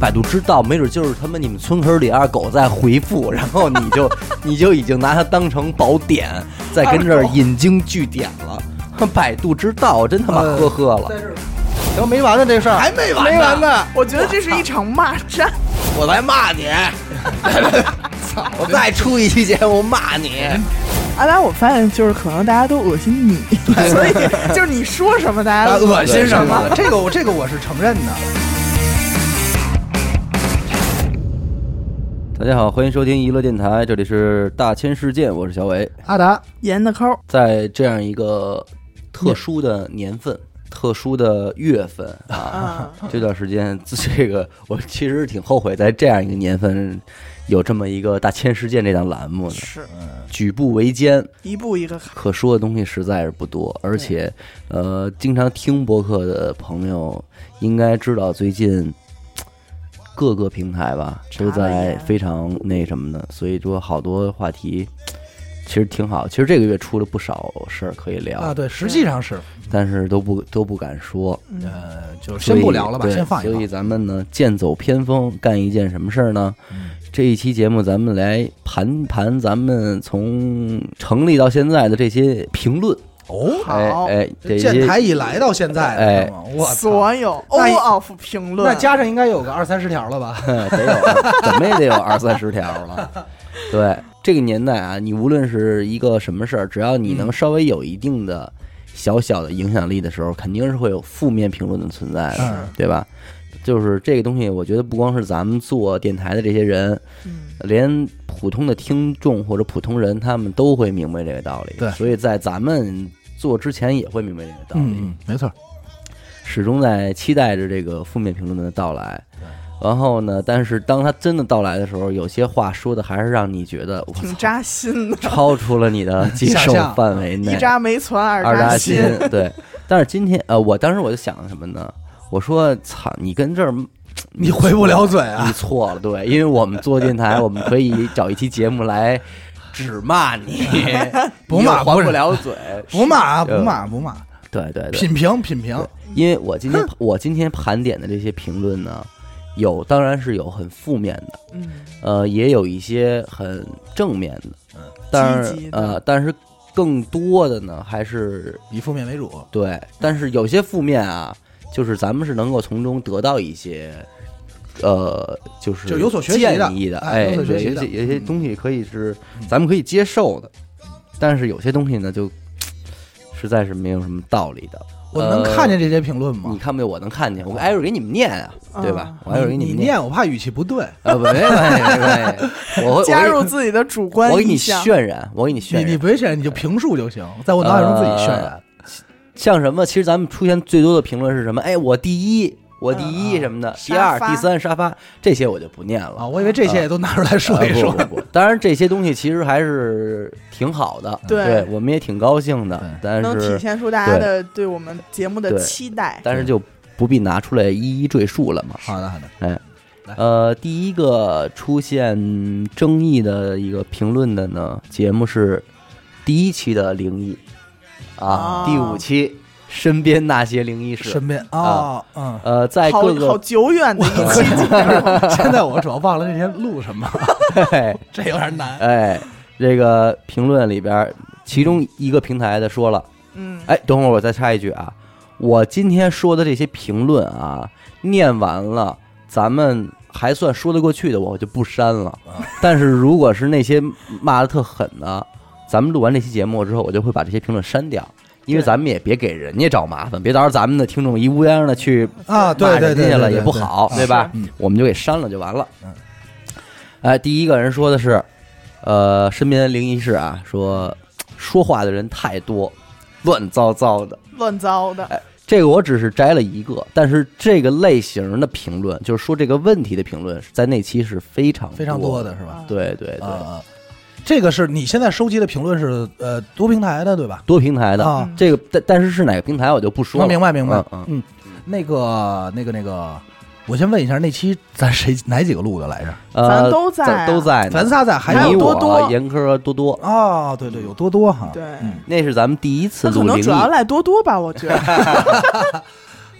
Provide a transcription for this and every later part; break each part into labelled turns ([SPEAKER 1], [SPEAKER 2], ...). [SPEAKER 1] 百度知道，没准就是他妈你们村口里二狗在回 复，然后你就你就已经拿它当成宝典，在跟这儿引经据典 了。百度知道真他妈呵呵了，
[SPEAKER 2] 行，没完呢这事儿，
[SPEAKER 3] 还没完
[SPEAKER 2] 没完呢。
[SPEAKER 4] 我觉得这是一场骂战。
[SPEAKER 1] 我来骂 你，我再出一期节目骂你。
[SPEAKER 2] 哎
[SPEAKER 4] 阿达，我发现就是可能大家都恶心你，所以就是你说什么大家
[SPEAKER 2] 啊
[SPEAKER 4] 都
[SPEAKER 2] 恶心什
[SPEAKER 1] 对
[SPEAKER 2] 么？这个我这个我是承认的。
[SPEAKER 1] 大家好，欢迎收听娱乐电台，这里是大千世界，我是小伟。
[SPEAKER 2] 阿达，
[SPEAKER 4] 严的抠儿。
[SPEAKER 1] 在这样一个特殊的年份、特殊的月份啊， 这段时间，这个我其实挺后悔，在这样一个年份有这么一个大千世界这档栏目的，
[SPEAKER 4] 是
[SPEAKER 1] 举步维艰，
[SPEAKER 4] 一步一个坎，
[SPEAKER 1] 可说的东西实在是不多，而且，呃，经常听播客的朋友应该知道，最近各个平台吧
[SPEAKER 4] 查
[SPEAKER 1] 都
[SPEAKER 4] 了
[SPEAKER 1] 在
[SPEAKER 4] 呀
[SPEAKER 1] 非常那什么的，所以说好多话题其实挺好。其实这个月出了不少事儿可以聊，
[SPEAKER 2] 啊，对，实际上是，
[SPEAKER 1] 但是都不都不敢说，
[SPEAKER 2] 呃，就
[SPEAKER 1] 所
[SPEAKER 2] 先
[SPEAKER 1] 以
[SPEAKER 2] 不聊了吧，
[SPEAKER 1] 对
[SPEAKER 2] 先放一
[SPEAKER 1] 所以
[SPEAKER 2] 放。
[SPEAKER 1] 咱们呢，剑走偏锋，干一件什么事儿呢？
[SPEAKER 2] 嗯
[SPEAKER 1] 这一期节目，咱们来盘盘咱们从成立到现在的这些评论。
[SPEAKER 2] 哦，
[SPEAKER 1] 哎
[SPEAKER 4] 好
[SPEAKER 1] 哎，这
[SPEAKER 2] 建
[SPEAKER 1] 些哎
[SPEAKER 2] 台以来到现在的是吗，我操，
[SPEAKER 4] 所有 all of 评论，
[SPEAKER 2] 那加上应该有个二三十条了吧？
[SPEAKER 1] 得有二，怎么也得有二三十条 了。对，这个年代啊，你无论是一个什么事儿，只要你
[SPEAKER 2] 嗯
[SPEAKER 1] 能稍微有一定的小小的影响力的时候，肯定是会有负面评论的存在的
[SPEAKER 2] 是，
[SPEAKER 1] 对吧？就是这个东西，我觉得不光是咱们做电台的这些人，
[SPEAKER 2] 嗯
[SPEAKER 1] 连普通的听众或者普通人，他们都会明白这个道理。
[SPEAKER 2] 对
[SPEAKER 1] 所以在咱们做之前也会明白这个道理。
[SPEAKER 2] 嗯，嗯，没错，
[SPEAKER 1] 始终在期待着这个负面评论的到来。然后呢，但是当它真的到来的时候，有些话说的还是让你觉得我
[SPEAKER 4] 挺
[SPEAKER 1] 操，
[SPEAKER 4] 扎心的，
[SPEAKER 1] 超出了你的接受
[SPEAKER 2] 想象
[SPEAKER 1] 范围内
[SPEAKER 4] 一。扎没存，二
[SPEAKER 1] 二
[SPEAKER 4] 扎
[SPEAKER 1] 心，对。但是今天，呃，我当时我就想什么呢？我说，操，你跟这儿
[SPEAKER 2] 你回不了嘴
[SPEAKER 1] 你
[SPEAKER 2] 啊。
[SPEAKER 1] 错了，对，因为我们做电台，我们可以找一期节目来只骂 你，
[SPEAKER 2] 不骂
[SPEAKER 1] 你又还
[SPEAKER 2] 不是
[SPEAKER 1] 不了嘴，
[SPEAKER 2] 不骂啊，
[SPEAKER 1] 对
[SPEAKER 2] 不骂，不骂，
[SPEAKER 1] 对对对，
[SPEAKER 2] 品评品评，
[SPEAKER 1] 因为我今天我今天盘点的这些评论呢，有当然是有很负面的，
[SPEAKER 4] 嗯，
[SPEAKER 1] 呃，也有一些很正面的，
[SPEAKER 2] 嗯
[SPEAKER 1] 但
[SPEAKER 4] 积
[SPEAKER 1] 是
[SPEAKER 4] 极的
[SPEAKER 1] 呃，但是更多的呢还是
[SPEAKER 2] 以负面为主。
[SPEAKER 1] 对，但是有些负面啊，就是咱们是能够从中得到一些。呃，就是
[SPEAKER 2] 就有所学习的
[SPEAKER 1] 建议的，
[SPEAKER 2] 哎
[SPEAKER 1] 哎，
[SPEAKER 2] 有所学
[SPEAKER 1] 对，
[SPEAKER 2] 习
[SPEAKER 1] 有
[SPEAKER 2] 的嗯
[SPEAKER 1] 些有些东西可以是咱们可以接受的，但是有些东西呢，就实在是没有什么道理的。
[SPEAKER 2] 我能
[SPEAKER 1] 呃
[SPEAKER 2] 看见这些评论吗
[SPEAKER 1] 你？看不见，我能看见，我挨着给你们念啊，
[SPEAKER 4] 啊
[SPEAKER 1] 对吧？我挨着给
[SPEAKER 2] 你
[SPEAKER 1] 们
[SPEAKER 2] 念，我怕语气不对。
[SPEAKER 1] 啊，不，没关系，没关系，我会
[SPEAKER 4] 加入自己，自己的主
[SPEAKER 1] 我
[SPEAKER 4] 观
[SPEAKER 1] 给我给你
[SPEAKER 4] 意向，
[SPEAKER 1] 渲染，我给你渲
[SPEAKER 2] 你你
[SPEAKER 1] 染，
[SPEAKER 2] 别渲染，你就评述就行，在我脑海中自己渲染。
[SPEAKER 1] 像什么？其实咱们出现最多的评论是什么？哎，我第一，我第一什么的，第二、
[SPEAKER 4] 沙发
[SPEAKER 1] 第三沙发这些我就不念
[SPEAKER 2] 啊，
[SPEAKER 1] 了。
[SPEAKER 2] 我以为这些也都拿出来说一说
[SPEAKER 1] 啊。呃不不不，当然这些东西其实还是挺好的，
[SPEAKER 4] 对
[SPEAKER 1] 我们也挺高兴的
[SPEAKER 2] 对，
[SPEAKER 1] 但
[SPEAKER 4] 能体
[SPEAKER 1] 是
[SPEAKER 4] 现出大家的对我们节目的
[SPEAKER 1] 对
[SPEAKER 4] 期待。
[SPEAKER 1] 但是就不必拿出来一一赘述了嘛。
[SPEAKER 2] 好的好的，
[SPEAKER 1] 呃，第一个出现争议的一个评论的呢，节目是第一期的灵异啊，
[SPEAKER 4] 哦
[SPEAKER 1] 第五期身边那些灵异事。
[SPEAKER 2] 身边啊嗯，
[SPEAKER 1] 呃，在
[SPEAKER 4] 好
[SPEAKER 1] 各
[SPEAKER 4] 好
[SPEAKER 1] 个
[SPEAKER 4] 久远的一期节目，
[SPEAKER 2] 现在我主要忘了这天录什么，
[SPEAKER 4] 哦
[SPEAKER 1] 哎
[SPEAKER 2] 这有点难。
[SPEAKER 1] 哎这个评论里边儿，其中一个平台的说了，
[SPEAKER 4] 嗯，
[SPEAKER 1] 哎，等会儿我再插一句啊，我今天说的这些评论啊，念完了，咱们还算说得过去的，我就不删了。
[SPEAKER 4] 啊
[SPEAKER 1] 但是如果是那些骂的特狠的，咱们录完这期节目之后，我就会把这些评论删掉，因为
[SPEAKER 4] 对
[SPEAKER 1] 咱们也别给人家找麻烦，别到时候咱们的听众一乌泱的去
[SPEAKER 2] 啊，对
[SPEAKER 1] 骂
[SPEAKER 2] 对
[SPEAKER 1] 人
[SPEAKER 2] 对
[SPEAKER 1] 家
[SPEAKER 2] 对
[SPEAKER 1] 了
[SPEAKER 2] 对
[SPEAKER 1] 也不好，
[SPEAKER 2] 对
[SPEAKER 1] 对吧
[SPEAKER 2] 是嗯？
[SPEAKER 1] 我们就给删了就完了
[SPEAKER 2] 嗯。
[SPEAKER 1] 哎，第一个人说的是，呃，身边灵异事啊，说说话的人太多，乱糟糟的。
[SPEAKER 4] 乱糟的，
[SPEAKER 1] 这个我只是摘了一个，但是这个类型的评论，就是说这个问题的评论，在那期是非常
[SPEAKER 2] 啊非常多
[SPEAKER 1] 的。
[SPEAKER 2] 的是吧？
[SPEAKER 1] 对对对，
[SPEAKER 2] 啊啊，这个是你现在收集的评论是呃多平台的对吧？
[SPEAKER 1] 多平台的。
[SPEAKER 2] 啊，
[SPEAKER 1] 这个但但是是哪个平台我就不说
[SPEAKER 2] 我
[SPEAKER 1] 了。
[SPEAKER 2] 明白明白
[SPEAKER 1] 嗯，嗯
[SPEAKER 2] 嗯，那个那个那个，我先问一下，那期咱谁哪几个录的来着？
[SPEAKER 1] 呃，
[SPEAKER 4] 咱都在
[SPEAKER 1] 咱都在呢，
[SPEAKER 2] 咱仨在，还
[SPEAKER 4] 还
[SPEAKER 1] 你
[SPEAKER 4] 有
[SPEAKER 2] 有
[SPEAKER 4] 多
[SPEAKER 1] 我
[SPEAKER 4] 多
[SPEAKER 1] 严科多多，
[SPEAKER 2] 哦，对对，有多多哈。
[SPEAKER 4] 对
[SPEAKER 2] 嗯
[SPEAKER 1] 那是咱们第一次
[SPEAKER 4] 他可
[SPEAKER 1] 录灵
[SPEAKER 4] 能
[SPEAKER 1] 异
[SPEAKER 4] 主要赖多多吧，我觉得。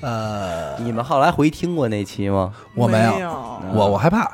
[SPEAKER 2] 呃，
[SPEAKER 1] 你们后来回听过那期吗？
[SPEAKER 2] 我没
[SPEAKER 4] 没
[SPEAKER 2] 有，我我害怕，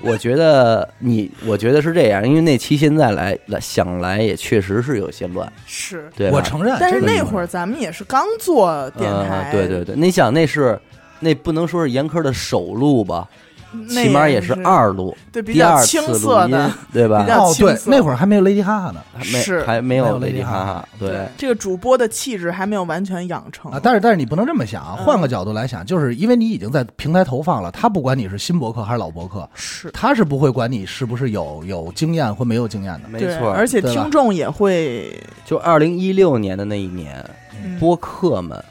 [SPEAKER 1] 我觉得你，我觉得是这样，因为那期现在来来想来也确实是有些乱，
[SPEAKER 4] 是，
[SPEAKER 1] 对吧
[SPEAKER 2] 我承认。
[SPEAKER 4] 但是
[SPEAKER 2] 这个
[SPEAKER 4] 那
[SPEAKER 2] 有
[SPEAKER 4] 会儿咱们也是刚做电台，
[SPEAKER 1] 嗯对对对，你想那是那不能说是严苛的首录吧，
[SPEAKER 4] 那也
[SPEAKER 1] 起码也是，二录，
[SPEAKER 4] 对比
[SPEAKER 1] 第
[SPEAKER 4] 较
[SPEAKER 1] 二次
[SPEAKER 4] 青
[SPEAKER 1] 录
[SPEAKER 4] 涩的
[SPEAKER 1] 音，对吧
[SPEAKER 4] 比？较
[SPEAKER 2] 哦，对
[SPEAKER 4] 青，涩
[SPEAKER 2] 那会儿还没有 Lady Gaga 呢
[SPEAKER 1] 还没
[SPEAKER 4] 是
[SPEAKER 1] 还没
[SPEAKER 2] 没
[SPEAKER 1] 有
[SPEAKER 2] 有
[SPEAKER 1] 雷迪
[SPEAKER 2] Lady
[SPEAKER 1] 哈哈
[SPEAKER 2] 哈，
[SPEAKER 1] 对，
[SPEAKER 4] 这个主播的气质还没有完全养成
[SPEAKER 2] 啊。但是但是你不能这么想啊，
[SPEAKER 4] 嗯
[SPEAKER 2] 换个角度来想，就是因为你已经在平台投放了，他不管你是新博客还是老博客，
[SPEAKER 4] 是
[SPEAKER 2] 他是不会管你是不是有有经验或没有经验的。
[SPEAKER 1] 没
[SPEAKER 4] 对
[SPEAKER 1] 错。
[SPEAKER 4] 而且
[SPEAKER 2] 对吧
[SPEAKER 4] 听众也会
[SPEAKER 1] 就二零一六年的那一年，
[SPEAKER 4] 嗯
[SPEAKER 1] 播客们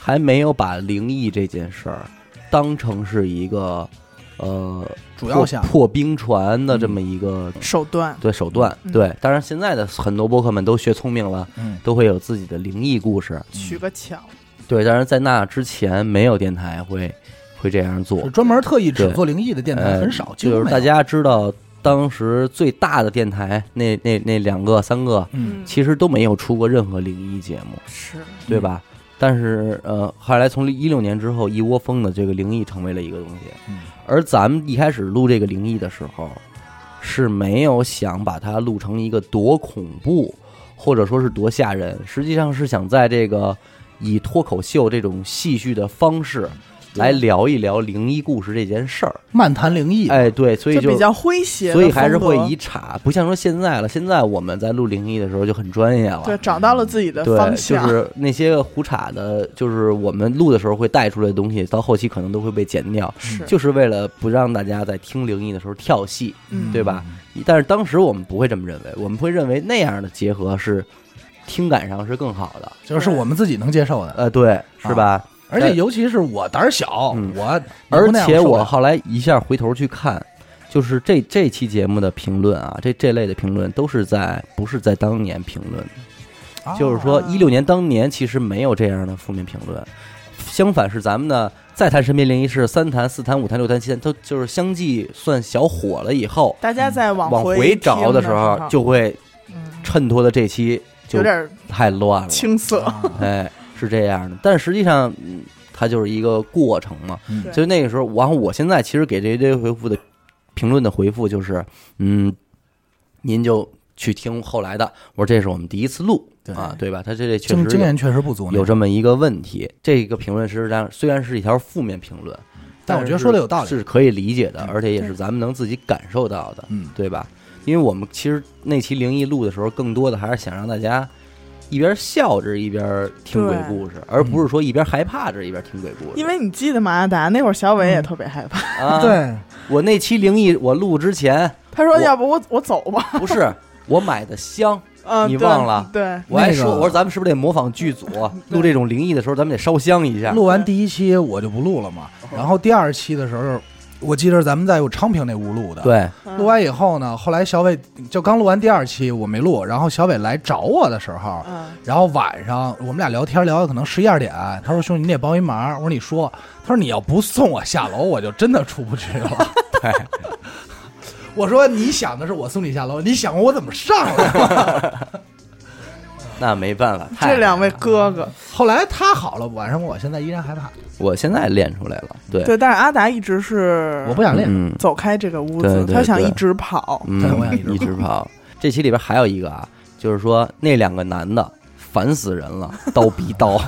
[SPEAKER 1] 还没有把灵异这件事儿当成是一个呃
[SPEAKER 2] 主要
[SPEAKER 1] 破
[SPEAKER 2] 想
[SPEAKER 1] 破冰船的这么一个
[SPEAKER 4] 手段，
[SPEAKER 1] 对手段
[SPEAKER 4] 嗯。
[SPEAKER 1] 对，当然现在的很多播客们都学聪明了，
[SPEAKER 2] 嗯，
[SPEAKER 1] 都会有自己的灵异故事。
[SPEAKER 4] 取个巧，
[SPEAKER 1] 对，但是在那之前，没有电台会会这样做
[SPEAKER 2] 是。专门特意只
[SPEAKER 1] 对
[SPEAKER 2] 做灵异的电台
[SPEAKER 1] 呃
[SPEAKER 2] 很少，几乎
[SPEAKER 1] 就是
[SPEAKER 2] 没
[SPEAKER 1] 大
[SPEAKER 2] 有
[SPEAKER 1] 家知道，当时最大的电台那那那两个三个，
[SPEAKER 2] 嗯，
[SPEAKER 1] 其实都没有出过任何灵异节目，
[SPEAKER 4] 是
[SPEAKER 1] 对吧？
[SPEAKER 4] 嗯
[SPEAKER 1] 但是呃，后来从一六年之后，一窝蜂的这个灵异成为了一个东西。
[SPEAKER 2] 嗯
[SPEAKER 1] 而咱们一开始录这个灵异的时候，是没有想把它录成一个多恐怖，或者说是多吓人，实际上是想在这个以脱口秀这种戏剧的方式来聊一聊灵异故事这件事儿。
[SPEAKER 2] 漫谈灵异，
[SPEAKER 1] 哎，对，所以
[SPEAKER 4] 就
[SPEAKER 1] 就
[SPEAKER 4] 比较诙谐的风格，
[SPEAKER 1] 所以还是会以查，不像说现在了。现在我们在录灵异的时候就很专业了，
[SPEAKER 4] 对找到了自己的
[SPEAKER 1] 对，
[SPEAKER 4] 方
[SPEAKER 1] 就
[SPEAKER 4] 向，
[SPEAKER 1] 是那些胡扯的，就是我们录的时候会带出来的东西，到后期可能都会被剪掉，
[SPEAKER 4] 是
[SPEAKER 1] 就是为了不让大家在听灵异的时候跳戏，
[SPEAKER 4] 嗯
[SPEAKER 1] 对吧？但是当时我们不会这么认为，我们会认为那样的结合是听感上是更好的，
[SPEAKER 2] 就是我们自己能接受的。
[SPEAKER 1] 呃，对，是
[SPEAKER 4] 啊
[SPEAKER 1] 吧？
[SPEAKER 2] 而且尤其是我胆儿小，
[SPEAKER 1] 嗯
[SPEAKER 2] 我
[SPEAKER 1] 而
[SPEAKER 2] 能那样
[SPEAKER 1] 且
[SPEAKER 2] 受不
[SPEAKER 1] 我
[SPEAKER 2] 了
[SPEAKER 1] 后来一下回头去看，就是这这期节目的评论啊，这这类的评论都是在不是在当年评论的
[SPEAKER 2] 啊
[SPEAKER 1] 就是说
[SPEAKER 4] 啊
[SPEAKER 1] 一六年当年其实没有这样的负面评论，相反是咱们呢再谈身边灵异事，三谈、四谈、五谈、六谈、七谈，都就是相继算小火了以后，
[SPEAKER 4] 大家在往
[SPEAKER 1] 嗯往
[SPEAKER 4] 回
[SPEAKER 1] 回找
[SPEAKER 4] 听的
[SPEAKER 1] 时候就会
[SPEAKER 4] 嗯
[SPEAKER 1] 衬托的这期就
[SPEAKER 4] 有点
[SPEAKER 1] 太乱了，
[SPEAKER 4] 青涩，
[SPEAKER 2] 啊
[SPEAKER 1] 哎，是这样的。但实际上，嗯它就是一个过程嘛。
[SPEAKER 2] 嗯
[SPEAKER 4] 对
[SPEAKER 1] 所以那个时候，然后我现在其实给这些回复的评论的回复就是，嗯，您就去听后来的。我说这是我们第一次录
[SPEAKER 2] 对
[SPEAKER 1] 啊，对吧？他这这确实
[SPEAKER 2] 经经
[SPEAKER 1] 有
[SPEAKER 2] 验确实不足，
[SPEAKER 1] 有这么一个问题。这个评论实际上虽然是一条负面评论，
[SPEAKER 2] 但我
[SPEAKER 1] 是
[SPEAKER 2] 觉得说的有道理
[SPEAKER 1] 是可以理解的，而且也
[SPEAKER 4] 对
[SPEAKER 1] 是咱们能自己感受到的，
[SPEAKER 2] 嗯
[SPEAKER 1] 对吧？因为我们其实那期灵异录的时候，更多的还是想让大家一边笑着一边听鬼
[SPEAKER 4] 对
[SPEAKER 1] 故事，而不是说一边害怕着一边听鬼故事。
[SPEAKER 4] 因为你记得马亚达那会儿，小伟也特别害怕，
[SPEAKER 1] 啊，
[SPEAKER 2] 对，
[SPEAKER 1] 我那期灵异我录之前
[SPEAKER 4] 他说
[SPEAKER 1] 我：“
[SPEAKER 4] 要不我我走吧。
[SPEAKER 1] 不是我买的香。”
[SPEAKER 4] 嗯，
[SPEAKER 1] 你
[SPEAKER 4] 对
[SPEAKER 1] 忘了
[SPEAKER 4] 对，
[SPEAKER 1] 我还
[SPEAKER 2] 那个
[SPEAKER 1] 说，我说咱们是不是得模仿剧组啊 录这种灵异的时候，咱们得烧香一下？
[SPEAKER 2] 录完第一期我就不录了嘛，
[SPEAKER 1] 哦
[SPEAKER 2] 然后第二期的时候，我记得咱们在有昌平那屋录的，，
[SPEAKER 1] 对，
[SPEAKER 2] 录完以后呢，后来小伟就刚录完第二期我没录，然后小伟来找我的时候，
[SPEAKER 4] 嗯，
[SPEAKER 2] 然后晚上我们俩聊天聊到可能十一二点，他说兄弟你得帮一忙，我说你说，他说你要不送我下楼我就真的出不去了，
[SPEAKER 1] 对，
[SPEAKER 2] 我说你想的是我送你下楼，你想过我怎么上来吗？
[SPEAKER 1] 那没办法，太
[SPEAKER 4] 这两位哥哥，
[SPEAKER 2] 后来他好了，晚上我现在依然害怕，
[SPEAKER 1] 我现在练出来了，对，
[SPEAKER 4] 对，但是阿达一直是
[SPEAKER 2] 我不想练，
[SPEAKER 1] 嗯，
[SPEAKER 4] 走开这个屋
[SPEAKER 1] 对
[SPEAKER 4] 子，
[SPEAKER 1] 对
[SPEAKER 4] 他想
[SPEAKER 1] 对
[SPEAKER 4] 一直跑。
[SPEAKER 1] 嗯
[SPEAKER 2] 对我想一直跑
[SPEAKER 1] 一直跑。这期里边还有一个啊，就是说那两个男的烦死人了，刀逼 刀，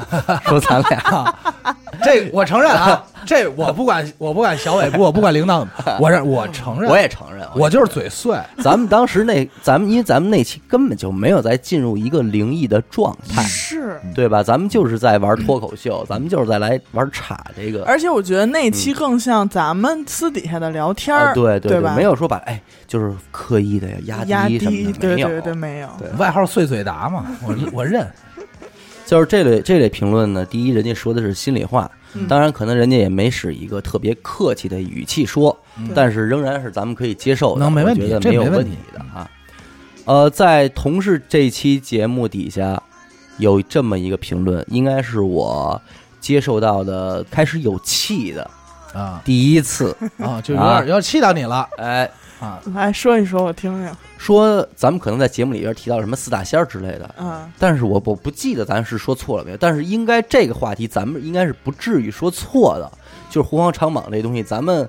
[SPEAKER 1] 说咱俩嗯
[SPEAKER 2] 这我承认啊，这我不管，我不管小伟，不我不管铃铛，我认我承认，
[SPEAKER 1] 我
[SPEAKER 2] 我
[SPEAKER 1] 也承认，啊
[SPEAKER 2] 就是嘴碎，
[SPEAKER 1] 咱们当时那咱们因为咱们那期根本就没有在进入一个灵异的状态，
[SPEAKER 4] 是，
[SPEAKER 1] 对吧？咱们就是在玩脱口秀，咱们就是在来玩岔这个。
[SPEAKER 4] 而且我觉得那期更像咱们私底下的聊天
[SPEAKER 1] 嗯啊
[SPEAKER 4] 儿，
[SPEAKER 1] 对
[SPEAKER 4] 对
[SPEAKER 1] 对，
[SPEAKER 4] 吧？
[SPEAKER 1] 没有说把哎，就是刻意的压
[SPEAKER 4] 压
[SPEAKER 1] 低什么的，
[SPEAKER 4] 对
[SPEAKER 1] 没有
[SPEAKER 4] 对对，没有。
[SPEAKER 1] 对
[SPEAKER 2] 外号碎嘴达嘛，我我认，
[SPEAKER 1] 就是这类这类评论呢，第一，人家说的是心里话，
[SPEAKER 4] 嗯
[SPEAKER 1] 当然可能人家也没使一个特别客气的语气说，
[SPEAKER 2] 嗯
[SPEAKER 1] 但是仍然是咱们可以接受的，
[SPEAKER 2] 能没问题
[SPEAKER 1] 我觉得
[SPEAKER 2] 这
[SPEAKER 1] 没有
[SPEAKER 2] 没问
[SPEAKER 1] 问
[SPEAKER 2] 题
[SPEAKER 1] 的啊。呃，在同事这期节目底下有这么一个评论，应该是我接受到的开始有气的
[SPEAKER 2] 啊
[SPEAKER 1] 第一次， 啊
[SPEAKER 2] 啊，就有点有点气到你了，
[SPEAKER 1] 哎，
[SPEAKER 2] 啊，
[SPEAKER 4] 来说一说，我听听。
[SPEAKER 1] 说咱们可能在节目里边提到什么四大仙儿之类的，
[SPEAKER 4] 嗯，
[SPEAKER 1] 但是我我不记得咱是说错了没有，但是应该这个话题咱们应该是不至于说错的，就是狐黄长蟒这东西，咱们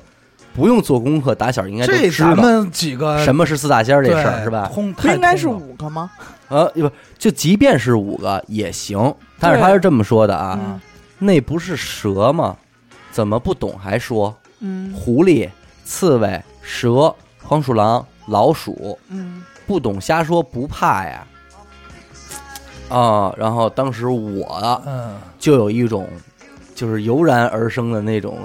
[SPEAKER 1] 不用做功课，打小应该都
[SPEAKER 2] 这
[SPEAKER 1] 知道
[SPEAKER 2] 咱们几个
[SPEAKER 1] 什么是四大仙儿这
[SPEAKER 2] 对
[SPEAKER 1] 事儿是吧？
[SPEAKER 2] 通
[SPEAKER 4] 不
[SPEAKER 2] 太
[SPEAKER 4] 应该是
[SPEAKER 2] 通了
[SPEAKER 4] 五个吗？
[SPEAKER 1] 呃，不，就即便是五个也行，但是他是这么说的啊，
[SPEAKER 4] 嗯
[SPEAKER 1] 那不是蛇吗？怎么不懂还说
[SPEAKER 4] 嗯
[SPEAKER 1] 狐狸、刺猬、蛇、黄鼠狼、老鼠，
[SPEAKER 4] 嗯，
[SPEAKER 1] 不懂瞎说不怕呀？啊，然后当时我
[SPEAKER 2] 嗯，
[SPEAKER 1] 就有一种就是油然而生的那种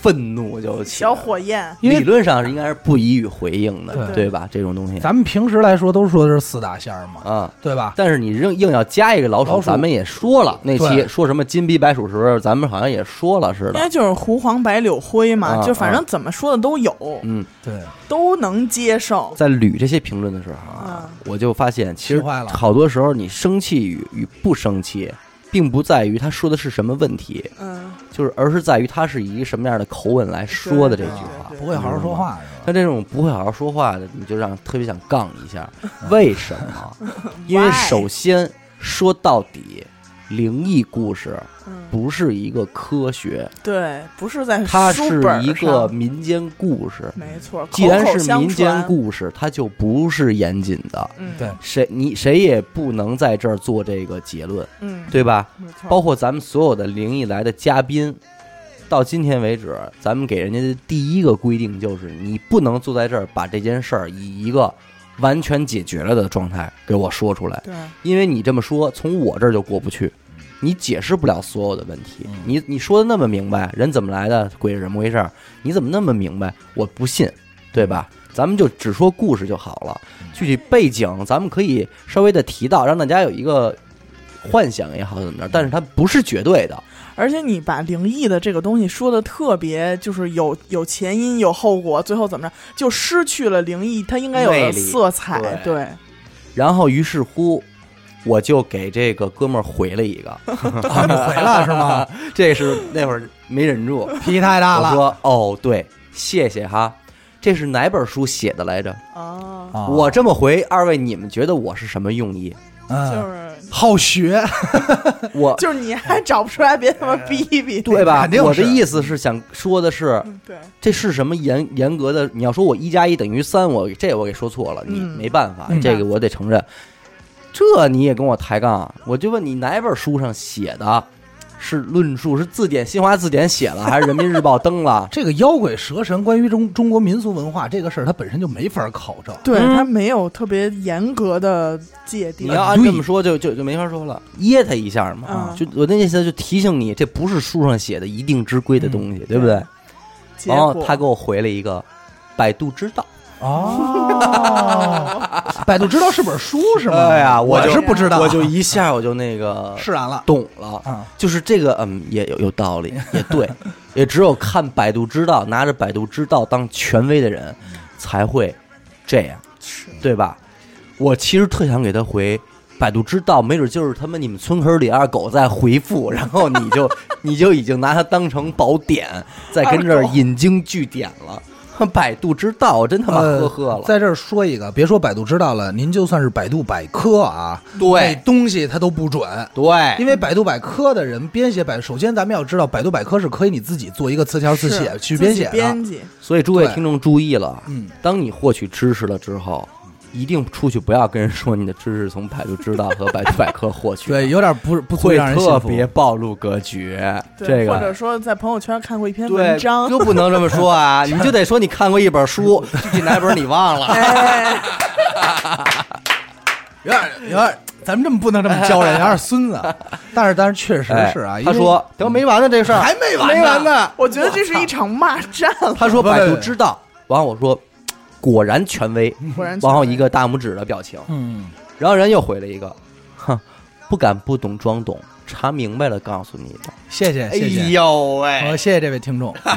[SPEAKER 1] 愤怒就起来
[SPEAKER 4] 小
[SPEAKER 1] 了，
[SPEAKER 4] 火焰，
[SPEAKER 2] 因
[SPEAKER 1] 理
[SPEAKER 2] 为
[SPEAKER 1] 论上是应该是不予以回应的，
[SPEAKER 2] 对
[SPEAKER 1] 对吧？这种东西
[SPEAKER 2] 咱们平时来说都说的是四大仙儿嘛，
[SPEAKER 1] 啊。
[SPEAKER 2] 对吧？
[SPEAKER 1] 但是你硬硬要加一个老鼠，
[SPEAKER 2] 老鼠
[SPEAKER 1] 咱们也说了那期
[SPEAKER 2] 对
[SPEAKER 1] 说什么金鼻白鼠时候，咱们好像也说了似
[SPEAKER 4] 应该
[SPEAKER 1] 的。
[SPEAKER 4] 就是狐黄白柳灰嘛，
[SPEAKER 1] 啊
[SPEAKER 4] 就反正怎么说的都有，
[SPEAKER 1] 嗯，
[SPEAKER 2] 对，
[SPEAKER 4] 都能接受。
[SPEAKER 1] 在捋这些评论的时候啊，我就发现其实
[SPEAKER 2] 气坏了
[SPEAKER 1] 好多时候你生气与与不生气，并不在于他说的是什么问题，
[SPEAKER 4] 嗯，
[SPEAKER 1] 就是而是在于他是以一个什么样的口吻来说的这句话
[SPEAKER 4] 对。
[SPEAKER 2] 啊不会好好说话是吧？
[SPEAKER 1] 像这种不会好好说话的，你就让特别想杠一 下，为什么？因为
[SPEAKER 4] Why？
[SPEAKER 1] 首先说到底，灵异故事
[SPEAKER 4] 嗯，
[SPEAKER 1] 不是一个科学。
[SPEAKER 4] 对，不是在
[SPEAKER 1] 它
[SPEAKER 4] 书
[SPEAKER 1] 是
[SPEAKER 4] 本儿
[SPEAKER 1] 一个
[SPEAKER 4] 上，
[SPEAKER 1] 民间故事。
[SPEAKER 4] 没错，口
[SPEAKER 1] 既然
[SPEAKER 4] 口
[SPEAKER 1] 是
[SPEAKER 4] 相
[SPEAKER 1] 民间
[SPEAKER 4] 传，
[SPEAKER 1] 故事，它就不是严谨的。
[SPEAKER 4] 嗯，
[SPEAKER 2] 对，
[SPEAKER 1] 谁你谁也不能在这儿做这个结论，
[SPEAKER 4] 嗯，
[SPEAKER 1] 对吧？
[SPEAKER 4] 没错，
[SPEAKER 1] 包括咱们所有的灵异来的嘉宾，到今天为止，咱们给人家的第一个规定就是，你不能坐在这儿把这件事儿以一个完全解决了的状态给我说出来，
[SPEAKER 4] 对，
[SPEAKER 1] 因为你这么说，从我这儿就过不去。你解释不了所有的问题
[SPEAKER 2] 嗯，
[SPEAKER 1] 你你说的那么明白，人怎么来的，鬼是怎么回事儿，你怎么那么明白？我不信，对吧？
[SPEAKER 2] 嗯
[SPEAKER 1] 咱们就只说故事就好了，具体背景咱们可以稍微的提到，让大家有一个幻想也好怎么着，但是它不是绝对的，
[SPEAKER 4] 而且你把灵异的这个东西说的特别，就是有有前因有后果，最后怎么着就失去了灵异它应该有
[SPEAKER 1] 魅
[SPEAKER 4] 的
[SPEAKER 1] 力
[SPEAKER 4] 色彩。
[SPEAKER 1] 对
[SPEAKER 4] 对，
[SPEAKER 1] 然后于是乎，我就给这个哥们儿回了一个，
[SPEAKER 2] 啊不回了是吗？
[SPEAKER 1] 这是那会儿没忍住，
[SPEAKER 2] 脾气太大
[SPEAKER 1] 我
[SPEAKER 2] 了。
[SPEAKER 1] 说哦对，谢谢哈，这是哪本书写的来着？
[SPEAKER 4] 啊，
[SPEAKER 2] 啊
[SPEAKER 1] 我这么回，二位你们觉得我是什么用意？
[SPEAKER 4] 就
[SPEAKER 2] 嗯，
[SPEAKER 4] 是
[SPEAKER 2] 好学，
[SPEAKER 1] 我
[SPEAKER 4] 就是你还找不出来，别他妈逼一逼。
[SPEAKER 1] 哎对吧
[SPEAKER 2] 肯定？是
[SPEAKER 1] 我的意思是想说的是，
[SPEAKER 4] 嗯对，
[SPEAKER 1] 这是什么严严格的？你要说我一加一等于三，我这我给说错了，你
[SPEAKER 4] 嗯
[SPEAKER 1] 没办法，
[SPEAKER 2] 嗯
[SPEAKER 1] 这个我得承认。这你也跟我抬杠？我就问你哪本书上写的？是论述是字典《新华字典》写了，还是人民日报登了
[SPEAKER 2] ？这个妖鬼蛇神关于中中国民俗文化这个事儿，它本身就没法考证。
[SPEAKER 4] 对
[SPEAKER 1] 嗯
[SPEAKER 4] 它没有特别严格的界
[SPEAKER 1] 你
[SPEAKER 4] 定。
[SPEAKER 1] 要按这么说就，就就没法说了，噎他一下嘛。
[SPEAKER 4] 嗯
[SPEAKER 1] 就我那意思，就提醒你，这不是书上写的一定之规的东西，对不对？
[SPEAKER 4] 结
[SPEAKER 1] 然后
[SPEAKER 4] 果
[SPEAKER 1] 哦他给我回了一个，百度知道。
[SPEAKER 2] 哦，百度知道是本书是吗？
[SPEAKER 1] 哎呀我
[SPEAKER 2] 我
[SPEAKER 1] 就是
[SPEAKER 2] 不知道，
[SPEAKER 1] 我就一下我就那 个
[SPEAKER 2] 释然了。
[SPEAKER 1] 懂了，
[SPEAKER 2] 啊，
[SPEAKER 1] 就是这个，嗯，也有有道理，也对，也只有看百度知道，拿着百度知道当权威的人，才会这样，
[SPEAKER 4] 是
[SPEAKER 1] 对吧？我其实特想给他回。百度知道，没准就是他妈你们村口里二狗在回复，然后你就你就已经拿它当成宝典，在跟这儿
[SPEAKER 4] 二狗
[SPEAKER 1] 引经据典了。 百度知道，我真他妈呵呵
[SPEAKER 2] 呃
[SPEAKER 1] 了。
[SPEAKER 2] 在这儿说一个，别说百度知道了，您就算是百度百科啊，那
[SPEAKER 1] 对哎
[SPEAKER 2] 东西它都不准。
[SPEAKER 1] 对，
[SPEAKER 2] 因为百度百科的人编写百，首先咱们要知道，百度百科是可以你自己做一个词条自写
[SPEAKER 4] 是
[SPEAKER 2] 去
[SPEAKER 4] 自
[SPEAKER 2] 编
[SPEAKER 4] 己
[SPEAKER 2] 写的。
[SPEAKER 4] 编辑
[SPEAKER 1] 所以诸位
[SPEAKER 2] 对
[SPEAKER 1] 听众注意了，
[SPEAKER 2] 嗯，
[SPEAKER 1] 当你获取知识了之后，一定出去不要跟人说你的知识从百度知道和百度百科获取的，
[SPEAKER 2] 对，有点不不足以
[SPEAKER 1] 会
[SPEAKER 2] 让人信
[SPEAKER 1] 特
[SPEAKER 2] 服。
[SPEAKER 1] 别暴露格局。
[SPEAKER 4] 对
[SPEAKER 1] 这
[SPEAKER 4] 或者
[SPEAKER 1] 个
[SPEAKER 4] 说在朋友圈看过一篇
[SPEAKER 1] 对
[SPEAKER 4] 文章，
[SPEAKER 1] 就不能这么说 啊，你就得说你看过一本书，具体哪本你忘 了。
[SPEAKER 4] 哎，
[SPEAKER 2] 有点有点，咱们这么不能这么 教人，有点孙子。但是但是确实是啊，
[SPEAKER 1] 哎
[SPEAKER 2] 因
[SPEAKER 1] 他
[SPEAKER 2] 为
[SPEAKER 1] 说等没完呢，这事儿
[SPEAKER 2] 还没完呢
[SPEAKER 1] 没完呢。
[SPEAKER 4] 我觉得这是一场骂战了。
[SPEAKER 1] 他说
[SPEAKER 2] 不不
[SPEAKER 1] 百度
[SPEAKER 2] 不
[SPEAKER 1] 知道，完我说果然权威，
[SPEAKER 4] 果然，
[SPEAKER 1] 然后一个大拇指的表情，
[SPEAKER 2] 嗯，
[SPEAKER 1] 然后人又回了一个，哼，不敢不懂装懂，查明白了告诉你的。
[SPEAKER 2] 谢谢谢谢，
[SPEAKER 1] 哎呦喂
[SPEAKER 2] 我谢谢这位听众， 嗯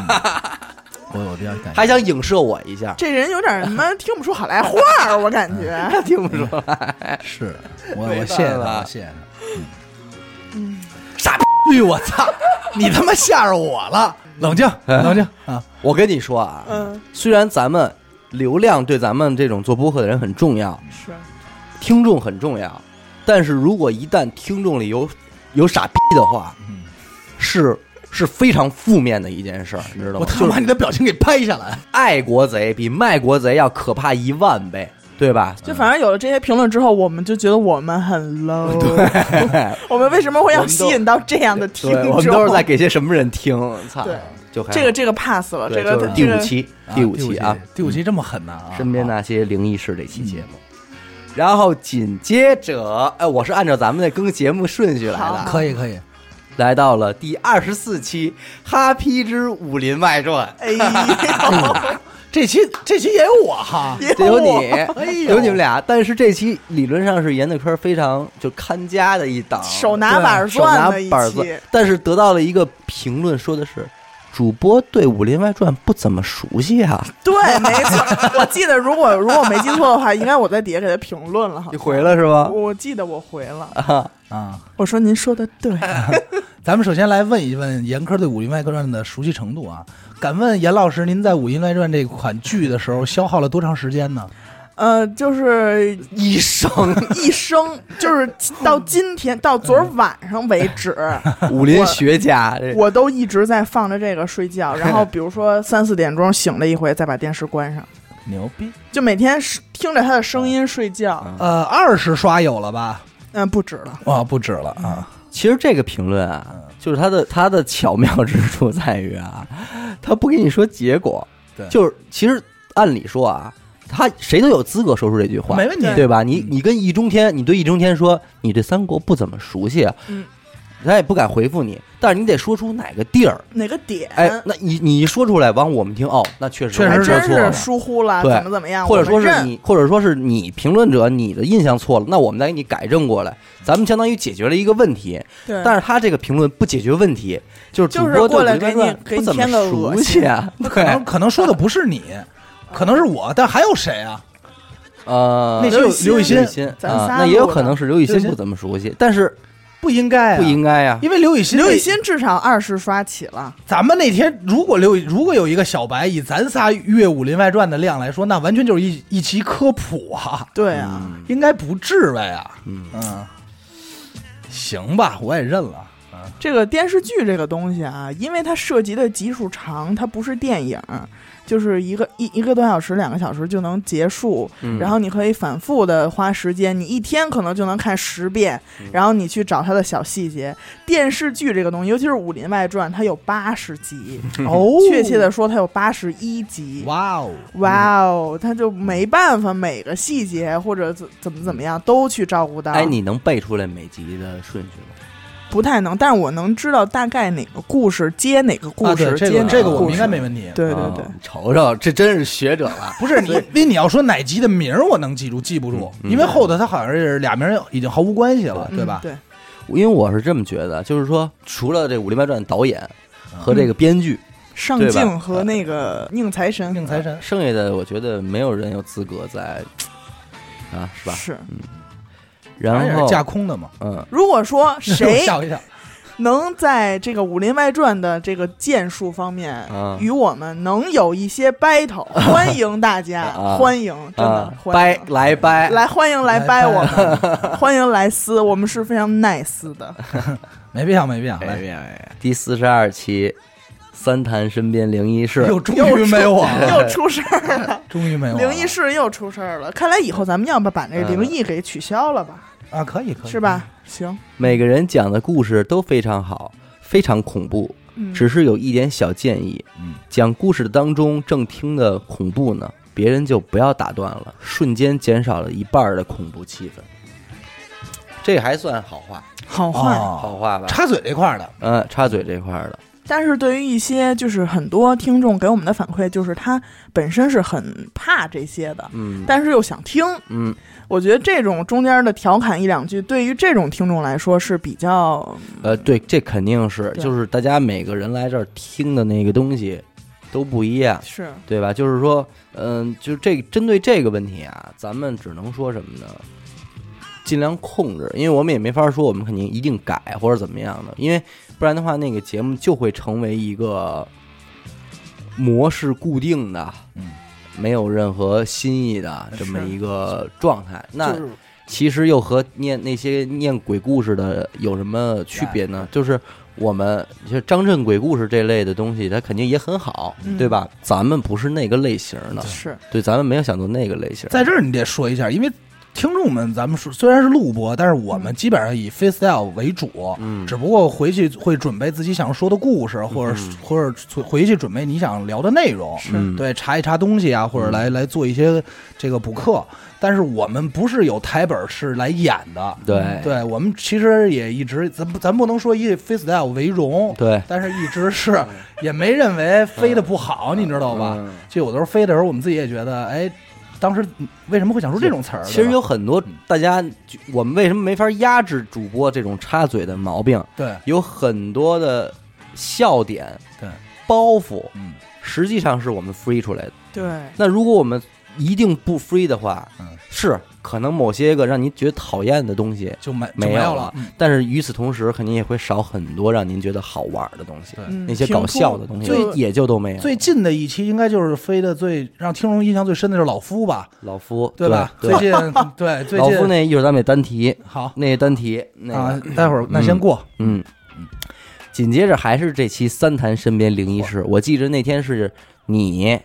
[SPEAKER 2] 我我比较感谢。
[SPEAKER 1] 还想影射我一下，
[SPEAKER 4] 这人有点他妈听不出好赖话儿，我感觉。
[SPEAKER 1] 听不出来。
[SPEAKER 2] 是我
[SPEAKER 1] 没
[SPEAKER 2] 我
[SPEAKER 1] 办
[SPEAKER 2] 谢谢
[SPEAKER 1] 法
[SPEAKER 2] 他，我谢谢他。嗯傻逼！我操！你他妈吓着我了！冷静，冷静啊！
[SPEAKER 1] 我跟你说啊，
[SPEAKER 4] 嗯
[SPEAKER 1] 虽然咱们流量对咱们这种做播客的人很重要，
[SPEAKER 4] 是
[SPEAKER 1] 听众很重要。但是如果一旦听众里有有傻逼的话，
[SPEAKER 2] 嗯
[SPEAKER 1] 是是非常负面的一件事儿，你知道
[SPEAKER 2] 我
[SPEAKER 1] 吗？
[SPEAKER 2] 他
[SPEAKER 1] 就
[SPEAKER 2] 妈把
[SPEAKER 1] 是
[SPEAKER 2] 你的表情给拍下来。
[SPEAKER 1] 爱国贼比卖国贼要可怕一万倍，对吧？
[SPEAKER 4] 就反正有了这些评论之后，我们就觉得我们很 low。我 们为什么会要吸引到这样的听
[SPEAKER 1] 对，
[SPEAKER 4] 众？
[SPEAKER 1] 我们都是在 给些什么人听？操
[SPEAKER 4] 对，
[SPEAKER 1] 就还好
[SPEAKER 4] 这个这个 pass 了，
[SPEAKER 1] 对，
[SPEAKER 4] 这个
[SPEAKER 1] 就是
[SPEAKER 4] 这
[SPEAKER 1] 第
[SPEAKER 4] 个
[SPEAKER 1] 五期，
[SPEAKER 2] 啊
[SPEAKER 1] 第五期啊，，嗯
[SPEAKER 2] 第五期这么嗯狠呐！啊
[SPEAKER 1] 身边那些灵异事这期节目。嗯然后紧接着，哎，我是按照咱们的更节目顺序来
[SPEAKER 2] 好
[SPEAKER 1] 的，
[SPEAKER 2] 啊可以可以，
[SPEAKER 1] 来到了第二十四期《哈皮之武林外传
[SPEAKER 4] 哎呦，
[SPEAKER 2] 这期这期也有我哈，
[SPEAKER 4] 也》，
[SPEAKER 1] 有
[SPEAKER 2] 哎
[SPEAKER 1] 你，
[SPEAKER 2] 呦
[SPEAKER 1] 有你们俩。但是这期理论上是严德科非常就看家的一档，
[SPEAKER 4] 手拿 板
[SPEAKER 1] 手拿
[SPEAKER 4] 钻的一
[SPEAKER 1] 板子
[SPEAKER 4] 期，，
[SPEAKER 1] 但是得到了一个评论，说的是主播对《武林外传》不怎么熟悉啊。
[SPEAKER 4] 对，没错。我记得，如果如果没记错的话，应该我在底下给他评论 了哈
[SPEAKER 1] 你。回了是吧？
[SPEAKER 4] 我记得我回了，
[SPEAKER 1] 啊，
[SPEAKER 2] 啊。
[SPEAKER 4] 我说您说的对，啊
[SPEAKER 2] 咱们首先来问一问严科对《武林外传》的熟悉程度啊。敢问严老师，您在《武林外传》这款剧的时候消耗了多长时间呢？
[SPEAKER 4] 呃，就是
[SPEAKER 1] 医生，
[SPEAKER 4] 一生，就是到今天到昨儿晚上为 止，
[SPEAKER 1] 武林学家，这
[SPEAKER 4] 我都一直在放着这个睡 觉。然后比如说三四点钟醒了一回，再把电视关上，
[SPEAKER 2] 牛逼！
[SPEAKER 4] 就每天是听着他的声音睡觉。
[SPEAKER 1] 啊
[SPEAKER 2] 呃，二十刷有了吧？
[SPEAKER 4] 嗯，不止了，
[SPEAKER 2] 啊、不止了啊！
[SPEAKER 1] 其实这个评论啊，就是它的它的巧妙之处在于啊，他不跟你说结果，
[SPEAKER 2] 对
[SPEAKER 1] 就是其实按理说啊，他谁都有资格说出这句话，
[SPEAKER 2] 没问题
[SPEAKER 1] 对吧？你
[SPEAKER 2] 嗯
[SPEAKER 1] 你跟易中天，你对易中天说你对三国不怎么熟悉，啊
[SPEAKER 4] 嗯，
[SPEAKER 1] 他也不敢回复你，但是你得说出哪个地儿，
[SPEAKER 4] 哪个点？
[SPEAKER 1] 哎，那你你一说出来，完我们听哦，那确实
[SPEAKER 2] 确实
[SPEAKER 1] 我
[SPEAKER 4] 还
[SPEAKER 1] 还
[SPEAKER 2] 是
[SPEAKER 1] 真
[SPEAKER 4] 真
[SPEAKER 1] 错
[SPEAKER 4] 是
[SPEAKER 1] 了。
[SPEAKER 4] 疏忽了，
[SPEAKER 1] 对
[SPEAKER 4] 怎么怎么样？
[SPEAKER 1] 或者
[SPEAKER 4] 我
[SPEAKER 1] 说
[SPEAKER 4] 们
[SPEAKER 1] 是
[SPEAKER 4] 认
[SPEAKER 1] 你，或者说是你评论者，你的印象错了，那我们再给你改正过来，咱们相当于解决了一个问题。
[SPEAKER 4] 对，
[SPEAKER 1] 但是他这个评论不解决问题，就是主
[SPEAKER 4] 就是
[SPEAKER 1] 播对
[SPEAKER 4] 过来
[SPEAKER 1] 《
[SPEAKER 4] 给
[SPEAKER 1] 林
[SPEAKER 4] 你
[SPEAKER 1] 外传
[SPEAKER 4] 给
[SPEAKER 1] 不
[SPEAKER 4] 你
[SPEAKER 1] 怎么
[SPEAKER 4] 添个恶
[SPEAKER 1] 熟
[SPEAKER 4] 心
[SPEAKER 1] 悉 啊。
[SPEAKER 2] 可
[SPEAKER 1] 对
[SPEAKER 2] 能，可能说的不是你，可能是我，但还有谁啊？
[SPEAKER 1] 呃，
[SPEAKER 2] 那是
[SPEAKER 4] 刘雨
[SPEAKER 2] 刘雨欣
[SPEAKER 1] 雨欣
[SPEAKER 4] 咱
[SPEAKER 1] 啊，
[SPEAKER 4] 仨
[SPEAKER 1] 那也有
[SPEAKER 4] 录的
[SPEAKER 1] 可能是刘雨欣
[SPEAKER 2] 刘雨欣
[SPEAKER 1] 不怎么熟悉，但是
[SPEAKER 2] 不应该、啊，
[SPEAKER 1] 不应该呀。
[SPEAKER 2] 因为刘雨欣，
[SPEAKER 4] 刘雨欣至少二十刷起了，
[SPEAKER 2] 咱们那天如果刘如果有一个小白以咱仨阅《武林外传》的量来说，那完全就是一一期科普啊，
[SPEAKER 4] 对啊，
[SPEAKER 2] 应该不至呗啊。
[SPEAKER 1] 嗯，
[SPEAKER 2] 嗯，行吧，我也认了。
[SPEAKER 4] 这个电视剧这个东西啊，因为它涉及的集数长，它不是电影，就是一个一一个多小时、两个小时就能结束，
[SPEAKER 1] 嗯
[SPEAKER 4] 然后你可以反复的花时间，你一天可能就能看十遍，
[SPEAKER 1] 嗯
[SPEAKER 4] 然后你去找它的小细节。电视剧这个东西，尤其是《武林外传》，它有八十 集，
[SPEAKER 2] 哦
[SPEAKER 4] 确切的说，它有八十一集。
[SPEAKER 2] 哇哦，
[SPEAKER 4] 哇哦，他就没办法，每个细节或者怎怎么怎么样都去照顾到。
[SPEAKER 1] 哎，你能背出来每集的顺序吗？
[SPEAKER 4] 不太能，但是我能知道大概哪个故事接哪个故
[SPEAKER 2] 啊
[SPEAKER 4] 事，
[SPEAKER 2] 对这
[SPEAKER 4] 接哪
[SPEAKER 2] 个这个我哦
[SPEAKER 4] 故
[SPEAKER 2] 们
[SPEAKER 4] 事
[SPEAKER 2] 应该没问题。
[SPEAKER 4] 对对
[SPEAKER 1] 啊
[SPEAKER 4] 对，
[SPEAKER 1] 瞅瞅，这真是学者了。
[SPEAKER 2] 不是你，因为你要说哪集的名儿，我能记住，记不住，
[SPEAKER 1] 嗯
[SPEAKER 2] 因为后头它好像是俩名儿已经毫无关系了，
[SPEAKER 4] 嗯
[SPEAKER 2] 对吧？
[SPEAKER 4] 对，
[SPEAKER 1] 因为我是这么觉得，就是说，除了这《武林外传》导演和这个编剧，
[SPEAKER 4] 上
[SPEAKER 1] 对吧
[SPEAKER 4] 镜和那个宁财神
[SPEAKER 2] 宁财神，
[SPEAKER 1] 剩下的我觉得没有人有资格在啊，是吧？
[SPEAKER 4] 是。
[SPEAKER 2] 嗯反
[SPEAKER 1] 然
[SPEAKER 2] 正也
[SPEAKER 1] 后
[SPEAKER 2] 是，架空的嘛，
[SPEAKER 1] 嗯，
[SPEAKER 4] 如果说 谁
[SPEAKER 2] 笑一笑，
[SPEAKER 4] 能在这个《武林外传》的这个剑术方面
[SPEAKER 1] 啊
[SPEAKER 4] 与我们能有一些 battle，欢迎大家
[SPEAKER 1] 啊，
[SPEAKER 4] 欢迎，真的
[SPEAKER 1] 啊，
[SPEAKER 4] 欢
[SPEAKER 1] 掰
[SPEAKER 4] 迎。
[SPEAKER 1] 来掰
[SPEAKER 4] 来，欢迎来
[SPEAKER 2] 来
[SPEAKER 4] 掰
[SPEAKER 2] 掰啊
[SPEAKER 4] 我们， 欢迎来撕，我们是非常 nice 的。
[SPEAKER 2] 没必要，没必要，来，
[SPEAKER 1] 来，哎第四十二期《三谈身边灵异事》
[SPEAKER 2] 又终于没我了，
[SPEAKER 4] 又出事儿了，
[SPEAKER 2] 终于没有
[SPEAKER 4] 灵异事又出事儿了。看来以后咱们要不把
[SPEAKER 2] 哎
[SPEAKER 4] 这灵异给取消了吧？
[SPEAKER 2] 啊，可以可以，
[SPEAKER 4] 是？吧？行，
[SPEAKER 1] 每个人讲的故事都非常好，非常恐怖，
[SPEAKER 4] 嗯，
[SPEAKER 1] 只是有一点小建议：
[SPEAKER 2] 嗯，
[SPEAKER 1] 讲故事当中正听的恐怖呢，别人就不要打断了，瞬间减少了一半儿的恐怖气氛。这还算好话，
[SPEAKER 4] 好坏。
[SPEAKER 2] 哦，
[SPEAKER 1] 好话吧？
[SPEAKER 2] 插嘴这块儿的，
[SPEAKER 1] 嗯，啊插嘴这块儿的，
[SPEAKER 4] 但是对于一些就是很多听众给我们的反馈，就是他本身是很怕这些的，
[SPEAKER 1] 嗯
[SPEAKER 4] 但是又想听。
[SPEAKER 1] 嗯，
[SPEAKER 4] 我觉得这种中间的调侃一两句，对于这种听众来说是比较
[SPEAKER 1] 呃，对，这肯定是，
[SPEAKER 4] 对
[SPEAKER 1] 就是大家每个人来这儿听的那个东西都不一样。
[SPEAKER 4] 嗯是
[SPEAKER 1] 对吧？就是说，嗯、就这针对这个问题啊，咱们只能说什么呢？尽量控制，因为我们也没法说我们肯定一定改或者怎么样的，因为不然的话，那个节目就会成为一个模式固定的，
[SPEAKER 2] 嗯，
[SPEAKER 1] 没有任何新意的这么
[SPEAKER 4] 是
[SPEAKER 1] 一个状态。那
[SPEAKER 2] 就是
[SPEAKER 1] 其实又和念那些念鬼故事的有什么区别呢？就是我们就张震鬼故事这类的东西，它肯定也很好，
[SPEAKER 4] 嗯
[SPEAKER 1] 对吧？咱们不是那个类型的，
[SPEAKER 4] 是
[SPEAKER 1] 对，咱们没有想做那个类型。
[SPEAKER 2] 在这儿你得说一下，因为听众们，咱们说虽然是录播，但是我
[SPEAKER 4] 嗯
[SPEAKER 2] 们基本上以 freestyle 为主，
[SPEAKER 1] 嗯
[SPEAKER 2] 只不过回去会准备自己想说的故事，或者、
[SPEAKER 1] 嗯
[SPEAKER 2] 或者回去准备你想聊的内容，
[SPEAKER 4] 是
[SPEAKER 1] 嗯，
[SPEAKER 2] 对，查一查东西啊，或者来、来做一些这个补课。但是我们不是有台本是来演的，
[SPEAKER 1] 对
[SPEAKER 2] 嗯对我们其实也一直，咱不咱不能说以 freestyle 为荣，
[SPEAKER 1] 对，
[SPEAKER 2] 但是一直是也没认为飞的不好，你知道吧？
[SPEAKER 1] 嗯
[SPEAKER 2] 就有的时候飞的时候，我们自己也觉得，哎，当时为什么会想出这种词儿？
[SPEAKER 1] 其实
[SPEAKER 2] 对吧
[SPEAKER 1] 有很多大家，就我们为什么没法压制主播这种插嘴的毛病？
[SPEAKER 2] 对，
[SPEAKER 1] 有很多的笑点、
[SPEAKER 2] 对
[SPEAKER 1] 包袱，
[SPEAKER 2] 嗯，
[SPEAKER 1] 实际上是我们 free 出来的。
[SPEAKER 4] 对，
[SPEAKER 1] 那如果我们一定不 free 的话，
[SPEAKER 2] 嗯
[SPEAKER 1] 是可能某些个让您觉得讨厌的东西，
[SPEAKER 2] 就没就
[SPEAKER 1] 没
[SPEAKER 2] 没
[SPEAKER 1] 有
[SPEAKER 2] 有
[SPEAKER 1] 了
[SPEAKER 2] 嗯
[SPEAKER 1] 但是与此同时，肯定也会少很多让您觉得好玩的东西
[SPEAKER 2] 对，
[SPEAKER 4] 嗯
[SPEAKER 1] 那些搞笑的东西
[SPEAKER 4] 挺酷就
[SPEAKER 1] 也就都没有。
[SPEAKER 2] 最近的一期应该就是飞的最让听众印象最深的就是老夫吧，
[SPEAKER 1] 老夫
[SPEAKER 2] 吧？
[SPEAKER 1] 对
[SPEAKER 2] 最，近 对最
[SPEAKER 1] 老夫
[SPEAKER 2] 近
[SPEAKER 1] 那一会儿咱们得单提，
[SPEAKER 2] 好
[SPEAKER 1] 那单提那
[SPEAKER 2] 啊
[SPEAKER 1] 个，
[SPEAKER 2] 待会儿那先过，
[SPEAKER 1] 嗯，紧接着还是这期三谈身边灵异事，我记着那天是你，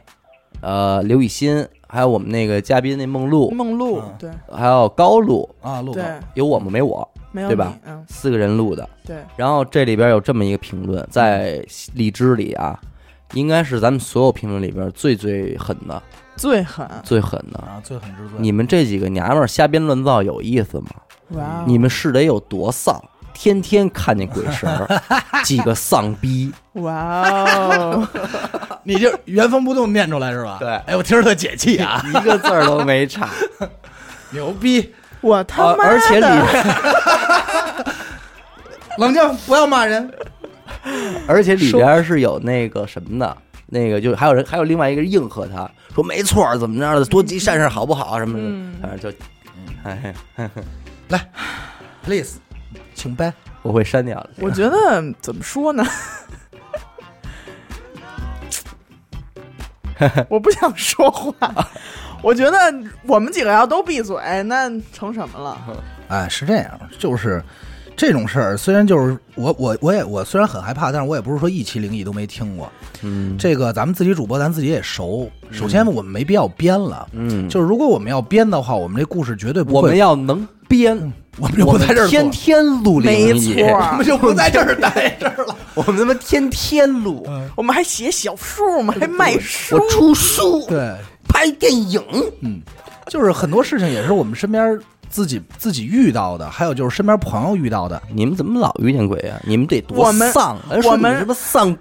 [SPEAKER 1] 呃，刘雨欣，还有我们那个嘉宾那梦露，
[SPEAKER 4] 梦露
[SPEAKER 2] 嗯
[SPEAKER 4] 对
[SPEAKER 1] 还有高露，
[SPEAKER 2] 啊，录吧
[SPEAKER 4] 对，
[SPEAKER 1] 有我们没我
[SPEAKER 4] 没有
[SPEAKER 1] 对吧
[SPEAKER 4] 你嗯
[SPEAKER 1] 四个人录的。
[SPEAKER 4] 对
[SPEAKER 1] 然后这里边有这么一个评论，在荔枝里啊，应该是咱们所有评论里边最最狠的，
[SPEAKER 4] 最狠
[SPEAKER 1] 最狠的。
[SPEAKER 2] 啊，最狠之最，
[SPEAKER 1] 你们这几个娘们儿瞎编乱造有意思吗？
[SPEAKER 4] 哇哦
[SPEAKER 1] 你们是得有多丧？天天看见鬼神儿， 几个丧逼，
[SPEAKER 4] 哇 哦
[SPEAKER 2] 你就原封不动念出来是吧？
[SPEAKER 1] 对
[SPEAKER 2] 哎，我听着特解气啊，
[SPEAKER 1] 一个字儿都没差。
[SPEAKER 2] 牛逼！
[SPEAKER 4] 我他 妈
[SPEAKER 1] 而且里
[SPEAKER 4] 的
[SPEAKER 1] 边
[SPEAKER 2] 冷静，不要骂人，
[SPEAKER 1] 而且里边是有那个什么的，那个就还有人还有另外一个人应和他说没错儿，怎么着的，多积善事好不好啊什么的，反正就，哎，
[SPEAKER 2] 来，please，请掰。
[SPEAKER 1] 我会删掉的。
[SPEAKER 4] 我觉得怎么说呢？ 我不想说话，我觉得我们几个要都闭嘴，那成什么了？
[SPEAKER 2] 哎，是这样，就是这种事儿，虽然就是我我我也我虽然很害怕，但是我也不是说一期灵异都没听过。
[SPEAKER 1] 嗯
[SPEAKER 2] 这个咱们自己主播，咱自己也熟。首先，我们没必要编了。
[SPEAKER 1] 嗯，
[SPEAKER 2] 就是如果我们要编的话，我们这故事绝对不会，
[SPEAKER 1] 我们要能编，
[SPEAKER 2] 我们就不在这儿做
[SPEAKER 1] 嗯天天录
[SPEAKER 4] 没
[SPEAKER 1] 灵异，
[SPEAKER 4] 错儿
[SPEAKER 2] 我们就不在这儿 待着了。
[SPEAKER 1] 我们他妈天天录，
[SPEAKER 4] 我们还写小说，我们还卖书
[SPEAKER 1] 我，出书，
[SPEAKER 2] 对，
[SPEAKER 1] 拍电影，
[SPEAKER 4] 嗯
[SPEAKER 2] 就是很多事情也是我们身边自己自己遇到的，还有就是身边朋友遇到 的。
[SPEAKER 1] 你们怎么老遇见鬼啊？你们得多
[SPEAKER 4] 我们
[SPEAKER 1] 丧，人说
[SPEAKER 4] 我
[SPEAKER 1] 你
[SPEAKER 4] 们
[SPEAKER 1] 什么丧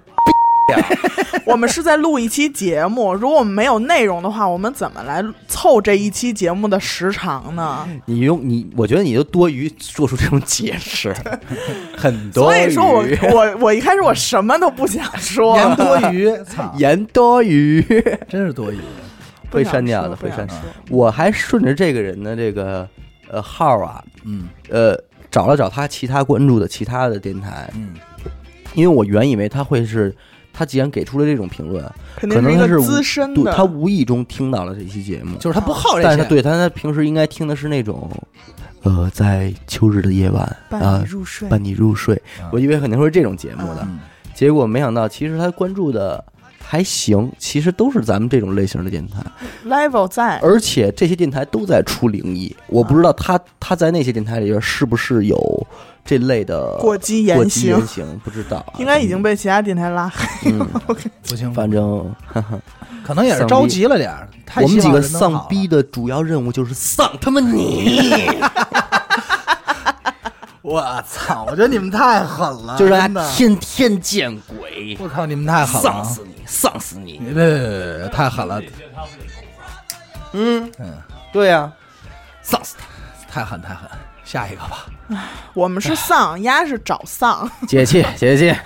[SPEAKER 4] 我们是在录一期节目。如果我们没有内容的话，我们怎么来凑这一期节目的时长呢？
[SPEAKER 1] 你用你，我觉得你就多余做出这种解 释，很多
[SPEAKER 4] 所
[SPEAKER 1] 余。
[SPEAKER 4] 以说我 我我一开始我什么都不想说，
[SPEAKER 2] 言多余，操，
[SPEAKER 1] 言多余，
[SPEAKER 2] 真是多余。
[SPEAKER 4] 不
[SPEAKER 1] 会
[SPEAKER 4] 想
[SPEAKER 1] 删掉的，
[SPEAKER 4] 说
[SPEAKER 1] 会删。掉。
[SPEAKER 4] 不想说
[SPEAKER 1] 我还顺着这个人的这个呃号啊，
[SPEAKER 2] 嗯
[SPEAKER 1] 呃，找了找他其他关注的其他的电台，
[SPEAKER 2] 嗯，
[SPEAKER 1] 因为我原以为他会是，他既然给出了这种评论，
[SPEAKER 4] 肯
[SPEAKER 1] 可
[SPEAKER 4] 定
[SPEAKER 1] 能
[SPEAKER 4] 一
[SPEAKER 1] 他
[SPEAKER 4] 个
[SPEAKER 1] 是
[SPEAKER 4] 资深
[SPEAKER 1] 对
[SPEAKER 4] 的，
[SPEAKER 1] 他无意中听到了这期节目，
[SPEAKER 2] 就是他不好这
[SPEAKER 1] 但
[SPEAKER 2] 些
[SPEAKER 1] 是他，对他他平时应该听的是那种，呃，在秋日的夜晚
[SPEAKER 4] 伴你
[SPEAKER 1] 啊，
[SPEAKER 4] 入睡。嗯
[SPEAKER 1] 伴你入睡，我以为肯定会是这种节目的，
[SPEAKER 2] 嗯
[SPEAKER 1] 结果没想到其实他关注的。还行，其实都是咱们这种类型的电台，
[SPEAKER 4] 哎 level 在，
[SPEAKER 1] 而且这些电台都在出灵异。我不知道
[SPEAKER 4] 啊
[SPEAKER 1] 他他在那些电台里边是不是有这类的
[SPEAKER 4] 过激
[SPEAKER 1] 过
[SPEAKER 4] 言
[SPEAKER 1] 激
[SPEAKER 4] 行
[SPEAKER 1] 言行，不知道啊、
[SPEAKER 4] 应该已经被其他电台拉黑。
[SPEAKER 1] 嗯，
[SPEAKER 2] 不清楚。
[SPEAKER 1] 反 正
[SPEAKER 2] 可能也是着急了点儿，太
[SPEAKER 1] 我们
[SPEAKER 2] 希
[SPEAKER 1] 几
[SPEAKER 2] 望
[SPEAKER 1] 个
[SPEAKER 2] 人能好了
[SPEAKER 1] 丧逼，的主要任务就是丧他妈 你，
[SPEAKER 2] 我操！我觉得你们太狠了，
[SPEAKER 1] 就是让
[SPEAKER 2] 真
[SPEAKER 1] 他
[SPEAKER 2] 的，
[SPEAKER 1] 天天见鬼，
[SPEAKER 2] 我靠，你们太狠
[SPEAKER 1] 丧
[SPEAKER 2] 了，
[SPEAKER 1] 死你，丧死你。
[SPEAKER 2] 别别别别，太狠了，
[SPEAKER 1] 嗯
[SPEAKER 2] 嗯，
[SPEAKER 1] 对呀、丧死他，
[SPEAKER 2] 太狠太狠，下一个吧。
[SPEAKER 4] 我们是丧，丫是找丧，
[SPEAKER 1] 解气解气。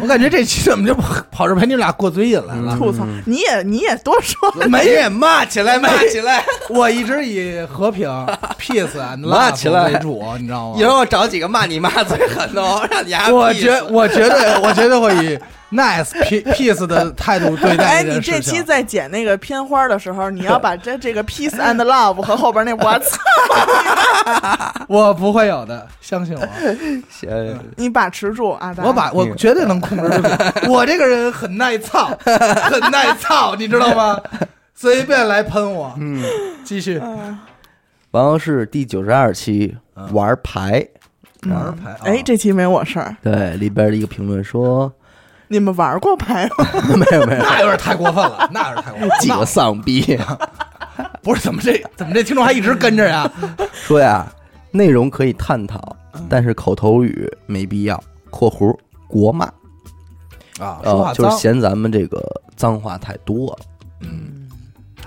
[SPEAKER 2] 我感觉这期怎么就跑跑这陪你们俩过嘴瘾来了？
[SPEAKER 4] 吐槽。
[SPEAKER 1] 嗯
[SPEAKER 4] 你也你也多说，
[SPEAKER 2] 没也骂起来，骂起来！我一直以和平 peace and
[SPEAKER 1] 骂起来
[SPEAKER 2] love 为主，你知道吗？
[SPEAKER 1] 以后找几个骂你妈最狠的，我让你丫
[SPEAKER 2] 我觉我绝对我绝对会以 nice pe- peace 的态度对待
[SPEAKER 4] 哎，你
[SPEAKER 2] 这件
[SPEAKER 4] 这
[SPEAKER 2] 事
[SPEAKER 4] 期
[SPEAKER 2] 情。
[SPEAKER 4] 在剪那个片花的时候，你要把这这个 peace and love 和后边那 what's，
[SPEAKER 2] 我不会有的，相信我，
[SPEAKER 1] 呃，
[SPEAKER 4] 你把持住啊！大家
[SPEAKER 2] 我把我绝对能控制住。我这个人很耐操，很耐操，你知道吗？随便来喷我，嗯，继续
[SPEAKER 1] 王阳是第九十二期玩牌，
[SPEAKER 2] 玩牌。啊
[SPEAKER 4] 哎，这期没我事儿，
[SPEAKER 1] 对里边的一个评论说，
[SPEAKER 4] 你们玩过牌吗？
[SPEAKER 1] 没有没 有，
[SPEAKER 2] 啊那有点太过分了，那有点太过分了。
[SPEAKER 1] 几个丧逼，
[SPEAKER 2] 那不是怎么这怎么这听众还一直跟着呀？
[SPEAKER 1] 说呀，内容可以探讨，但是口头语没必要。（括弧国骂
[SPEAKER 2] 啊）说
[SPEAKER 1] 呃，
[SPEAKER 2] 话
[SPEAKER 1] 就是
[SPEAKER 2] 脏
[SPEAKER 1] 嫌咱们这个脏话太多了。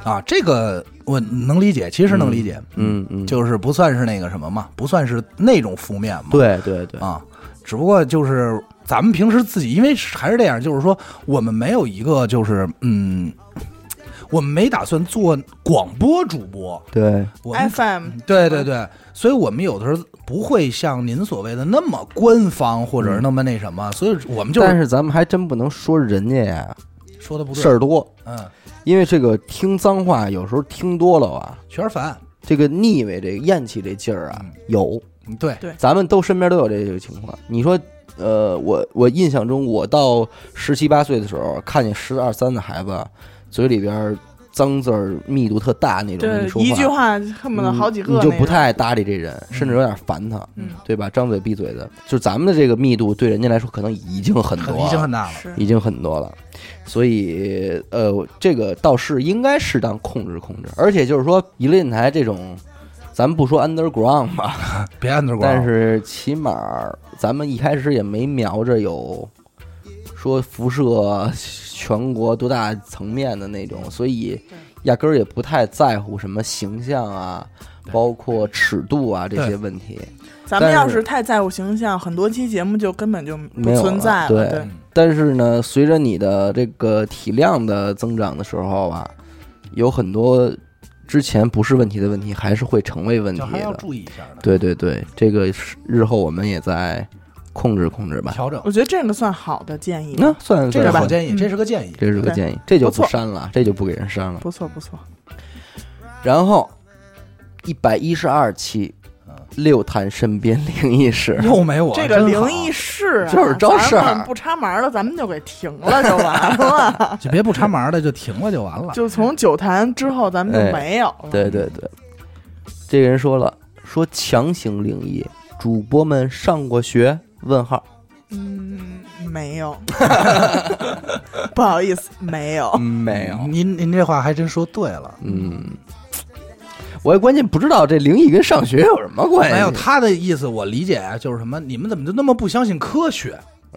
[SPEAKER 2] 啊，这个我能理解，其实能理解，
[SPEAKER 1] 嗯嗯，
[SPEAKER 2] 就是不算是那个什么嘛，不算是那种负面嘛。
[SPEAKER 1] 对对对，
[SPEAKER 2] 啊，只不过就是咱们平时自己，因为还是这样，就是说我们没有一个就是嗯，我们没打算做广播主播，
[SPEAKER 1] 对，
[SPEAKER 2] 我们
[SPEAKER 4] FM
[SPEAKER 2] 对对对，所以我们有的时候不会像您所谓的那么官方，或者是那么那什么，所以我们
[SPEAKER 1] 嗯
[SPEAKER 2] 就
[SPEAKER 1] 但是咱们还真不能说人家呀
[SPEAKER 2] 说的不对
[SPEAKER 1] 事儿多，
[SPEAKER 2] 嗯，
[SPEAKER 1] 因为这个听脏话有时候听多了啊，
[SPEAKER 2] 全是烦，
[SPEAKER 1] 这个腻味、这个厌气这劲儿啊
[SPEAKER 2] 嗯
[SPEAKER 1] 有，
[SPEAKER 2] 嗯对
[SPEAKER 4] 对
[SPEAKER 1] 咱们都身边都有这个情况。你说，呃，我我印象中，我到十七八岁的时候，看见十二三的孩子啊嘴里边脏字儿密度特大那种，跟
[SPEAKER 4] 对
[SPEAKER 1] 你说
[SPEAKER 4] 一句话恨不得
[SPEAKER 1] 嗯
[SPEAKER 4] 好几个
[SPEAKER 1] 你
[SPEAKER 4] 那
[SPEAKER 1] 就
[SPEAKER 4] 种，
[SPEAKER 1] 不太爱搭理这人，甚至有点烦他，
[SPEAKER 4] 嗯
[SPEAKER 1] 对吧？张嘴闭嘴的，就咱们的这个密度，对人家来说可能已经很
[SPEAKER 2] 很
[SPEAKER 1] 多，
[SPEAKER 2] 已经很大了，
[SPEAKER 4] 是
[SPEAKER 1] 已经很多了。所以，呃，这个倒是应该适当控制控制，而且就是说，一个电台这种，咱们不说 underground 吧，
[SPEAKER 2] 别按着过。
[SPEAKER 1] 但是起码咱们一开始也没瞄着有说辐射全国多大层面的那种，所以压根儿也不太在乎什么形象啊，包括尺度啊这些问题。
[SPEAKER 4] 咱们要
[SPEAKER 1] 但是
[SPEAKER 4] 是太在乎形象，很多期节目就根本就
[SPEAKER 1] 没
[SPEAKER 4] 不
[SPEAKER 1] 有
[SPEAKER 4] 存在了。
[SPEAKER 1] 对
[SPEAKER 4] 对，
[SPEAKER 1] 但是呢，随着你的这个体量的增长的时候啊，有很多之前不是问题的问题，还是会成为问题
[SPEAKER 2] 就还要
[SPEAKER 1] 的。
[SPEAKER 2] 注意一下的，
[SPEAKER 1] 对对对，这个是日后我们也在控制控制吧。
[SPEAKER 2] 调整，
[SPEAKER 4] 我觉得这个算好的建议，
[SPEAKER 1] 那算
[SPEAKER 2] 这
[SPEAKER 1] 算
[SPEAKER 2] 是
[SPEAKER 1] 吧
[SPEAKER 2] 好。建议，
[SPEAKER 4] 嗯
[SPEAKER 2] 这是个建议。
[SPEAKER 1] 这是个
[SPEAKER 4] 对
[SPEAKER 1] 建议，这就
[SPEAKER 4] 不
[SPEAKER 1] 不
[SPEAKER 4] 错
[SPEAKER 1] 删了，这就不给人删了。
[SPEAKER 4] 不错不错。
[SPEAKER 1] 然后一百一十二期呃
[SPEAKER 2] 嗯，
[SPEAKER 1] 六探身边灵异事，
[SPEAKER 2] 又没我
[SPEAKER 4] 这个
[SPEAKER 2] 真好
[SPEAKER 4] 灵异事、啊、
[SPEAKER 1] 就是招事儿
[SPEAKER 4] 咱们不插门了，咱们就给停了，就 完了。
[SPEAKER 2] 就别不 插门的，就停了就完了。
[SPEAKER 4] 就从九坛之后，咱们就没有了。
[SPEAKER 1] 哎对对对，这个人说了，说强行灵异，主播们上过学？问号，
[SPEAKER 4] 嗯，没有， 不好意思，没有。
[SPEAKER 2] 嗯
[SPEAKER 1] 没。
[SPEAKER 2] 您您这话还真说对了，
[SPEAKER 1] 嗯，我也关键不知道这灵异跟上学有什么关系。
[SPEAKER 2] 没有他的意思，我理解啊，就是什么？你们怎么就那么不相信科学？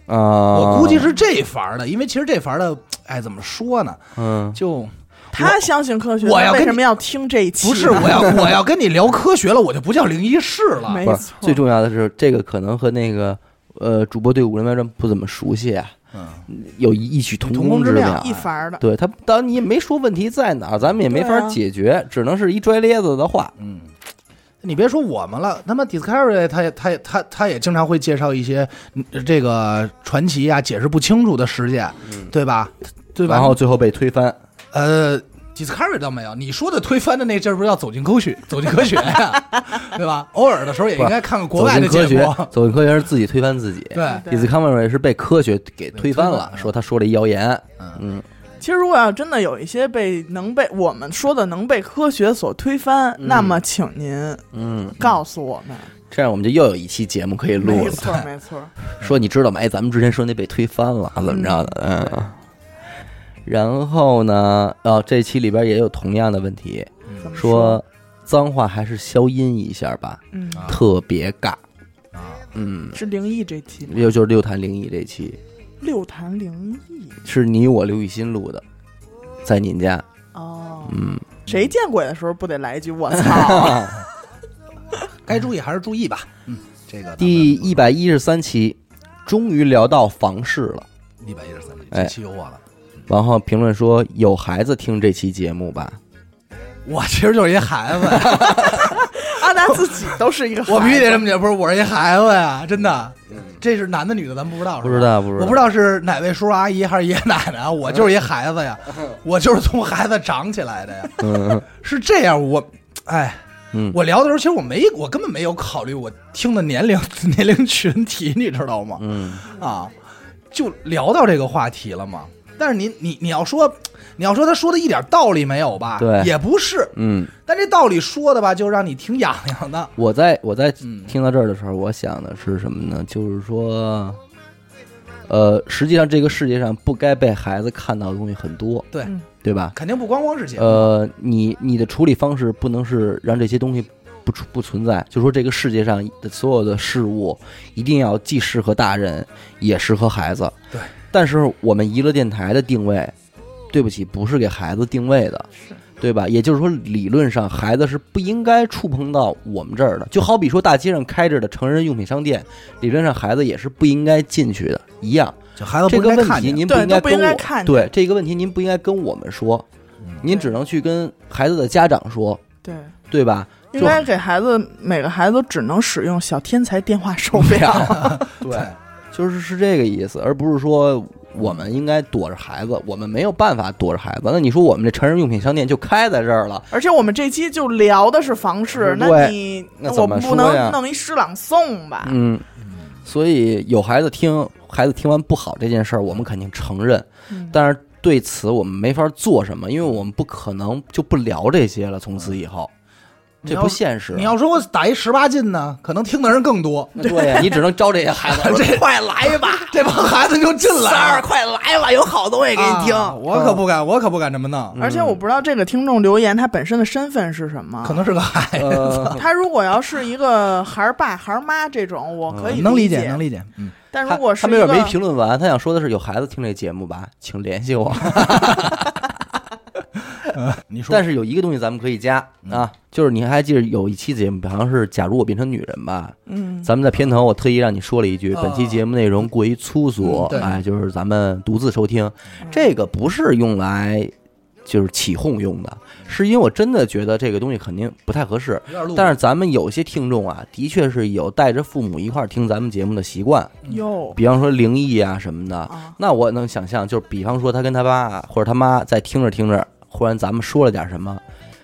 [SPEAKER 1] 啊，
[SPEAKER 2] 我估计是这法儿的，因为其实这法儿的，哎，怎么说呢？
[SPEAKER 1] 嗯，
[SPEAKER 2] 就
[SPEAKER 4] 他相信科学，
[SPEAKER 2] 我
[SPEAKER 4] 他
[SPEAKER 2] 要
[SPEAKER 4] 为
[SPEAKER 2] 跟你
[SPEAKER 4] 什么要听这一期呢？
[SPEAKER 2] 不是我要我要跟你聊科学了，我就不叫灵异事了。
[SPEAKER 4] 没
[SPEAKER 1] 不是
[SPEAKER 4] 错，
[SPEAKER 1] 最重要的是这个可能和那个呃主播对《武林外传》不怎么熟悉啊，
[SPEAKER 2] 嗯，
[SPEAKER 1] 有异曲同
[SPEAKER 2] 同
[SPEAKER 1] 工
[SPEAKER 2] 工
[SPEAKER 1] 之
[SPEAKER 2] 之
[SPEAKER 1] 妙啊
[SPEAKER 2] 妙。
[SPEAKER 4] 一凡儿的。
[SPEAKER 1] 对他，当然你也没说问题在哪儿，咱们也没
[SPEAKER 4] 对
[SPEAKER 1] 法
[SPEAKER 4] 啊
[SPEAKER 1] 解决，只能是一拽咧子的话。
[SPEAKER 2] 你别说我们了，他妈 Discovery 他也他也他他也经常会介绍一些嗯这个传奇啊，解释不清楚的事件，
[SPEAKER 1] 嗯
[SPEAKER 2] 对吧？对吧？
[SPEAKER 1] 然后最后被推翻。
[SPEAKER 2] 呃，Discovery 倒没有，你说的推翻的那阵儿不是叫走进科学，走进科学呀，对吧？偶尔的时候也应该看看国
[SPEAKER 1] 走
[SPEAKER 2] 外
[SPEAKER 1] 进
[SPEAKER 2] 的
[SPEAKER 1] 科
[SPEAKER 2] 节
[SPEAKER 1] 学嗯
[SPEAKER 2] 目，，
[SPEAKER 1] 走进科学是自己推翻自己。
[SPEAKER 2] 对，
[SPEAKER 4] 对
[SPEAKER 1] Discovery 是被科学给推翻
[SPEAKER 2] 推
[SPEAKER 1] 了
[SPEAKER 2] 翻，了
[SPEAKER 1] 说他说了一谣言。嗯，
[SPEAKER 4] 其实，如果要真的有一些被能被我们说的能被科学所推翻，那么请您
[SPEAKER 1] 嗯，
[SPEAKER 4] 告诉我们。
[SPEAKER 1] 这样我们就又有一期节目可以录
[SPEAKER 4] 没
[SPEAKER 1] 了。
[SPEAKER 4] 错，没错。
[SPEAKER 1] 说你知道吗？哎，咱们之前说那被推翻了，怎么着的？嗯。然后呢？哦，这期里边也有同样的问题，
[SPEAKER 4] 怎
[SPEAKER 1] 嗯
[SPEAKER 4] 么
[SPEAKER 1] 说脏话还是消音一下吧，
[SPEAKER 4] 嗯，
[SPEAKER 2] 啊
[SPEAKER 1] 特别尬。
[SPEAKER 2] 啊，
[SPEAKER 1] 嗯，
[SPEAKER 4] 是灵异这期吗
[SPEAKER 1] 又就是六坛灵异这期，
[SPEAKER 4] 六坛灵异
[SPEAKER 1] 是你我刘雨欣录的，在您家，
[SPEAKER 2] 啊
[SPEAKER 4] 哦，
[SPEAKER 1] 嗯，
[SPEAKER 4] 谁见鬼的时候不得来一句我操？
[SPEAKER 2] 该注意还是注意吧。嗯，这个
[SPEAKER 1] 第一百一十三期，终于聊到房事了。
[SPEAKER 2] 一百一十三，
[SPEAKER 1] 哎
[SPEAKER 2] 这期有我了。
[SPEAKER 1] 然后评论说有孩子听这期节目吧，
[SPEAKER 2] 我其实就是一孩子，呀，
[SPEAKER 4] 阿达自己都是一个孩子，
[SPEAKER 2] 我必须得这么讲，不是我是一孩子呀，真的，这是男的女的，咱不知道，
[SPEAKER 1] 嗯不知。道不知道，
[SPEAKER 2] 我不知道是哪位叔叔阿姨还是爷爷奶奶啊，我就是一孩子呀，我就是从孩子长起来的呀，
[SPEAKER 1] 嗯
[SPEAKER 2] 是这样。我，哎，
[SPEAKER 1] 嗯，
[SPEAKER 2] 我聊的时候，其实我没，我根本没有考虑我听的年龄 年龄群体，你知道吗？
[SPEAKER 1] 嗯
[SPEAKER 2] 啊，就聊到这个话题了嘛。但是你你你要说，你要说他说的一点道理没有吧？
[SPEAKER 1] 对
[SPEAKER 2] 也不是。
[SPEAKER 1] 嗯，
[SPEAKER 2] 但这道理说的吧，就让你挺痒痒的。
[SPEAKER 1] 我在我在
[SPEAKER 2] 嗯
[SPEAKER 1] 听到这儿的时候，我想的是什么呢？就是说，呃，实际上这个世界上不该被孩子看到的东西很多，
[SPEAKER 2] 对
[SPEAKER 4] 嗯
[SPEAKER 1] 对吧？
[SPEAKER 2] 肯定不光光是节目。
[SPEAKER 1] 呃，你你的处理方式不能是让这些东西不出不存在，就说这个世界上的所有的事物，一定要既适合大人，也适合孩子。
[SPEAKER 2] 对，
[SPEAKER 1] 但是我们娱乐电台的定位，对不起，不是给孩子定位的。对吧？也就是说，理论上孩子是不应该触碰到我们这儿的。就好比说，大街上开着的成人用品商店，理论上孩子也是不应该进去的，一样。
[SPEAKER 2] 这
[SPEAKER 4] 呃
[SPEAKER 2] 孩子
[SPEAKER 1] 这
[SPEAKER 2] 不
[SPEAKER 1] 个
[SPEAKER 2] 应该
[SPEAKER 1] 问
[SPEAKER 2] 看
[SPEAKER 1] 题
[SPEAKER 2] 见。
[SPEAKER 1] 您
[SPEAKER 4] 对
[SPEAKER 1] 应该啊
[SPEAKER 4] 都不应
[SPEAKER 1] 跟
[SPEAKER 4] 该
[SPEAKER 1] 我
[SPEAKER 4] 看见
[SPEAKER 1] 对这个问题您不应该跟我们说，您只能去跟孩子的家长说，
[SPEAKER 4] 对，
[SPEAKER 1] 对吧？
[SPEAKER 4] 应该给孩子每个孩子只能使用小天才电话手表。
[SPEAKER 1] 对，就是是这个意思，而不是说我们应该躲着孩子，我们没有办法躲着孩子。那你说我们这成人用品商店就开在这儿了，
[SPEAKER 4] 而且我们这期就聊的是房事，
[SPEAKER 1] 对
[SPEAKER 4] 那你
[SPEAKER 1] 那
[SPEAKER 4] 我
[SPEAKER 1] 怎么
[SPEAKER 4] 不
[SPEAKER 1] 说
[SPEAKER 4] 能
[SPEAKER 1] 呀
[SPEAKER 4] 弄一诗朗诵吧？
[SPEAKER 1] 嗯，所以有孩子听，孩子听完不好这件事儿，我们肯定承认，
[SPEAKER 4] 嗯
[SPEAKER 1] 但是对此我们没法做什么，因为我们不可能就不聊这些了，从此以后，
[SPEAKER 2] 你
[SPEAKER 1] 这
[SPEAKER 2] 要
[SPEAKER 1] 不现实。啊
[SPEAKER 2] 你要说我打一十八禁呢，可能听的人更多。
[SPEAKER 1] 那 对呀，你只能招 这些孩子，
[SPEAKER 2] 这快来 吧，这帮孩子就进来了。
[SPEAKER 1] 快来吧，有好东西
[SPEAKER 2] 给我可不敢，我可不敢这么弄。
[SPEAKER 4] 而且
[SPEAKER 1] 嗯
[SPEAKER 4] 我不知道这个听众留言他本身的身份是什么。
[SPEAKER 2] 可能是个孩子，
[SPEAKER 1] 呃，
[SPEAKER 4] 他如果要是一个孩儿爸孩儿妈这种，
[SPEAKER 1] 嗯
[SPEAKER 4] 我可以
[SPEAKER 2] 能理
[SPEAKER 4] 解，
[SPEAKER 2] 能理解。嗯，
[SPEAKER 4] 但如
[SPEAKER 1] 他
[SPEAKER 4] 果是
[SPEAKER 1] 他
[SPEAKER 4] 一
[SPEAKER 1] 没
[SPEAKER 4] 个
[SPEAKER 1] 准没评论完，他想说的是有孩子听这节目吧，请联系我。
[SPEAKER 2] 你 说
[SPEAKER 1] 但是有一个东西咱们可以加啊，就是你还记得有一期节目，好像是假如我变成女人吧，
[SPEAKER 4] 嗯，
[SPEAKER 1] 咱们在片头我特意让你说了一句，
[SPEAKER 2] 啊
[SPEAKER 1] 本期节目内容过于粗俗
[SPEAKER 2] 嗯，对
[SPEAKER 1] 哎，就是咱们独自收听，
[SPEAKER 4] 嗯
[SPEAKER 1] 这个不是用来就是起哄用的，是因为我真的觉得这个东西肯定不太合适。
[SPEAKER 2] 有点露
[SPEAKER 1] 但是咱们有些听众啊，的确是有带着父母一块儿听咱们节目的习惯，
[SPEAKER 4] 哟
[SPEAKER 1] 比方说灵异啊什么的。
[SPEAKER 4] 啊，
[SPEAKER 1] 那我能想象，就是比方说他跟他爸啊或者他妈在听着听着，忽然咱们说了点什么，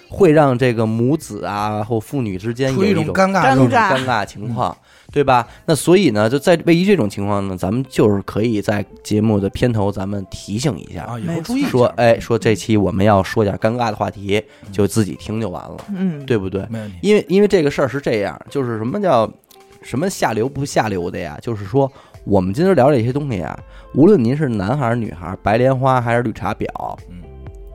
[SPEAKER 1] 会让这个母子啊或父女之间
[SPEAKER 2] 出
[SPEAKER 1] 有
[SPEAKER 2] 一
[SPEAKER 1] 一
[SPEAKER 2] 种
[SPEAKER 1] 种
[SPEAKER 2] 尴尬
[SPEAKER 1] 这
[SPEAKER 4] 尴
[SPEAKER 1] 种
[SPEAKER 2] 状态，
[SPEAKER 4] 尬
[SPEAKER 1] 尴尬情况，对吧？那所以呢，就在位于这种情况呢，咱们就是可以在节目的片头咱们提醒一下，
[SPEAKER 2] 啊，以后注意一下
[SPEAKER 1] 说，哎，说这期我们要说点尴尬的话题，就自己听就完了，
[SPEAKER 4] 嗯，
[SPEAKER 1] 对不对？
[SPEAKER 2] 没问题。
[SPEAKER 1] 因为因为这个事儿是这样，就是什么叫什么下流不下流的呀？就是说我们今天聊这些东西啊，无论您是男孩儿女孩儿，白莲花还是绿茶婊，
[SPEAKER 2] 嗯，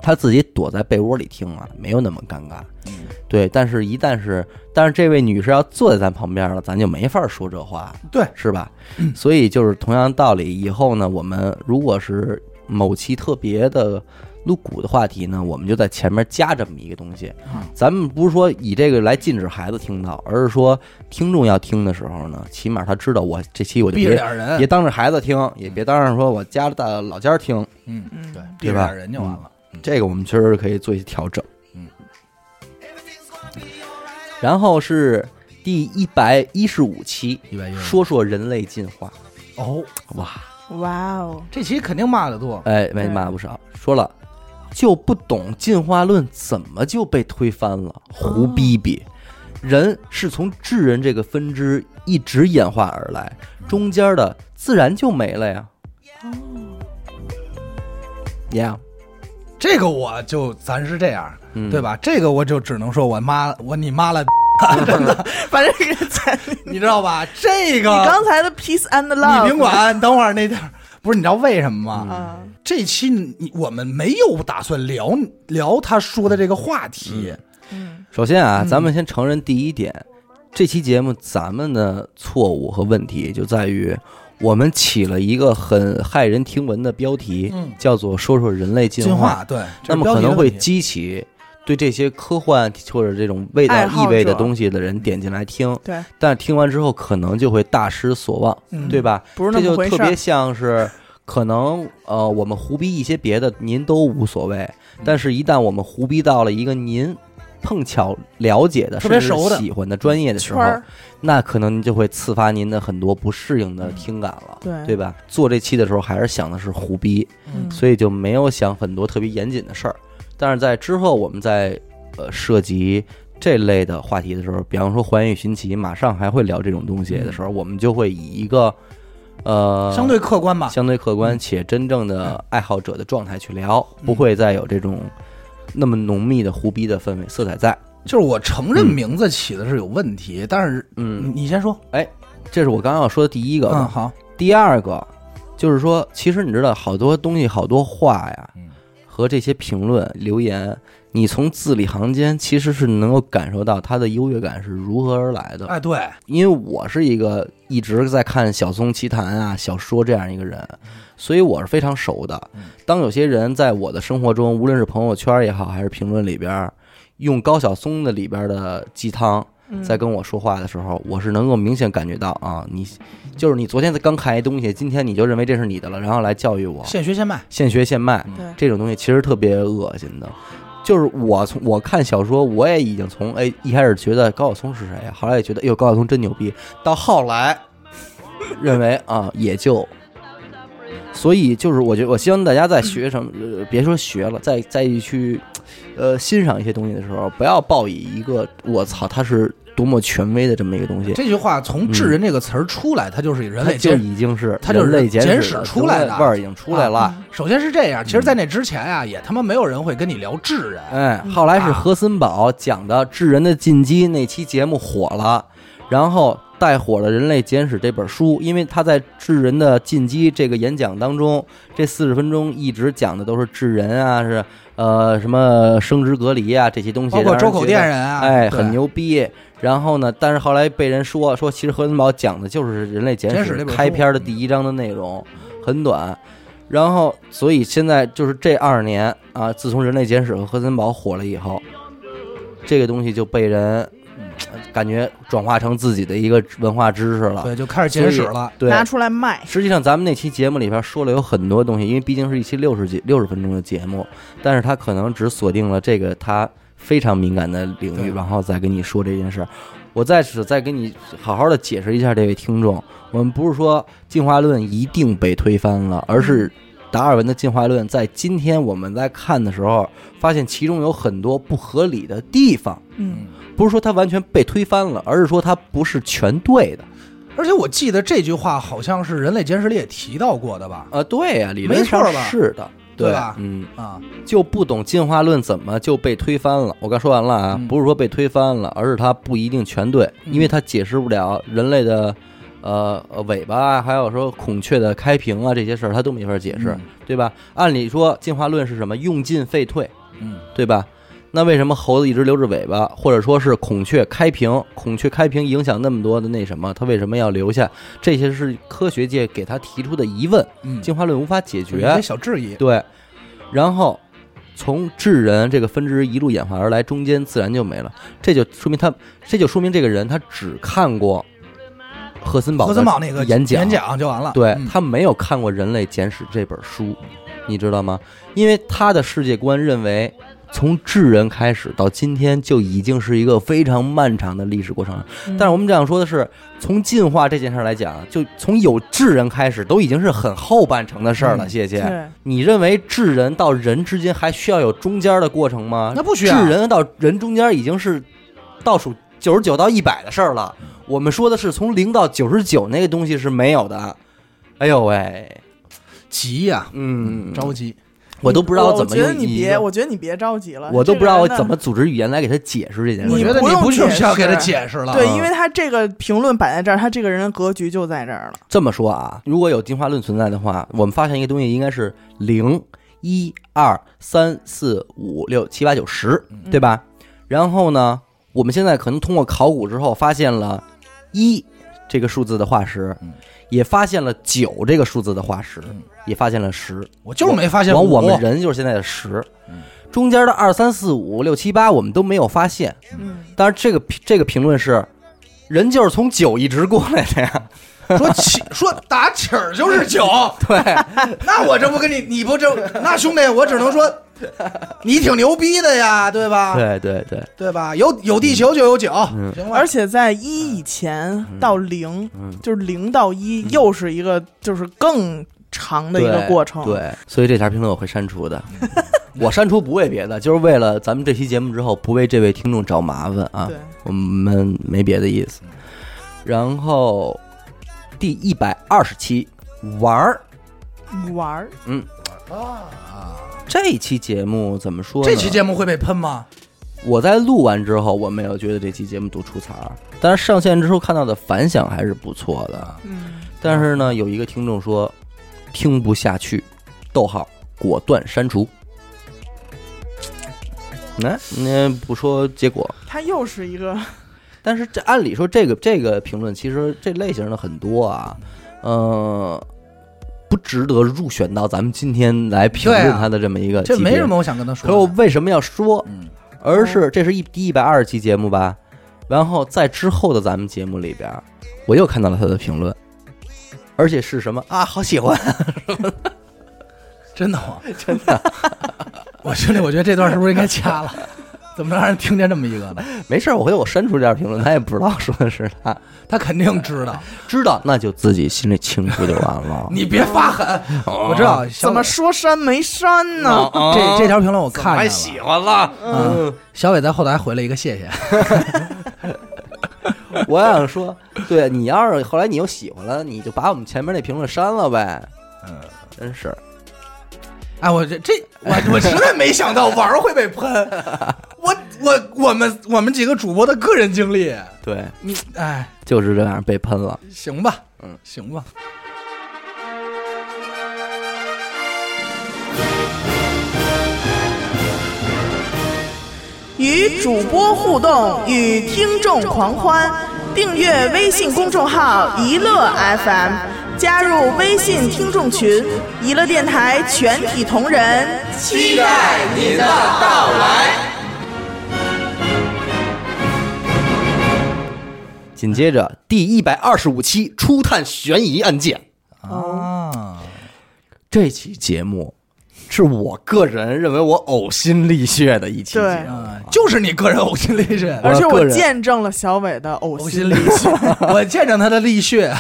[SPEAKER 1] 他自己躲在被窝里听啊，没有那么尴尬。
[SPEAKER 2] 嗯
[SPEAKER 1] 对，但是一旦是，但是这位女士要坐在咱旁边了，咱就没法说这话，
[SPEAKER 2] 对，
[SPEAKER 1] 是吧？
[SPEAKER 2] 嗯
[SPEAKER 1] 所以就是同样道理，以后呢，我们如果是某期特别的露骨的话题呢，我们就在前面加这么一个东西。
[SPEAKER 2] 啊
[SPEAKER 1] 咱们不是说以这个来禁止孩子听到，而是说听众要听的时候呢，起码他知道我这期我就
[SPEAKER 2] 避着
[SPEAKER 1] 别
[SPEAKER 2] 点嗯人
[SPEAKER 1] 别，当着孩子听，也别当着说我家的老家听，
[SPEAKER 2] 嗯，
[SPEAKER 4] 嗯
[SPEAKER 2] 对，避
[SPEAKER 1] 对
[SPEAKER 2] 着
[SPEAKER 1] 吧
[SPEAKER 2] 点人就完了。
[SPEAKER 1] 这个我们确实可以做一些调整。
[SPEAKER 2] 嗯，
[SPEAKER 1] 然后是第一百一十五期，
[SPEAKER 2] 一百一
[SPEAKER 1] 说说人类进化。
[SPEAKER 2] 哦，
[SPEAKER 1] 哇，
[SPEAKER 4] 哇哦，
[SPEAKER 2] 这期肯定骂的多。
[SPEAKER 1] 哎，没骂不少。说了就不懂进化论怎么就被推翻了，胡逼逼。人是从智人这个分支一直演化而来，中间的自然就没了呀。呀，
[SPEAKER 2] 这个我就咱是这样，对吧？这个我就只能说我妈我你妈了，
[SPEAKER 4] 反正给咱
[SPEAKER 2] 你知道吧？这
[SPEAKER 4] 你
[SPEAKER 2] 个
[SPEAKER 4] 刚才的 peace and
[SPEAKER 2] 你
[SPEAKER 4] love，
[SPEAKER 2] 甭
[SPEAKER 1] 啊
[SPEAKER 2] 管，等会儿那地儿不是你知道为什么吗？
[SPEAKER 4] 啊，
[SPEAKER 1] 嗯
[SPEAKER 2] 这期你我们没有打算聊聊他说的这个话题，
[SPEAKER 1] 嗯
[SPEAKER 4] 嗯
[SPEAKER 1] 首先啊，咱们先承认第一点，这期节目咱们的错误和问题就在于。我们起了一个很骇人听闻的标题，
[SPEAKER 2] 嗯
[SPEAKER 1] 叫做“说说人类
[SPEAKER 2] 进化对，
[SPEAKER 1] 那
[SPEAKER 2] 这是
[SPEAKER 1] 么
[SPEAKER 2] 标
[SPEAKER 1] 可
[SPEAKER 2] 题的
[SPEAKER 1] 能会
[SPEAKER 2] 问题
[SPEAKER 1] 激起对这些科幻或者这种味道
[SPEAKER 4] 爱好
[SPEAKER 1] 意味的
[SPEAKER 4] 者
[SPEAKER 1] 东西的人点进来听，
[SPEAKER 4] 对，
[SPEAKER 1] 但听完之后可能就会大失所望，
[SPEAKER 2] 嗯
[SPEAKER 1] 对吧？
[SPEAKER 4] 不是
[SPEAKER 1] 这
[SPEAKER 4] 那
[SPEAKER 1] 就
[SPEAKER 4] 么回
[SPEAKER 1] 特
[SPEAKER 4] 事
[SPEAKER 1] 别
[SPEAKER 4] 儿。
[SPEAKER 1] 像是。可能呃，
[SPEAKER 4] 嗯
[SPEAKER 1] 我们胡逼一些别的，您都无所谓。但是，一旦我们胡逼到了一个您碰巧了解的、
[SPEAKER 2] 特别
[SPEAKER 1] 甚至
[SPEAKER 2] 熟的
[SPEAKER 1] 喜欢的、专业的时
[SPEAKER 4] 圈
[SPEAKER 1] 候，
[SPEAKER 4] 儿，
[SPEAKER 1] 那可能就会刺发您的很多不适应的听感了，
[SPEAKER 4] 嗯对
[SPEAKER 1] 对吧？做这期的时候还是想的是胡逼，
[SPEAKER 4] 嗯
[SPEAKER 1] 所以就没有想很多特别严谨的事儿。但是在之后我们在呃涉及这类的话题的时候，比方说环宇寻奇，马上还会聊这种东西的时候，我们就会以一个呃
[SPEAKER 2] 嗯相对嗯客观吧。
[SPEAKER 1] 相对客观且真正的爱好者的状态去聊，
[SPEAKER 2] 嗯
[SPEAKER 1] 不会再有这种那么浓密的胡逼的氛围色彩在。
[SPEAKER 2] 就是我承认名字起的是有问题，但是
[SPEAKER 1] 嗯，
[SPEAKER 2] 你先说。
[SPEAKER 1] 这是我刚刚要说的第一个。
[SPEAKER 2] 嗯，好，
[SPEAKER 1] 第二个就是说，其实你知道，好多东西、好多话呀
[SPEAKER 2] 嗯，
[SPEAKER 1] 和这些评论留言，你从字里行间其实是能够感受到它的优越感是如何而来的。
[SPEAKER 2] 哎，对，
[SPEAKER 1] 因为我是一个一直在看小松奇谈啊、小说这样一个人，所以我是非常熟的
[SPEAKER 2] 嗯。
[SPEAKER 1] 当有些人在我的生活中，无论是朋友圈也好，还是评论里边儿，用高晓松的里边儿的鸡汤
[SPEAKER 4] 嗯
[SPEAKER 1] 在跟我说话的时候，我是能够明显感觉到啊，你就是你昨天才刚看一东西，今天你就认为这是你的了，然后来教育我，
[SPEAKER 2] 现学现卖。
[SPEAKER 1] 现学现卖
[SPEAKER 2] 嗯
[SPEAKER 4] 对
[SPEAKER 1] 这种东西其实特别恶心的。就是我从我看小说，我也已经从哎一开始觉得高晓松是谁呀，后来也觉得哎呦高晓松真牛逼，到后来认为啊也就，所以就是我觉得我希望大家在学什么，呃别说学了，在在去呃欣赏一些东西的时候，不要抱以一个我操他是多么权威的这么一个东西，
[SPEAKER 2] 这句话从“智人”这个词儿出来，它就是人
[SPEAKER 1] 嗯它
[SPEAKER 2] 类
[SPEAKER 1] 就
[SPEAKER 2] 简。
[SPEAKER 1] 已经是
[SPEAKER 2] 它就是
[SPEAKER 1] 人类简
[SPEAKER 2] 简
[SPEAKER 1] 史
[SPEAKER 2] 史出来的
[SPEAKER 1] 味儿已经出来了。
[SPEAKER 4] 啊
[SPEAKER 2] 首先是这样，
[SPEAKER 1] 嗯
[SPEAKER 2] 其实，在那之前啊，也他妈没有人会跟你聊智人。
[SPEAKER 1] 哎，
[SPEAKER 4] 嗯
[SPEAKER 1] 后来是
[SPEAKER 2] 啊
[SPEAKER 1] 何森堡讲的《智人的进击》那期节目火了，然后带火了《人类简史》这本书，因为他在《智人的进击》这个演讲当中，这四十分钟一直讲的都是智人啊，是呃什么生殖隔离啊这些东西，
[SPEAKER 2] 包
[SPEAKER 1] 让
[SPEAKER 2] 括
[SPEAKER 1] 人
[SPEAKER 2] 周
[SPEAKER 1] 觉得
[SPEAKER 2] 口店人啊，
[SPEAKER 1] 哎，
[SPEAKER 2] 对
[SPEAKER 1] 很。牛逼。然后呢，但是后来被人说说，其实何森堡讲的就是《人类简
[SPEAKER 2] 简
[SPEAKER 1] 史
[SPEAKER 2] 史这》本书
[SPEAKER 1] 开篇的第一章的内容，很短。然后，所以现在就是这二年啊，自从《人类简史》和何森堡火了以后，这个东西就被人嗯感觉转化成自己的一个文化知识了。
[SPEAKER 2] 对，就开始简史了。
[SPEAKER 1] 对，
[SPEAKER 4] 拿出来卖，
[SPEAKER 1] 实际上，咱们那期节目里边说了有很多东西，因为毕竟是一期六十几六十分钟的节目，但是他可能只锁定了这个他非常敏感的领域，
[SPEAKER 2] 对
[SPEAKER 1] 然后再跟你说这件事儿。我在此再跟你好好的解释一下，这位听众，我们不是说进化论一定被推翻了，而是达尔文的进化论在今天我们在看的时候，发现其中有很多不合理的地方，
[SPEAKER 4] 嗯，
[SPEAKER 1] 不是说它完全被推翻了，而是说它不是全对的。
[SPEAKER 2] 而且我记得这句话好像是《人类简史》里也提到过的吧？
[SPEAKER 1] 啊，对呀、理
[SPEAKER 2] 没
[SPEAKER 1] 论
[SPEAKER 2] 错
[SPEAKER 1] 上
[SPEAKER 2] 吧
[SPEAKER 1] 是的，
[SPEAKER 2] 对
[SPEAKER 1] 对
[SPEAKER 2] 吧
[SPEAKER 1] 嗯，
[SPEAKER 2] 啊，
[SPEAKER 1] 就不懂进化论怎么就被推翻了。我刚说完了啊，
[SPEAKER 2] 嗯
[SPEAKER 1] 不是说被推翻了，而是它不一定全对，
[SPEAKER 2] 嗯
[SPEAKER 1] 因为它解释不了人类的呃呃尾巴啊，还有说孔雀的开屏啊这些事儿，它都没法解释，
[SPEAKER 2] 嗯
[SPEAKER 1] 对吧？按理说进化论是什么？用进废退，
[SPEAKER 2] 嗯，
[SPEAKER 1] 对吧？那为什么猴子一直留着尾巴，或者说是孔雀开屏？孔雀开屏影响那么多的那什么，它为什么要留下？这些是科学界给他提出的疑问，
[SPEAKER 2] 嗯
[SPEAKER 1] 进化论无法解
[SPEAKER 2] 有
[SPEAKER 1] 决。
[SPEAKER 2] 一些小质疑。
[SPEAKER 1] 对，然后从智人这个分支一路演化而来，中间自然就没了。这就说明他，这就说明这个人他只看过赫森堡
[SPEAKER 2] 何
[SPEAKER 1] 的
[SPEAKER 2] 森堡那个
[SPEAKER 1] 演
[SPEAKER 2] 讲
[SPEAKER 1] 讲，
[SPEAKER 2] 演讲就完了。
[SPEAKER 1] 对、
[SPEAKER 2] 嗯
[SPEAKER 1] 他没有看过《人类简史》这本书，你知道吗？因为他的世界观认为。从智人开始到今天，就已经是一个非常漫长的历史过程了。
[SPEAKER 4] 嗯
[SPEAKER 1] 但是我们想说的是，从进化这件事儿来讲，就从有智人开始，都已经是很后半程的事儿了。
[SPEAKER 2] 嗯
[SPEAKER 1] 谢谢。
[SPEAKER 4] 对
[SPEAKER 1] 你认为智人到人之间还需要有中间的过程吗？
[SPEAKER 2] 那不需要
[SPEAKER 1] 智人到人中间已经是倒数九十九到一百的事儿了。我们说的是从零到九十九那个东西是没有的。哎呦喂，
[SPEAKER 2] 急呀，
[SPEAKER 1] 嗯，
[SPEAKER 2] 着急。
[SPEAKER 1] 我都不知道怎么
[SPEAKER 4] 我觉
[SPEAKER 1] 用
[SPEAKER 4] 得你
[SPEAKER 1] 一
[SPEAKER 4] 别，
[SPEAKER 1] 个
[SPEAKER 4] 我觉得你别着急了，
[SPEAKER 1] 我都不知道我
[SPEAKER 4] 这个人呢
[SPEAKER 1] 怎么组织语言来给他解释这件事。
[SPEAKER 2] 我
[SPEAKER 4] 你
[SPEAKER 2] 觉得
[SPEAKER 4] 不
[SPEAKER 2] 你
[SPEAKER 4] 用
[SPEAKER 2] 不
[SPEAKER 4] 解
[SPEAKER 2] 需要给他
[SPEAKER 4] 释
[SPEAKER 2] 解释了。
[SPEAKER 4] 对，
[SPEAKER 1] 嗯
[SPEAKER 4] 因为他这个评论摆在这儿，他这个人的格局就在这儿了。
[SPEAKER 1] 这么说啊，如果有进化论存在的话，我们发现一个东西应该是零、一、二、三、四、五、六、七、八、九、十，
[SPEAKER 2] 嗯
[SPEAKER 1] 对吧？然后呢，我们现在可能通过考古之后发现了一这个数字的化石
[SPEAKER 2] 嗯，
[SPEAKER 1] 也发现了九这个数字的化石
[SPEAKER 2] 嗯，
[SPEAKER 1] 也发现了十。
[SPEAKER 2] 我就是没发现
[SPEAKER 1] 完，我
[SPEAKER 2] 五
[SPEAKER 1] 们人就是现在的十
[SPEAKER 2] 嗯，
[SPEAKER 1] 中间的二、三、四、五、六、七、八我们都没有发现。
[SPEAKER 4] 嗯，
[SPEAKER 1] 但是这个这个评论是，人就是从九一直过来的呀，
[SPEAKER 2] 说起说打起儿就是酒，
[SPEAKER 1] 对，
[SPEAKER 2] 那我这不跟你，你不这，那兄弟，我只能说你挺牛逼的呀，对吧？
[SPEAKER 1] 对对对，
[SPEAKER 2] 对吧？有有地球就有酒，
[SPEAKER 1] 嗯
[SPEAKER 2] 行吧
[SPEAKER 4] 而？且在一以前到零，
[SPEAKER 1] 嗯，
[SPEAKER 4] 就是零到一，又是一个就是更长的一个
[SPEAKER 1] 对
[SPEAKER 4] 过程。，
[SPEAKER 1] 对，所以这条评论我会删 除的。我删除不为别的，就是为了咱们这期节目之后不为这位听众找麻烦啊。
[SPEAKER 4] 对
[SPEAKER 1] 我们没别的意思。然后第一百二十期玩儿，
[SPEAKER 4] 玩儿
[SPEAKER 1] 嗯，
[SPEAKER 2] 啊，
[SPEAKER 1] 这期节目怎么说呢？
[SPEAKER 2] 这期节目会被喷吗？
[SPEAKER 1] 我在录完之后，我没有觉得这期节目多出彩儿，但是上线之后看到的反响还是不错的。
[SPEAKER 4] 嗯，
[SPEAKER 1] 但是呢，有一个听众说听不下去，逗号，果断删除。那、那不说结果，
[SPEAKER 4] 它又是一个
[SPEAKER 1] 但是这按理说这个这个评论其实这类型的很多啊，呃，不值得入选到咱们今天来评
[SPEAKER 2] 对
[SPEAKER 1] 论
[SPEAKER 2] 啊
[SPEAKER 1] 他的这么一个、
[SPEAKER 2] 这没什。么，我想跟他
[SPEAKER 1] 呃可是我
[SPEAKER 2] 说的。
[SPEAKER 1] 为什么要说？
[SPEAKER 2] 嗯，
[SPEAKER 1] 而是这是一第一百二十期节目吧，然后在之后的咱们节目里边儿，我又看到了他的评论，而且是什么啊？好喜欢，
[SPEAKER 2] 真的吗？ 真的。我兄弟，我觉得这段是不是应该掐了？ 怎么能让人听见这么一个呢？
[SPEAKER 1] 没事儿，我回头我删除这条评论，他也不知道说的是他，
[SPEAKER 2] 他肯定知道，
[SPEAKER 1] 知道那就自己心里清楚就完 了。
[SPEAKER 2] 你别发狠。我知道，小
[SPEAKER 4] 怎么说删没删
[SPEAKER 1] 啊
[SPEAKER 4] 呢？
[SPEAKER 2] 这这条评论我看见
[SPEAKER 1] 还
[SPEAKER 2] 了。
[SPEAKER 1] 喜欢了？
[SPEAKER 2] 嗯，小伟在后台回了一个谢谢。
[SPEAKER 1] 我想说，对你要是后来你又喜欢了，你就把我们前面那评论删了呗。
[SPEAKER 2] 嗯，
[SPEAKER 1] 真是，
[SPEAKER 2] 哎，我这这我 我实在没想到玩儿会被 喷，我我我们我们几个主播的个人经历，
[SPEAKER 1] 对，
[SPEAKER 2] 你哎，
[SPEAKER 1] 就是这样被喷了。
[SPEAKER 2] 行吧，
[SPEAKER 1] 嗯，
[SPEAKER 2] 行吧，
[SPEAKER 4] 与主播互动，与听众狂欢。订阅微信公众号“一乐 FM”，加入微信听众群，一乐电台全体同仁期待你的到来。
[SPEAKER 1] 紧接着第一百二十五期初探悬疑案件，
[SPEAKER 2] 啊，
[SPEAKER 1] 这期节目是我个人认为我呕心沥血的一期节
[SPEAKER 4] 对
[SPEAKER 1] 目。
[SPEAKER 2] 嗯就是你个人呕心沥血，
[SPEAKER 1] 我
[SPEAKER 4] 而且
[SPEAKER 1] 个
[SPEAKER 4] 我
[SPEAKER 1] 人
[SPEAKER 4] 见证了小伟的呕
[SPEAKER 2] 呕
[SPEAKER 4] 心
[SPEAKER 2] 心沥血，我见证他的沥血，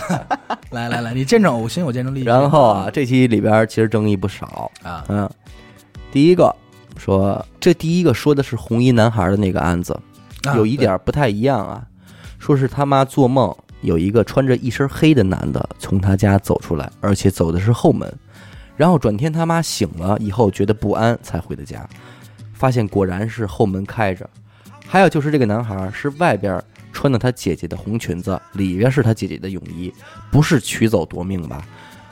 [SPEAKER 2] 来来来，你见证呕心，我见证沥血，
[SPEAKER 1] 然后啊，这期里边其实争议不少。
[SPEAKER 2] 啊，
[SPEAKER 1] 嗯，第一个说，这第一个说的是红衣男孩的那个案子，
[SPEAKER 2] 啊
[SPEAKER 1] 有一点儿不太一样啊，说是他妈做梦有一个穿着一身黑的男的从他家走出来，而且走的是后门，然后转天他妈醒了以后觉得不安才回的家，发现果然是后门开着。还有就是这个男孩是外边穿的他姐姐的红裙子，里边是他姐姐的泳衣，不是取走夺命吧？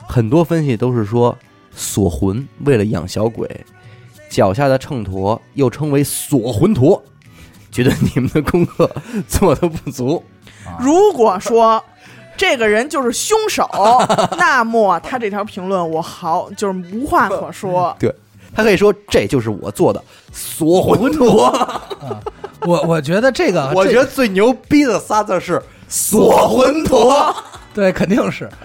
[SPEAKER 1] 很多分析都是说锁魂为了养小鬼，脚下的秤砣又称为锁魂砣，觉得你们的功课做的不足。。
[SPEAKER 4] 如果说这个人就是凶手，那么他这条评论我毫就是无话可说
[SPEAKER 1] 对他可以说这就是我做的锁魂砣。
[SPEAKER 2] 对，我我觉得这个，
[SPEAKER 1] 我
[SPEAKER 2] 这
[SPEAKER 1] 觉得最牛逼的仨字是锁魂砣。
[SPEAKER 2] 对，肯定是。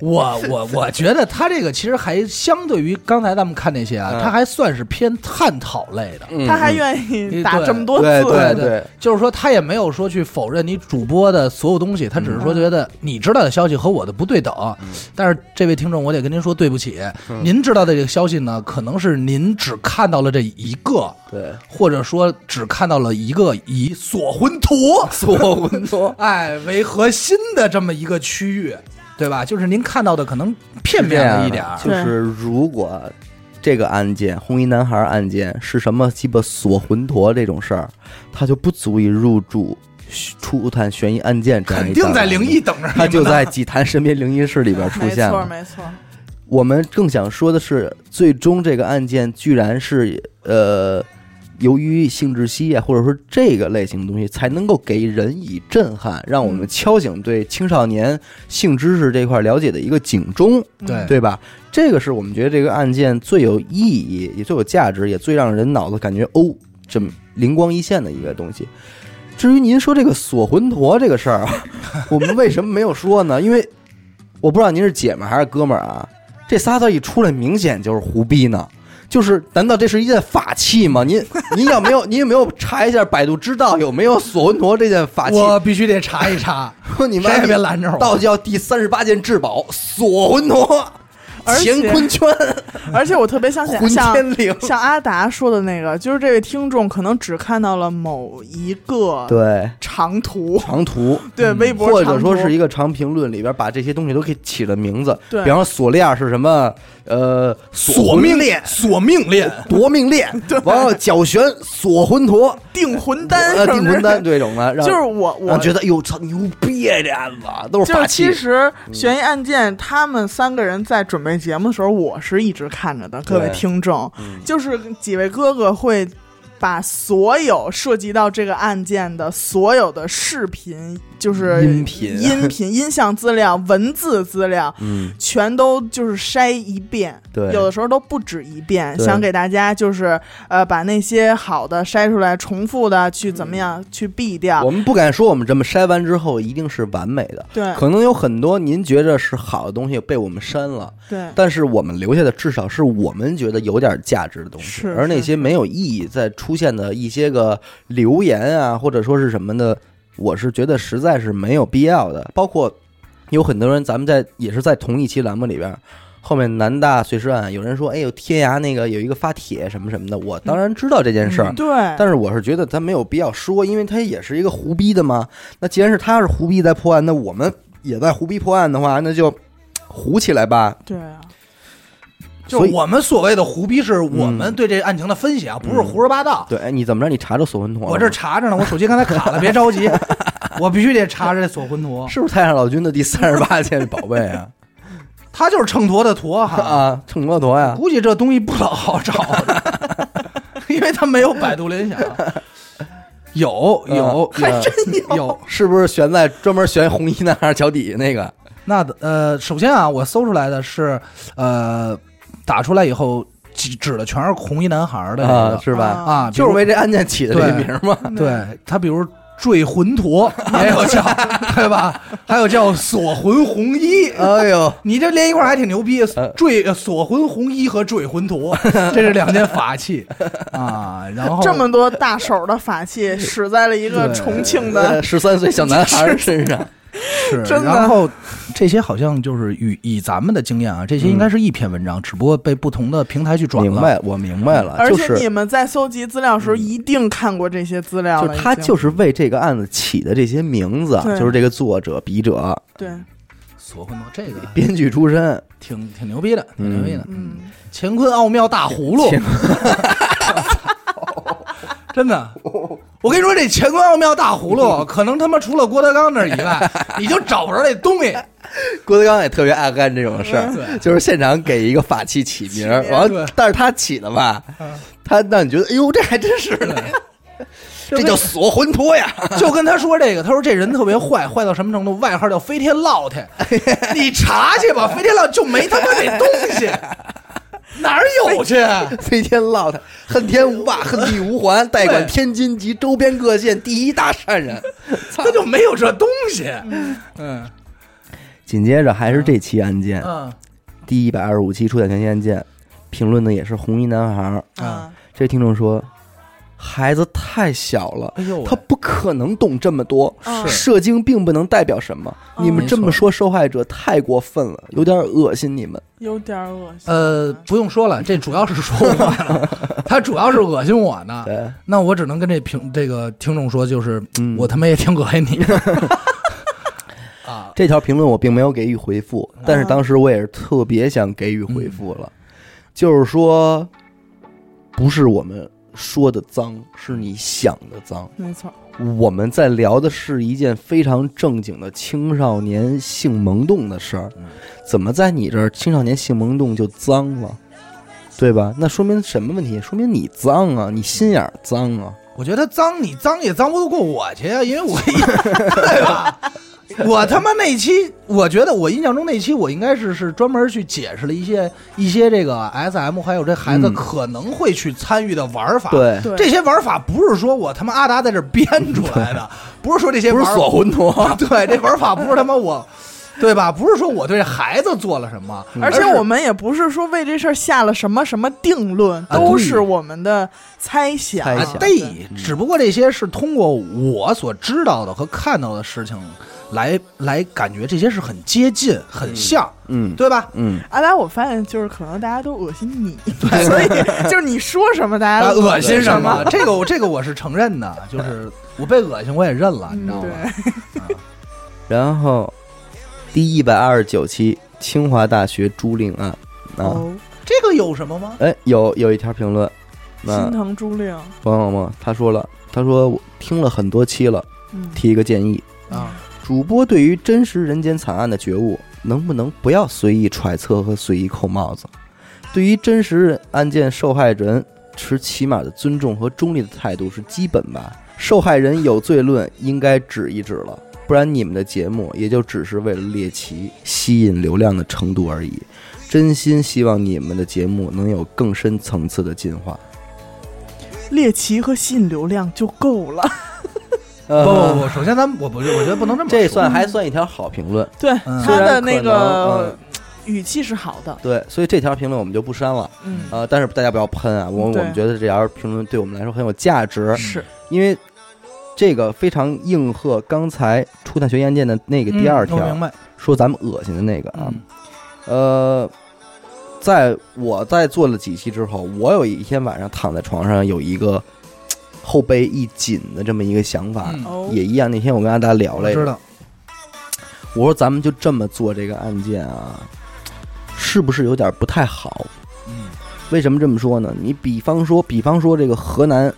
[SPEAKER 2] 我我我觉得他这个其实还相对于刚才咱们看那些啊，
[SPEAKER 1] 嗯
[SPEAKER 2] 他还算是偏探讨类的。
[SPEAKER 4] 他还愿意打这么多
[SPEAKER 1] 嗯对
[SPEAKER 4] 字，
[SPEAKER 1] 对
[SPEAKER 2] 就是说他也没有说去否认你主播的所有东西，他只是说觉得你知道的消息和我的不对等。
[SPEAKER 1] 嗯
[SPEAKER 2] 但是这位听众，我得跟您说对不起，您知道的这个消息呢，可能是您只看到了这一个，
[SPEAKER 1] 对，
[SPEAKER 2] 或者说只看到了一个以锁魂图
[SPEAKER 1] 锁魂 砣。
[SPEAKER 2] 哎为核心的这么一个区域，对吧？就是您看到的可能片
[SPEAKER 1] 是这
[SPEAKER 2] 面
[SPEAKER 1] 样
[SPEAKER 2] 了
[SPEAKER 1] 的
[SPEAKER 2] 一点儿。
[SPEAKER 1] 就是如果这个案件，红衣男孩案件是什么鸡巴锁魂陀这种事儿，他就不足以入驻初探悬疑案件这样
[SPEAKER 2] 肯
[SPEAKER 1] 一档
[SPEAKER 2] 定在
[SPEAKER 1] 案子
[SPEAKER 2] 灵异，等着你们呢
[SPEAKER 1] 他就在祭坛身边灵异室里边出
[SPEAKER 4] 没
[SPEAKER 1] 现
[SPEAKER 4] 错
[SPEAKER 1] 了。
[SPEAKER 4] 没错。
[SPEAKER 1] 我们更想说的是，最终这个案件居然是呃，由于性窒息啊，或者说这个类型的东西，才能够给人以震撼，让我们敲醒对青少年性知识这块了解的一个警钟，
[SPEAKER 4] 嗯
[SPEAKER 2] 对
[SPEAKER 1] 对吧？这个是我们觉得这个案件最有意义、也最有价值、也最让人脑子感觉哦，这么灵光一现的一个东西。至于您说这个锁魂陀这个事儿啊，我们为什么没有说呢？因为我不知道您是姐们儿还是哥们儿啊，这仨字一出来，明显就是胡逼呢。就是，难道这是一件法器吗？您您要没有，您有没有查一下百度知道有没有索文陀这件法器？
[SPEAKER 2] 我必须得查一查。
[SPEAKER 1] 说 你妈
[SPEAKER 2] 谁也别拦着我
[SPEAKER 1] 道教第三十八件至宝锁魂陀，
[SPEAKER 4] 而且
[SPEAKER 1] 乾坤圈，
[SPEAKER 4] 而且我特别相信
[SPEAKER 1] 魂
[SPEAKER 4] 像
[SPEAKER 1] 牵铃
[SPEAKER 4] 像阿达说的那个，就是这位听众可能只看到了某一个
[SPEAKER 1] 对，
[SPEAKER 4] 长图，
[SPEAKER 1] 长图。
[SPEAKER 4] 对微博
[SPEAKER 1] 或者说是一
[SPEAKER 4] 个
[SPEAKER 1] 个长评论里边把这些东西都给起了名字，
[SPEAKER 4] 对
[SPEAKER 1] 比方说锁链是什么？呃，
[SPEAKER 2] 索
[SPEAKER 1] 魂
[SPEAKER 2] 命
[SPEAKER 1] 链、
[SPEAKER 2] 索命链，
[SPEAKER 1] 夺命链， 然后绞旋锁魂陀、
[SPEAKER 4] 订魂丹
[SPEAKER 1] 呃
[SPEAKER 4] 什
[SPEAKER 1] 定
[SPEAKER 4] 么之类
[SPEAKER 1] 魂
[SPEAKER 4] 的，
[SPEAKER 1] 丹这种的，让
[SPEAKER 4] 就是我我
[SPEAKER 1] 让觉得哟操牛逼啊这案子都是嗯
[SPEAKER 4] 就是
[SPEAKER 1] 法器
[SPEAKER 4] 其，实悬疑案件，他们三个人在准备节目的时候，我是一直看着的。各位
[SPEAKER 1] 对嗯
[SPEAKER 4] 听众，就是几位哥哥会把所有涉及到这个案件的所有的视频，就是
[SPEAKER 1] 音频啊
[SPEAKER 4] 音频、音像资料、文字资料，
[SPEAKER 1] 嗯，
[SPEAKER 4] 全都就是筛一遍，
[SPEAKER 1] 对
[SPEAKER 4] 有的时候都不止一遍，
[SPEAKER 1] 对
[SPEAKER 4] 想给大家就是呃把那些好的筛出来，重复的去怎么样、去避掉
[SPEAKER 1] 嗯我。们不敢说我们这么筛完之后一定是完美的，
[SPEAKER 4] 对
[SPEAKER 1] 可能有很多您觉着是好的东西被我们删了，
[SPEAKER 4] 对，
[SPEAKER 1] 但是我们留下的至少是我们觉得有点价值的东西，
[SPEAKER 4] 是
[SPEAKER 1] 而那些没有意义在出现的一些个留言啊，或者说是什么的，我是觉得实在是没有必要的。包括有很多人，咱们在也是在同一期栏目里边。后面南大碎尸案，有人说，哎呦，天涯那个有一个发帖什么什么的，我当然知道这件事儿，
[SPEAKER 4] 对，
[SPEAKER 1] 但是我是觉得他没有必要说，因为他也是一个胡逼的嘛。那既然是他是胡逼在破案，那我们也在胡逼破案的话，那就胡起来吧。
[SPEAKER 4] 对啊。
[SPEAKER 2] 就
[SPEAKER 1] 所以嗯
[SPEAKER 2] 我们所谓的胡逼，是我们对这案情的分析啊，不是胡说八道。
[SPEAKER 1] 对，哎你怎么着？你查着索啊魂陀了吗？
[SPEAKER 2] 我这查着呢，我手机刚才 卡了，别着急，我必须得查查这索魂陀，
[SPEAKER 1] 是不是太上老君的第三十八件宝贝啊？
[SPEAKER 2] 它就是秤砣的砣哈。
[SPEAKER 1] 啊，秤砣陀呀，
[SPEAKER 2] 估计这东西不老好找的， 因为它没有百度联想。有有
[SPEAKER 1] 嗯还
[SPEAKER 2] 真有有
[SPEAKER 1] 是不是悬在专门悬红衣男孩脚底下那个？
[SPEAKER 2] 那呃，首先啊，我搜出来的是呃，打出来以后指指的全是红衣男孩儿的这
[SPEAKER 1] 啊，
[SPEAKER 2] 个
[SPEAKER 1] 是吧？
[SPEAKER 2] 啊，比
[SPEAKER 1] 就
[SPEAKER 2] 如
[SPEAKER 1] 是为这案件起的这
[SPEAKER 2] 对
[SPEAKER 1] 名儿嘛。
[SPEAKER 2] 对他，比如坠魂陀也有叫，对吧？还有叫锁魂红衣。呃
[SPEAKER 1] 哎 呦，
[SPEAKER 2] 你这连一块儿还挺牛逼
[SPEAKER 1] 呃，
[SPEAKER 2] 坠呃锁魂红衣和坠魂陀，这是两件法器啊。然后
[SPEAKER 4] 这么多大手的法器使在了一个重庆的，
[SPEAKER 1] 呃十三岁小男孩身上，
[SPEAKER 2] 是，
[SPEAKER 4] 真的
[SPEAKER 2] 然后这些好像就是与以咱们的经验啊，这些应该是一篇文章，只不过被不同的平台去转了。
[SPEAKER 1] 明白？我明白了，
[SPEAKER 4] 而
[SPEAKER 1] 就
[SPEAKER 4] 且
[SPEAKER 1] 是嗯
[SPEAKER 4] 你们在搜集资料的时候一定看过这些资料
[SPEAKER 1] 就
[SPEAKER 4] 了已
[SPEAKER 1] 是
[SPEAKER 4] 经。
[SPEAKER 1] 他就是是为这个案子起的这些名字啊，
[SPEAKER 4] 对
[SPEAKER 1] 就是这个作者、笔者、
[SPEAKER 4] 对，
[SPEAKER 2] 锁魂陀这个
[SPEAKER 1] 编剧出身，
[SPEAKER 2] 挺挺牛逼的，挺牛逼的。
[SPEAKER 4] 嗯，
[SPEAKER 2] 乾坤奥妙大葫芦， 真的，我跟你说，这乾坤奥妙大葫芦，可能他妈除了郭德纲那儿以外，你就找不着这东西。
[SPEAKER 1] 郭德纲也特别爱干这种事儿，
[SPEAKER 2] 对
[SPEAKER 1] 就是现场给一个法器起名儿，
[SPEAKER 4] 起名嗯
[SPEAKER 1] 完
[SPEAKER 2] 对
[SPEAKER 1] 了，但是他起的吧，他让你觉得，哎呦，这还真是呢，这叫锁魂陀呀！
[SPEAKER 2] 就跟他说这个，他说这人特别坏，坏到什么程度？外号叫飞天烙铁，你查去吧，飞天烙就没他妈这东西，哪儿有去？啊
[SPEAKER 1] 飞天烙他，恨天无霸，恨地无还，代管天津及周边各县第一大善 人。
[SPEAKER 2] 他就没有这东西。嗯
[SPEAKER 1] 紧接着还是这期案件，
[SPEAKER 2] 嗯，
[SPEAKER 1] 第一百二十五期出现权限案件，评论的也是红衣男孩儿。
[SPEAKER 4] 啊，
[SPEAKER 1] 这听众说，孩子太小了，
[SPEAKER 2] 哎呦喂
[SPEAKER 1] 他不可能懂这么多。
[SPEAKER 4] 是
[SPEAKER 1] 射精并不能代表什么，
[SPEAKER 4] 嗯
[SPEAKER 1] 你们这么说受害者太过分了，有点恶心你们。
[SPEAKER 4] 有点恶心。
[SPEAKER 2] 呃，不用说了，这主要是说我 呢，他主要是恶心我呢。
[SPEAKER 1] 对，
[SPEAKER 2] 那我只能跟这评这个听众说，就是、
[SPEAKER 1] 嗯
[SPEAKER 2] 我他妈也挺恶心 你啊！
[SPEAKER 1] 这条评论我并没有给予回复，但是当时我也是特别想给予回复了，
[SPEAKER 2] 嗯
[SPEAKER 1] 就是说，不是我们说的脏，是你想的脏。
[SPEAKER 4] 没错，
[SPEAKER 1] 我们在聊的是一件非常正经的青少年性萌动的事儿，怎么在你这儿青少年性萌动就脏了，对吧？那说明什么问题？说明你脏啊，你心眼儿脏啊。
[SPEAKER 2] 我觉得脏你脏也脏不过我去啊呀，因为我 对吧？我他妈那期，我觉得我印象中那期我应该是是专门去解释了一些一些这个 S M 还有这孩子
[SPEAKER 1] 嗯
[SPEAKER 2] 可能会去参与的玩法。
[SPEAKER 1] 对，
[SPEAKER 4] 对
[SPEAKER 2] 这些玩法不是说我他妈 阿达在这编出来的，不是说这些
[SPEAKER 1] 不
[SPEAKER 2] 玩
[SPEAKER 1] 是
[SPEAKER 2] 法
[SPEAKER 1] 锁魂陀，
[SPEAKER 2] 对，这玩法不是他妈我对吧？不是说我对孩子做了什么，
[SPEAKER 1] 嗯
[SPEAKER 4] 而且我们也不是说为这事儿下了什么什么定论，
[SPEAKER 2] 啊
[SPEAKER 4] 都
[SPEAKER 2] 对
[SPEAKER 4] 是我们的猜想。
[SPEAKER 1] 猜
[SPEAKER 2] 啊
[SPEAKER 1] 想
[SPEAKER 2] 对，只不过这些是通过我所知道的和看到的事情来来感觉这些是很接近、很像，
[SPEAKER 1] 嗯
[SPEAKER 2] 对吧？
[SPEAKER 1] 嗯，
[SPEAKER 4] 阿来，我发现啊就是可能大家都恶心你， 所以就是你说什么大家
[SPEAKER 2] 啊，
[SPEAKER 4] 都
[SPEAKER 2] 恶心
[SPEAKER 4] 什
[SPEAKER 2] 什么？？ 这个我这个我是承认的，就是我被恶心我也认了，你
[SPEAKER 4] 嗯
[SPEAKER 2] 知道吗？
[SPEAKER 4] 对，
[SPEAKER 1] 然后第一百二十九期清华大学朱令案啊，
[SPEAKER 4] 哦，
[SPEAKER 2] 这个有什么吗？
[SPEAKER 1] 哎，有有一条评论，那
[SPEAKER 4] 心疼朱令，
[SPEAKER 1] 网友们他说了，他说我听了很多期了，
[SPEAKER 4] 嗯，
[SPEAKER 1] 提一个建议，
[SPEAKER 2] 啊，
[SPEAKER 1] 主播对于真实人间惨案的觉悟，能不能不要随意揣测和随意扣帽子？对于真实案件受害人，持起码的尊重和中立的态度是基本吧。受害人有罪论应该指一指了，不然你们的节目也就只是为了猎奇、吸引流量的程度而已。真心希望你们的节目能有更深层次的进化。
[SPEAKER 4] 猎奇和吸引流量就 够了。
[SPEAKER 2] 不不不，首先咱们我不是我觉得不能这么
[SPEAKER 1] 呃这
[SPEAKER 2] 说
[SPEAKER 1] 算还算一条好评论，
[SPEAKER 4] 对，
[SPEAKER 2] 嗯
[SPEAKER 1] 虽
[SPEAKER 4] 他的
[SPEAKER 1] 然可
[SPEAKER 4] 那
[SPEAKER 1] 能
[SPEAKER 4] 个
[SPEAKER 1] 嗯
[SPEAKER 4] 语气是好的，
[SPEAKER 1] 对，所以这条评论我们就不删了。
[SPEAKER 4] 嗯，
[SPEAKER 1] 呃，但是大家不要喷啊，我我
[SPEAKER 4] 对
[SPEAKER 1] 们觉得这条评论对我们来说很有价值，
[SPEAKER 4] 是
[SPEAKER 1] 因为这个非常应和刚才初探悬疑案件的那个第二
[SPEAKER 2] 嗯我
[SPEAKER 1] 条，
[SPEAKER 2] 明白
[SPEAKER 1] 说咱们恶心的那个啊，
[SPEAKER 2] 嗯
[SPEAKER 1] 呃，在我在做了几期之后，我有一天晚上躺在床上有一个嘖后背一紧的这么一个想法，
[SPEAKER 2] 嗯
[SPEAKER 4] 哦，
[SPEAKER 1] 也一样。那天我跟大家聊
[SPEAKER 2] 我
[SPEAKER 1] 了一
[SPEAKER 2] 知
[SPEAKER 1] 个，
[SPEAKER 2] 道，
[SPEAKER 1] 我说咱们就这么做这个案件啊，是不是有点不太好？
[SPEAKER 2] 嗯
[SPEAKER 1] 为什么这么说呢？你比方说，比方说这个河南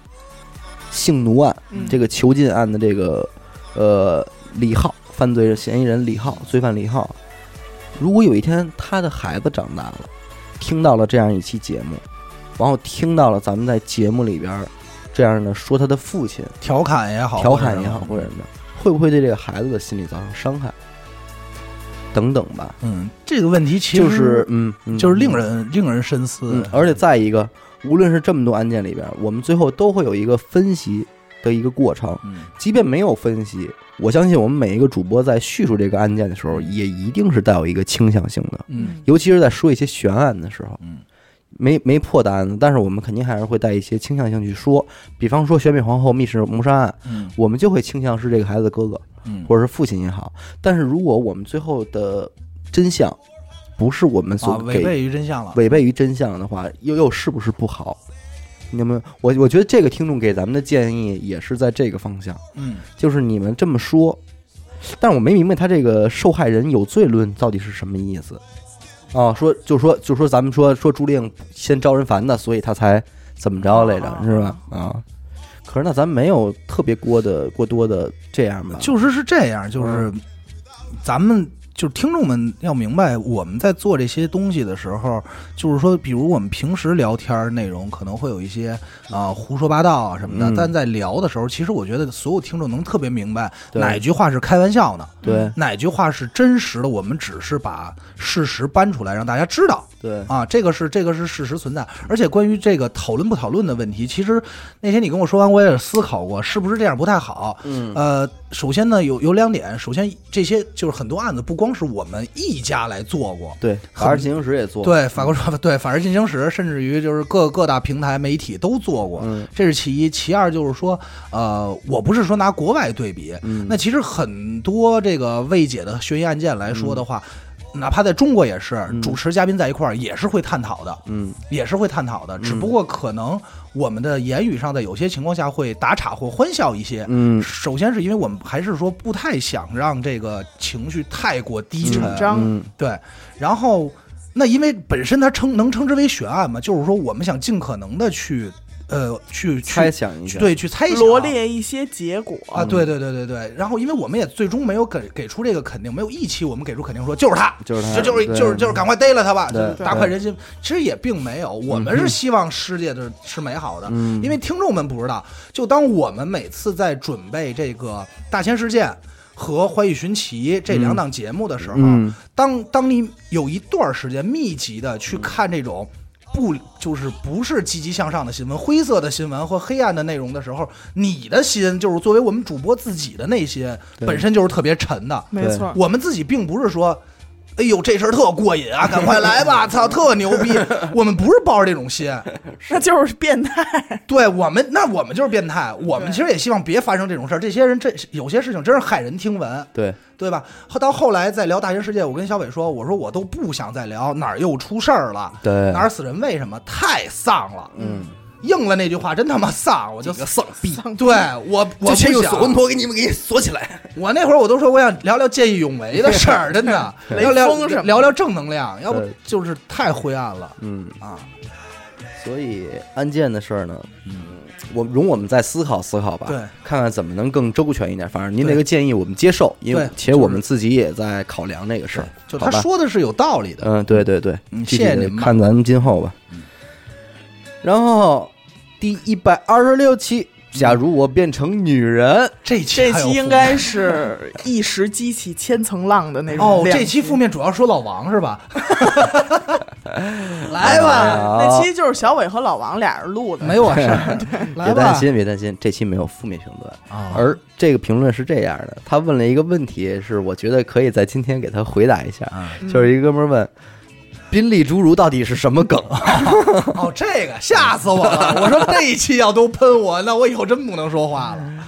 [SPEAKER 1] 性奴案，
[SPEAKER 4] 嗯
[SPEAKER 1] 这个囚禁案的这个呃李浩犯罪嫌疑人李浩，罪犯李浩，如果有一天他的孩子长大了，听到了这样一期节目，然后听到了咱们在节目里边儿这样的说他的父亲
[SPEAKER 2] 调侃也好，
[SPEAKER 1] 调侃也好或
[SPEAKER 2] 或
[SPEAKER 1] 者
[SPEAKER 2] 者
[SPEAKER 1] 什么，会不会对这个孩子的心理造成伤害？等等吧，
[SPEAKER 2] 嗯，这个问题其实
[SPEAKER 1] 就是嗯，嗯
[SPEAKER 2] 就是令
[SPEAKER 1] 嗯
[SPEAKER 2] 人令人深思啊
[SPEAKER 1] 嗯，，而且再一个，无论是这么多案件里边，我们最后都会有一个分析的一个过程。
[SPEAKER 2] 嗯
[SPEAKER 1] 即便没有分析，我相信我们每一个主播在叙述这个案件的时候，也一定是带有一个倾向性的，
[SPEAKER 2] 嗯
[SPEAKER 1] 尤其是在说一些悬案的时候，
[SPEAKER 2] 嗯
[SPEAKER 1] 没没破的案子，但是我们肯定还是会带一些倾向性去说。比方说选美皇后密室谋杀案，
[SPEAKER 2] 嗯
[SPEAKER 1] 我们就会倾向是这个孩子的哥哥
[SPEAKER 2] 嗯，
[SPEAKER 1] 或者是父亲也好。但是如果我们最后的真相不是我们
[SPEAKER 2] 啊
[SPEAKER 1] 所
[SPEAKER 2] 违
[SPEAKER 1] 给
[SPEAKER 2] 背于真相了，
[SPEAKER 1] 违背于真相的话，又又是不是不好？你们，我我觉得这个听众给咱们的建议也是在这个方向，
[SPEAKER 2] 嗯
[SPEAKER 1] 就是你们这么说，但是我没明白他这个受害人有罪论到底是什么意思啊？说就说就说咱们说说朱令先招人烦的，所以他才怎么着来
[SPEAKER 2] 哦
[SPEAKER 1] 着，是吧？啊，可是那咱没有特别过的过多的这样吧？
[SPEAKER 2] 就是是这样，就是
[SPEAKER 1] 嗯
[SPEAKER 2] 咱们就是听众们要明白，我们在做这些东西的时候，就是说，比如我们平时聊天儿内容可能会有一些啊、胡说八道啊什么的，
[SPEAKER 1] 嗯
[SPEAKER 2] 但在聊的时候，其实我觉得所有听众能特别明白
[SPEAKER 1] 对
[SPEAKER 2] 哪句话是开玩笑的，
[SPEAKER 1] 对
[SPEAKER 2] 哪句话是真实的，我们只是把事实搬出来让大家知道。
[SPEAKER 1] 对，
[SPEAKER 2] 啊，这个是这个是事实存在，而且关于这个讨论不讨论的问题，其实那天你跟我说完，我也思考过，是不是这样不太好？
[SPEAKER 1] 嗯
[SPEAKER 2] 呃，首先呢，有有两点，首先这些就是很多案子不光是我们一家来做过，
[SPEAKER 1] 对，法制进行时也做，
[SPEAKER 2] 对，法国说对，法制进行时，甚至于就是各各大平台媒体都做过，
[SPEAKER 1] 嗯
[SPEAKER 2] 这是其一。其二就是说，呃，我不是说拿国外对比，
[SPEAKER 1] 嗯
[SPEAKER 2] 那其实很多这个未解的悬疑案件来说的话。
[SPEAKER 1] 嗯
[SPEAKER 2] 哪怕在中国也是，主持嘉宾在一块儿也是会探讨的，
[SPEAKER 1] 嗯
[SPEAKER 2] 也是会探讨的。只不过可能我们的言语上在有些情况下会打岔或欢笑一些。
[SPEAKER 1] 嗯
[SPEAKER 2] 首先是因为我们还是说不太想让这个情绪太过低
[SPEAKER 4] 紧
[SPEAKER 2] 沉，
[SPEAKER 4] 张
[SPEAKER 1] 嗯
[SPEAKER 2] 对，然后那因为本身它称能称之为悬案嘛，就是说我们想尽可能的去呃去去
[SPEAKER 1] 猜想一下，
[SPEAKER 2] 对去猜想
[SPEAKER 4] 罗列一些结果，
[SPEAKER 2] 啊，对对对对对。然后因为我们也最终没有给给出这个肯定，没有一期我们给出肯定说就是他。
[SPEAKER 1] 就是他，
[SPEAKER 2] 就就是
[SPEAKER 1] 对
[SPEAKER 2] 就是就是赶快逮了他吧，就
[SPEAKER 1] 对
[SPEAKER 2] 是大快人心。其实也并没有，我们是希望世界的是美好的，
[SPEAKER 1] 嗯
[SPEAKER 2] 因为听众们不知道，就当我们每次在准备这个大千世界和欢喜寻奇这两档节目的时候，
[SPEAKER 1] 嗯
[SPEAKER 2] 当当你有一段时间密集的去看这种不就是不是积极向上的新闻、灰色的新闻或黑暗的内容的时候，你的心就是作为我们主播自己的内心
[SPEAKER 1] 对
[SPEAKER 2] 本身就是特别沉的。
[SPEAKER 4] 没
[SPEAKER 1] 对
[SPEAKER 4] 错，
[SPEAKER 2] 我们自己并不是说。哎呦，这事儿特过瘾啊！赶快来吧，操，特牛逼！我们不是抱着这种心，
[SPEAKER 4] 那就是变态。
[SPEAKER 2] 对我们，那我们就是变态。我们
[SPEAKER 4] 对
[SPEAKER 2] 其实也希望别发生这种事儿。这些人真有些事情真是骇人听闻，
[SPEAKER 1] 对，
[SPEAKER 2] 对吧？后到后来在聊大学世界，我跟小伟说，我说我都不想再聊哪儿又出事儿了，
[SPEAKER 1] 对
[SPEAKER 2] 哪儿死人，为什么太丧了？
[SPEAKER 3] 嗯，
[SPEAKER 2] 应了那句话，真他妈丧，我就
[SPEAKER 3] 这个丧逼，
[SPEAKER 2] 对我我
[SPEAKER 3] 就
[SPEAKER 2] 不
[SPEAKER 3] 先用
[SPEAKER 2] 想
[SPEAKER 3] 锁，魂陀给你们给你锁起来。
[SPEAKER 2] 我那会儿我都说我想聊聊见义勇为的事儿，真的，
[SPEAKER 4] 对
[SPEAKER 2] 聊
[SPEAKER 4] 雷锋
[SPEAKER 2] 聊
[SPEAKER 4] 什么的
[SPEAKER 2] 聊聊正能量，要不
[SPEAKER 1] 对
[SPEAKER 2] 就是太灰暗了
[SPEAKER 1] 嗯，
[SPEAKER 2] 啊！
[SPEAKER 1] 所以案件的事儿呢，嗯，我容我们再思考思考吧，
[SPEAKER 2] 对，
[SPEAKER 1] 看看怎么能更周全一点。反正您
[SPEAKER 2] 对
[SPEAKER 1] 那个建议我们接受，因为
[SPEAKER 2] 对
[SPEAKER 1] 且我们自己也在考量这个事儿，
[SPEAKER 2] 就
[SPEAKER 1] 好
[SPEAKER 2] 他
[SPEAKER 1] 吧？
[SPEAKER 2] 说的是有道理的，
[SPEAKER 1] 嗯，对对对，
[SPEAKER 2] 嗯
[SPEAKER 1] 具体
[SPEAKER 2] 谢谢嗯
[SPEAKER 1] 的
[SPEAKER 2] 您吧
[SPEAKER 1] 看咱们今后吧。然后第一百二十六期，
[SPEAKER 2] 嗯
[SPEAKER 1] 假如我变成女人，
[SPEAKER 2] 这期
[SPEAKER 4] 这
[SPEAKER 2] 还有
[SPEAKER 4] 期
[SPEAKER 2] 负
[SPEAKER 4] 应
[SPEAKER 2] 面
[SPEAKER 4] 该是一时激起千层浪的那种。
[SPEAKER 2] 哦，
[SPEAKER 4] 量
[SPEAKER 2] 这期负面主要说老王是吧？来吧，
[SPEAKER 1] 好
[SPEAKER 4] 啊那期就是小伟和老王俩人录的，
[SPEAKER 2] 没我事 儿，来
[SPEAKER 1] 别
[SPEAKER 2] 吧
[SPEAKER 1] 担。心，别担心，这期没有负面评论。
[SPEAKER 2] 啊
[SPEAKER 1] 而这个评论是这样的，他问了一个问题，是我觉得可以在今天给他回答一下，就是一哥们儿问。宾利侏儒到底是什么梗？
[SPEAKER 2] 哦，这个吓死我了！我说这一期要都喷我，那我以后真不能说话
[SPEAKER 1] 嗯
[SPEAKER 2] 了。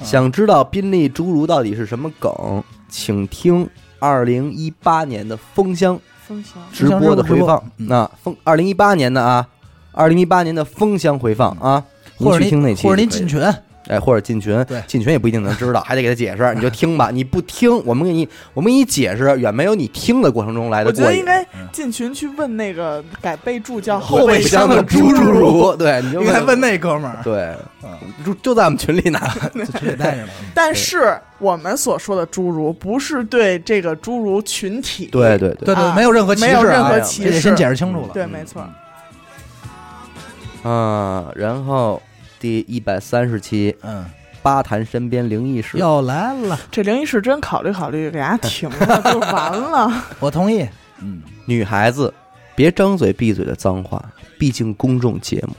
[SPEAKER 1] 想知道宾利侏儒到底是什么梗，请听二零一八年的风箱
[SPEAKER 4] 风箱
[SPEAKER 1] 直播的回放。
[SPEAKER 2] 嗯
[SPEAKER 1] 那风二零一八年的啊，二零一八年的风箱回放啊，您
[SPEAKER 2] 或者
[SPEAKER 1] 去听那
[SPEAKER 2] 您，
[SPEAKER 1] 期，
[SPEAKER 2] 或者您进，群，
[SPEAKER 1] 哎，或者进群
[SPEAKER 2] 对，
[SPEAKER 1] 进群也不一定能知道，还得给他解释，你就听吧。你不听，我们给你，我们给你解释，远没有你听的过程中来
[SPEAKER 4] 我
[SPEAKER 1] 的
[SPEAKER 4] 觉
[SPEAKER 1] 过
[SPEAKER 4] 得应
[SPEAKER 1] 瘾。嗯
[SPEAKER 4] 该进群去问那个改备注叫
[SPEAKER 1] 后备
[SPEAKER 4] 备
[SPEAKER 1] 箱的
[SPEAKER 2] 猪
[SPEAKER 1] 侏
[SPEAKER 2] 猪
[SPEAKER 1] 儒， 对，你就嗯
[SPEAKER 2] 应该问那哥们儿，
[SPEAKER 1] 对，就就在我们群里 呢。
[SPEAKER 2] 这也带着呢。
[SPEAKER 4] 但是我们所说的侏儒，不是对这个侏儒群体。
[SPEAKER 1] 对对对
[SPEAKER 2] 对，对，
[SPEAKER 4] 啊
[SPEAKER 2] 没有任何歧视
[SPEAKER 4] 没
[SPEAKER 2] 啊，
[SPEAKER 4] 有任何
[SPEAKER 2] 哎呀
[SPEAKER 4] 歧
[SPEAKER 2] 这得
[SPEAKER 4] 视
[SPEAKER 2] 先解释清楚了。
[SPEAKER 4] 对，没错。
[SPEAKER 1] 嗯，然后第一百三十期
[SPEAKER 2] 嗯，
[SPEAKER 1] 八谈身边灵异事，
[SPEAKER 2] 又来了，
[SPEAKER 4] 这灵异事真考虑考虑，给大家停了就 完了。
[SPEAKER 2] 我同意。嗯，
[SPEAKER 1] 女孩子别张嘴闭嘴的脏话，毕竟公众节目。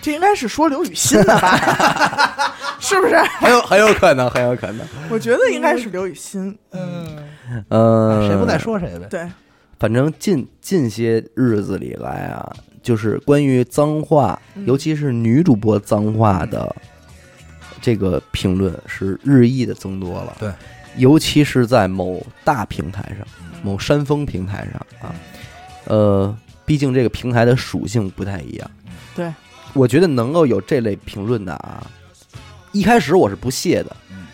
[SPEAKER 4] 这应该是说刘雨欣的吧？ 是不是？
[SPEAKER 1] 很有很有可能，很有可能。
[SPEAKER 4] 我觉得应该是刘雨欣。
[SPEAKER 1] 嗯，
[SPEAKER 2] 谁不在？说谁呗。
[SPEAKER 4] 对，
[SPEAKER 1] 反正近近些日子里来啊，就是关于脏话，尤其是女主播脏话的这个评论是日益的增多了。
[SPEAKER 2] 对，
[SPEAKER 1] 尤其是在某大平台上，某山峰平台上啊，呃，毕竟这个平台的属性不太一样。
[SPEAKER 4] 对，
[SPEAKER 1] 我觉得能够有这类评论的啊，一开始我是不屑的
[SPEAKER 2] 嗯，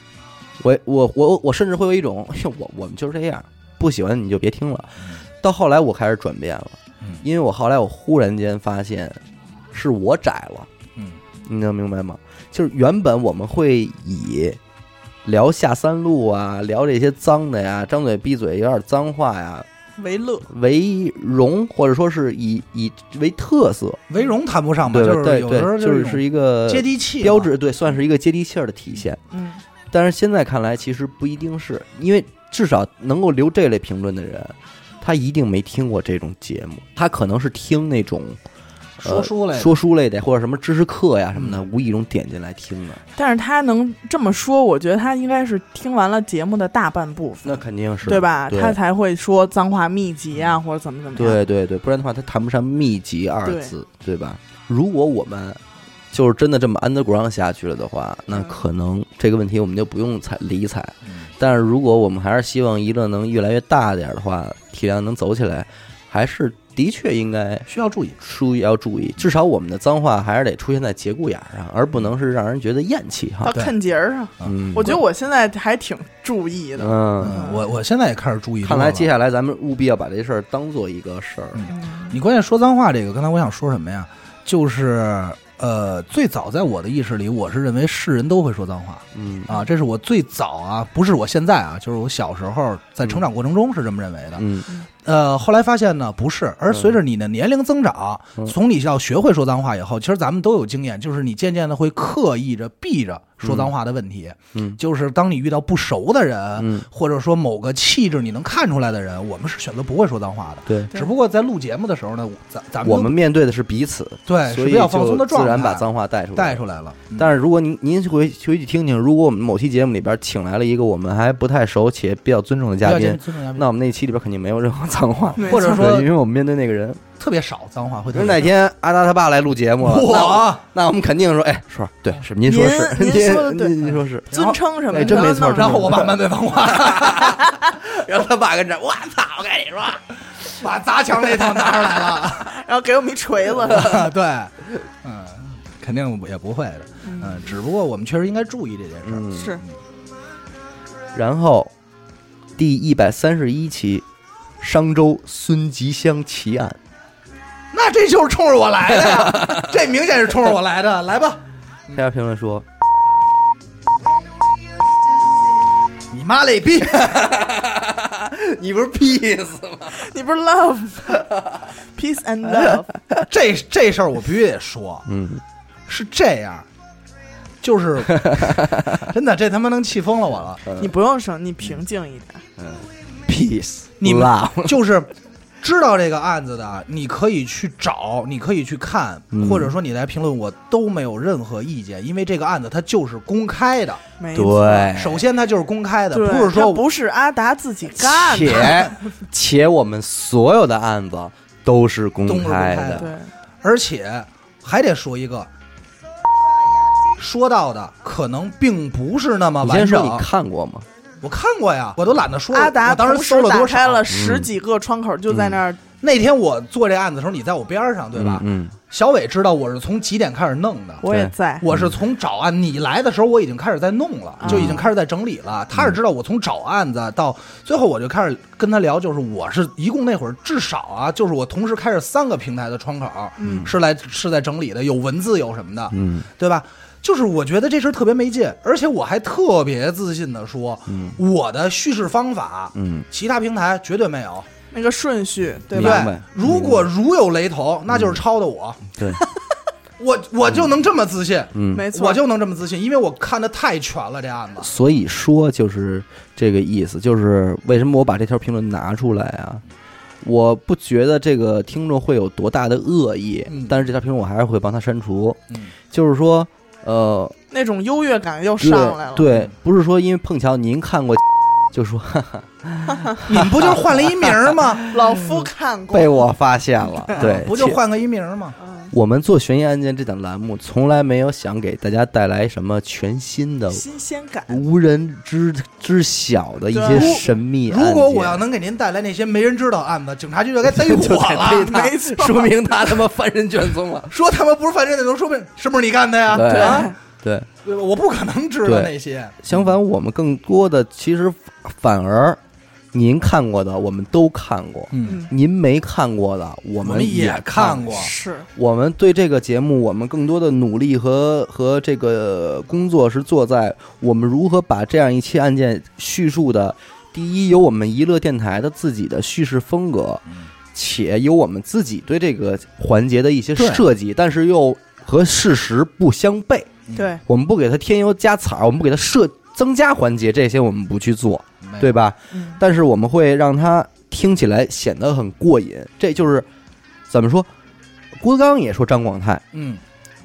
[SPEAKER 1] 我我我我甚至会有一种，哎呦我我们就是这样，不喜欢你就别听了。到后来我开始转变了
[SPEAKER 2] 嗯，
[SPEAKER 1] 因为我后来我忽然间发现，是我窄了，
[SPEAKER 2] 嗯，
[SPEAKER 1] 你能明白吗？就是原本我们会以聊下三路啊，聊这些脏的呀，张嘴闭嘴有点脏话呀
[SPEAKER 4] 维乐
[SPEAKER 1] 为荣，或者说是以以为特色，
[SPEAKER 2] 维荣谈不上吧，
[SPEAKER 1] 对吧
[SPEAKER 2] 啊就
[SPEAKER 1] 对
[SPEAKER 2] 是有的时候
[SPEAKER 1] 对，就是是
[SPEAKER 2] 一
[SPEAKER 1] 一个
[SPEAKER 2] 种接地气嘛
[SPEAKER 1] 标志，对，算是一个接地气儿的体现。
[SPEAKER 4] 嗯，
[SPEAKER 1] 但是现在看来，其实不一定是因为至少能够留这类评论的人，他一定没听过这种节目，他可能是听那种、呃
[SPEAKER 2] 说书类的
[SPEAKER 1] 说书类的或者什么知识课呀什么的，无意中点进来听的，
[SPEAKER 4] 但是他能这么说，我觉得他应该是听完了节目的大半部分，
[SPEAKER 1] 那肯定是
[SPEAKER 4] 对吧？
[SPEAKER 1] 对嗯
[SPEAKER 4] 他才会说脏话秘籍啊，或者怎么怎么样。
[SPEAKER 1] 对对对，不然的话他谈不上秘籍二
[SPEAKER 4] 对
[SPEAKER 1] 字，对吧？如果我们就是真的这么 underground 下去了的话，那
[SPEAKER 4] 嗯
[SPEAKER 1] 可能这个问题我们就不用采理睬。但是如果我们还是希望娱乐能越来越大点儿的话，体量能走起来，还是的确应该
[SPEAKER 2] 需要注意。
[SPEAKER 1] 注意要注意，至少我们的脏话还是得出现在节骨眼儿上，而不能是让人觉得厌弃
[SPEAKER 4] 到
[SPEAKER 1] 哈。
[SPEAKER 4] 看节儿啊上，
[SPEAKER 1] 嗯，
[SPEAKER 4] 我觉得我现在还挺注意的。
[SPEAKER 1] 嗯，
[SPEAKER 2] 嗯，我我现在也开始注意多
[SPEAKER 1] 看
[SPEAKER 2] 了。
[SPEAKER 1] 来接下来咱们务必要把这事儿当做一个事儿。
[SPEAKER 4] 嗯
[SPEAKER 2] 你关键说脏话这个，刚才我想说什么呀？就是呃，最早在我的意识里，我是认为世人都会说脏话
[SPEAKER 1] 嗯
[SPEAKER 2] 啊，这是我最早啊，不是我现在啊，就是我小时候在成长过程中是这么认为的。
[SPEAKER 1] 嗯
[SPEAKER 2] 呃，后来发现呢不是，而随着你的年龄增长，
[SPEAKER 1] 嗯
[SPEAKER 2] 从你要学会说脏话以后，其实咱们都有经验，就是你渐渐的会刻意着避着说脏话的问题。
[SPEAKER 1] 嗯
[SPEAKER 2] 就是当你遇到不熟的人，
[SPEAKER 1] 嗯
[SPEAKER 2] 或者说某个气质你能看出来的人，我们是选择不会说脏话的。
[SPEAKER 1] 对，
[SPEAKER 2] 只不过在录节目的时候呢，我咱咱
[SPEAKER 1] 我
[SPEAKER 2] 都
[SPEAKER 1] 们面对的是彼此，
[SPEAKER 2] 对是
[SPEAKER 1] 所
[SPEAKER 2] 比
[SPEAKER 1] 以
[SPEAKER 2] 较放松的
[SPEAKER 1] 就
[SPEAKER 2] 状
[SPEAKER 1] 自
[SPEAKER 2] 态，
[SPEAKER 1] 然把脏话带出来。
[SPEAKER 2] 带出来了。嗯
[SPEAKER 1] 但是如果您您回回去听听，如果我们某期节目里边请来了一个我们还不太熟且比较尊重的
[SPEAKER 2] 不
[SPEAKER 1] 嘉
[SPEAKER 2] 要见
[SPEAKER 1] 宾，
[SPEAKER 2] 尊重嘉宾
[SPEAKER 1] 那我们那一期里边肯定没有任何脏 话，
[SPEAKER 4] 没错
[SPEAKER 2] 或者
[SPEAKER 1] 对，因为
[SPEAKER 2] 说
[SPEAKER 1] 我们面对那个人。
[SPEAKER 2] 特别少脏话会
[SPEAKER 1] 比
[SPEAKER 2] 特
[SPEAKER 1] 如
[SPEAKER 2] 别少。
[SPEAKER 1] 哪天阿达他爸来录节目了，那我
[SPEAKER 2] 我啊
[SPEAKER 1] 那我们肯定说，哎，是对，是您说是，
[SPEAKER 4] 您您说的对
[SPEAKER 1] 您您说是，
[SPEAKER 4] 尊称什么
[SPEAKER 1] 哎
[SPEAKER 4] 的，
[SPEAKER 1] 真没错
[SPEAKER 4] 弄
[SPEAKER 1] 真
[SPEAKER 2] 然
[SPEAKER 1] 没
[SPEAKER 2] 后我把满嘴脏 话，
[SPEAKER 3] 然后他爸跟这儿，我操，我跟你说，
[SPEAKER 2] 把砸墙那一套拿出来了。
[SPEAKER 4] 然后给我们一锤子，
[SPEAKER 2] 对，嗯，肯定也不会的，嗯，只不过我们确实应该注意这件事儿。
[SPEAKER 1] 嗯，
[SPEAKER 4] 是
[SPEAKER 1] 然后第一百三十一期，商周孙吉香奇案，
[SPEAKER 2] 那这就是冲着我来的呀，这明显是冲着我来的，来吧，
[SPEAKER 1] 下边评论 说，
[SPEAKER 2] 你妈嘞逼！
[SPEAKER 3] 你不是 peace 吗？
[SPEAKER 4] 你不是 love 吗 peace and love，
[SPEAKER 2] 这这事儿我必须得说，啊
[SPEAKER 1] 嗯，
[SPEAKER 2] 是这样，就是 真的，这他妈能气疯了我了。
[SPEAKER 1] 呃
[SPEAKER 4] 你不用说，你平静一点，
[SPEAKER 1] peace，
[SPEAKER 2] 你们
[SPEAKER 1] 啦，
[SPEAKER 2] 就是知道这个案子的，啊你可以去找，你可以去看，
[SPEAKER 1] 嗯
[SPEAKER 2] 或者说你来评论，我都没有任何意见，因为这个案子它就是公开的。
[SPEAKER 4] 没错，
[SPEAKER 1] 对，
[SPEAKER 2] 首先，它就是公开的，
[SPEAKER 4] 对，
[SPEAKER 2] 不是说
[SPEAKER 4] 他不是阿达自己干的，
[SPEAKER 1] 且且我们所有的案子都是公
[SPEAKER 2] 都是公
[SPEAKER 1] 开
[SPEAKER 2] 开
[SPEAKER 1] 的，
[SPEAKER 4] 对，
[SPEAKER 2] 而且还得说一个，说到的可能并不是那么
[SPEAKER 1] 你
[SPEAKER 2] 啊完
[SPEAKER 1] 先说你
[SPEAKER 2] 整。
[SPEAKER 1] 看过吗？
[SPEAKER 2] 我看过呀，我都懒得说了。
[SPEAKER 4] 阿达
[SPEAKER 2] 我当时
[SPEAKER 4] 同
[SPEAKER 2] 搜
[SPEAKER 4] 时
[SPEAKER 2] 了
[SPEAKER 4] 打
[SPEAKER 2] 多
[SPEAKER 4] 开
[SPEAKER 2] 少？
[SPEAKER 4] 了十几个窗口，就在那儿，
[SPEAKER 2] 那天我做这案子的时候，你在我边儿上，对吧？
[SPEAKER 1] 嗯，
[SPEAKER 2] 小伟知道我是从几点开始弄的。
[SPEAKER 4] 我也
[SPEAKER 1] 对
[SPEAKER 4] 在，
[SPEAKER 2] 我是从找案，你来的时候我已经开始在弄了
[SPEAKER 4] 啊，
[SPEAKER 2] 就已经开始在整理
[SPEAKER 1] 嗯
[SPEAKER 2] 了。他是知道我从找案子到最后，我就开始跟他聊，就是我是一共那会儿至少啊，就是我同时开始三个平台的窗口，
[SPEAKER 4] 嗯
[SPEAKER 2] 是来是在整理的，有文字有什么的，
[SPEAKER 1] 嗯，
[SPEAKER 2] 对吧？就是我觉得这事儿特别没劲，而且我还特别自信的说，我的叙事方法，
[SPEAKER 1] 嗯，
[SPEAKER 2] 其他平台绝对没有，
[SPEAKER 4] 那个顺序，对
[SPEAKER 2] 对
[SPEAKER 1] 明
[SPEAKER 2] 不
[SPEAKER 4] 吧？
[SPEAKER 1] 白
[SPEAKER 2] 对？如果如有雷同，那就是抄的我，
[SPEAKER 1] 对，
[SPEAKER 2] 我我就能这么自信，
[SPEAKER 1] 嗯，
[SPEAKER 4] 没错，
[SPEAKER 2] 我就能这么自信，因为我看的太全了这案子。
[SPEAKER 1] 所以说就是这个意思，就是为什么我把这条评论拿出来啊？我不觉得这个听众会有多大的恶意，
[SPEAKER 2] 嗯
[SPEAKER 1] 但是这条评论我还是会帮他删除。
[SPEAKER 2] 嗯
[SPEAKER 1] 就是说，呃，
[SPEAKER 4] 那种优越感又
[SPEAKER 1] 对
[SPEAKER 4] 上来了，
[SPEAKER 1] 对，不是说因为碰巧您看过， 就
[SPEAKER 2] 哦
[SPEAKER 1] 说哈哈
[SPEAKER 2] 你们不就换了一名儿吗？
[SPEAKER 4] 老夫看过
[SPEAKER 1] 被，我发现 了， 对，
[SPEAKER 2] 不就
[SPEAKER 1] 切
[SPEAKER 2] 换个一名儿吗？
[SPEAKER 4] 嗯
[SPEAKER 1] 我们做悬疑案件这档栏目，从来没有想给大家带来什么全新的、
[SPEAKER 4] 新鲜感，
[SPEAKER 1] 无人知知晓的一
[SPEAKER 4] 对
[SPEAKER 1] 些
[SPEAKER 4] 如
[SPEAKER 1] 神秘案件。
[SPEAKER 2] 啊如果我要能给您带来那些没人知道的案子，警察局就该逮
[SPEAKER 1] 就
[SPEAKER 2] 我
[SPEAKER 1] 得
[SPEAKER 2] 了
[SPEAKER 1] 逮。他
[SPEAKER 4] 没错
[SPEAKER 1] 说明他他妈犯人卷宗了。
[SPEAKER 2] 说他妈不是犯罪内容，说不定是不是你干的呀？
[SPEAKER 1] 对
[SPEAKER 2] 啊，
[SPEAKER 1] 对，
[SPEAKER 2] 对吧我不可能知道
[SPEAKER 1] 对
[SPEAKER 2] 那些。
[SPEAKER 1] 相反，我们更多的其实反而，您看过的我们都看过，
[SPEAKER 2] 嗯，
[SPEAKER 1] 您没看过的我
[SPEAKER 2] 我
[SPEAKER 1] 们
[SPEAKER 2] 们也看
[SPEAKER 1] 看。
[SPEAKER 2] 过，
[SPEAKER 4] 是
[SPEAKER 1] 我们对这个节目，我们更多的努力和和这个工作是做在我们如何把这样一期案件叙述的，第一有我们娱乐电台的自己的叙事风格，且有我们自己对这个环节的一些
[SPEAKER 2] 对
[SPEAKER 1] 设计，但是又和事实不相悖。
[SPEAKER 4] 对，
[SPEAKER 1] 我们不给它添油加彩儿，我们不给它设增加环节，这些我们不去做，
[SPEAKER 2] 哎
[SPEAKER 1] 对吧？
[SPEAKER 4] 嗯，
[SPEAKER 1] 但是我们会让它听起来显得很过瘾，这就是怎么说？郭德纲也说张广泰。
[SPEAKER 2] 嗯，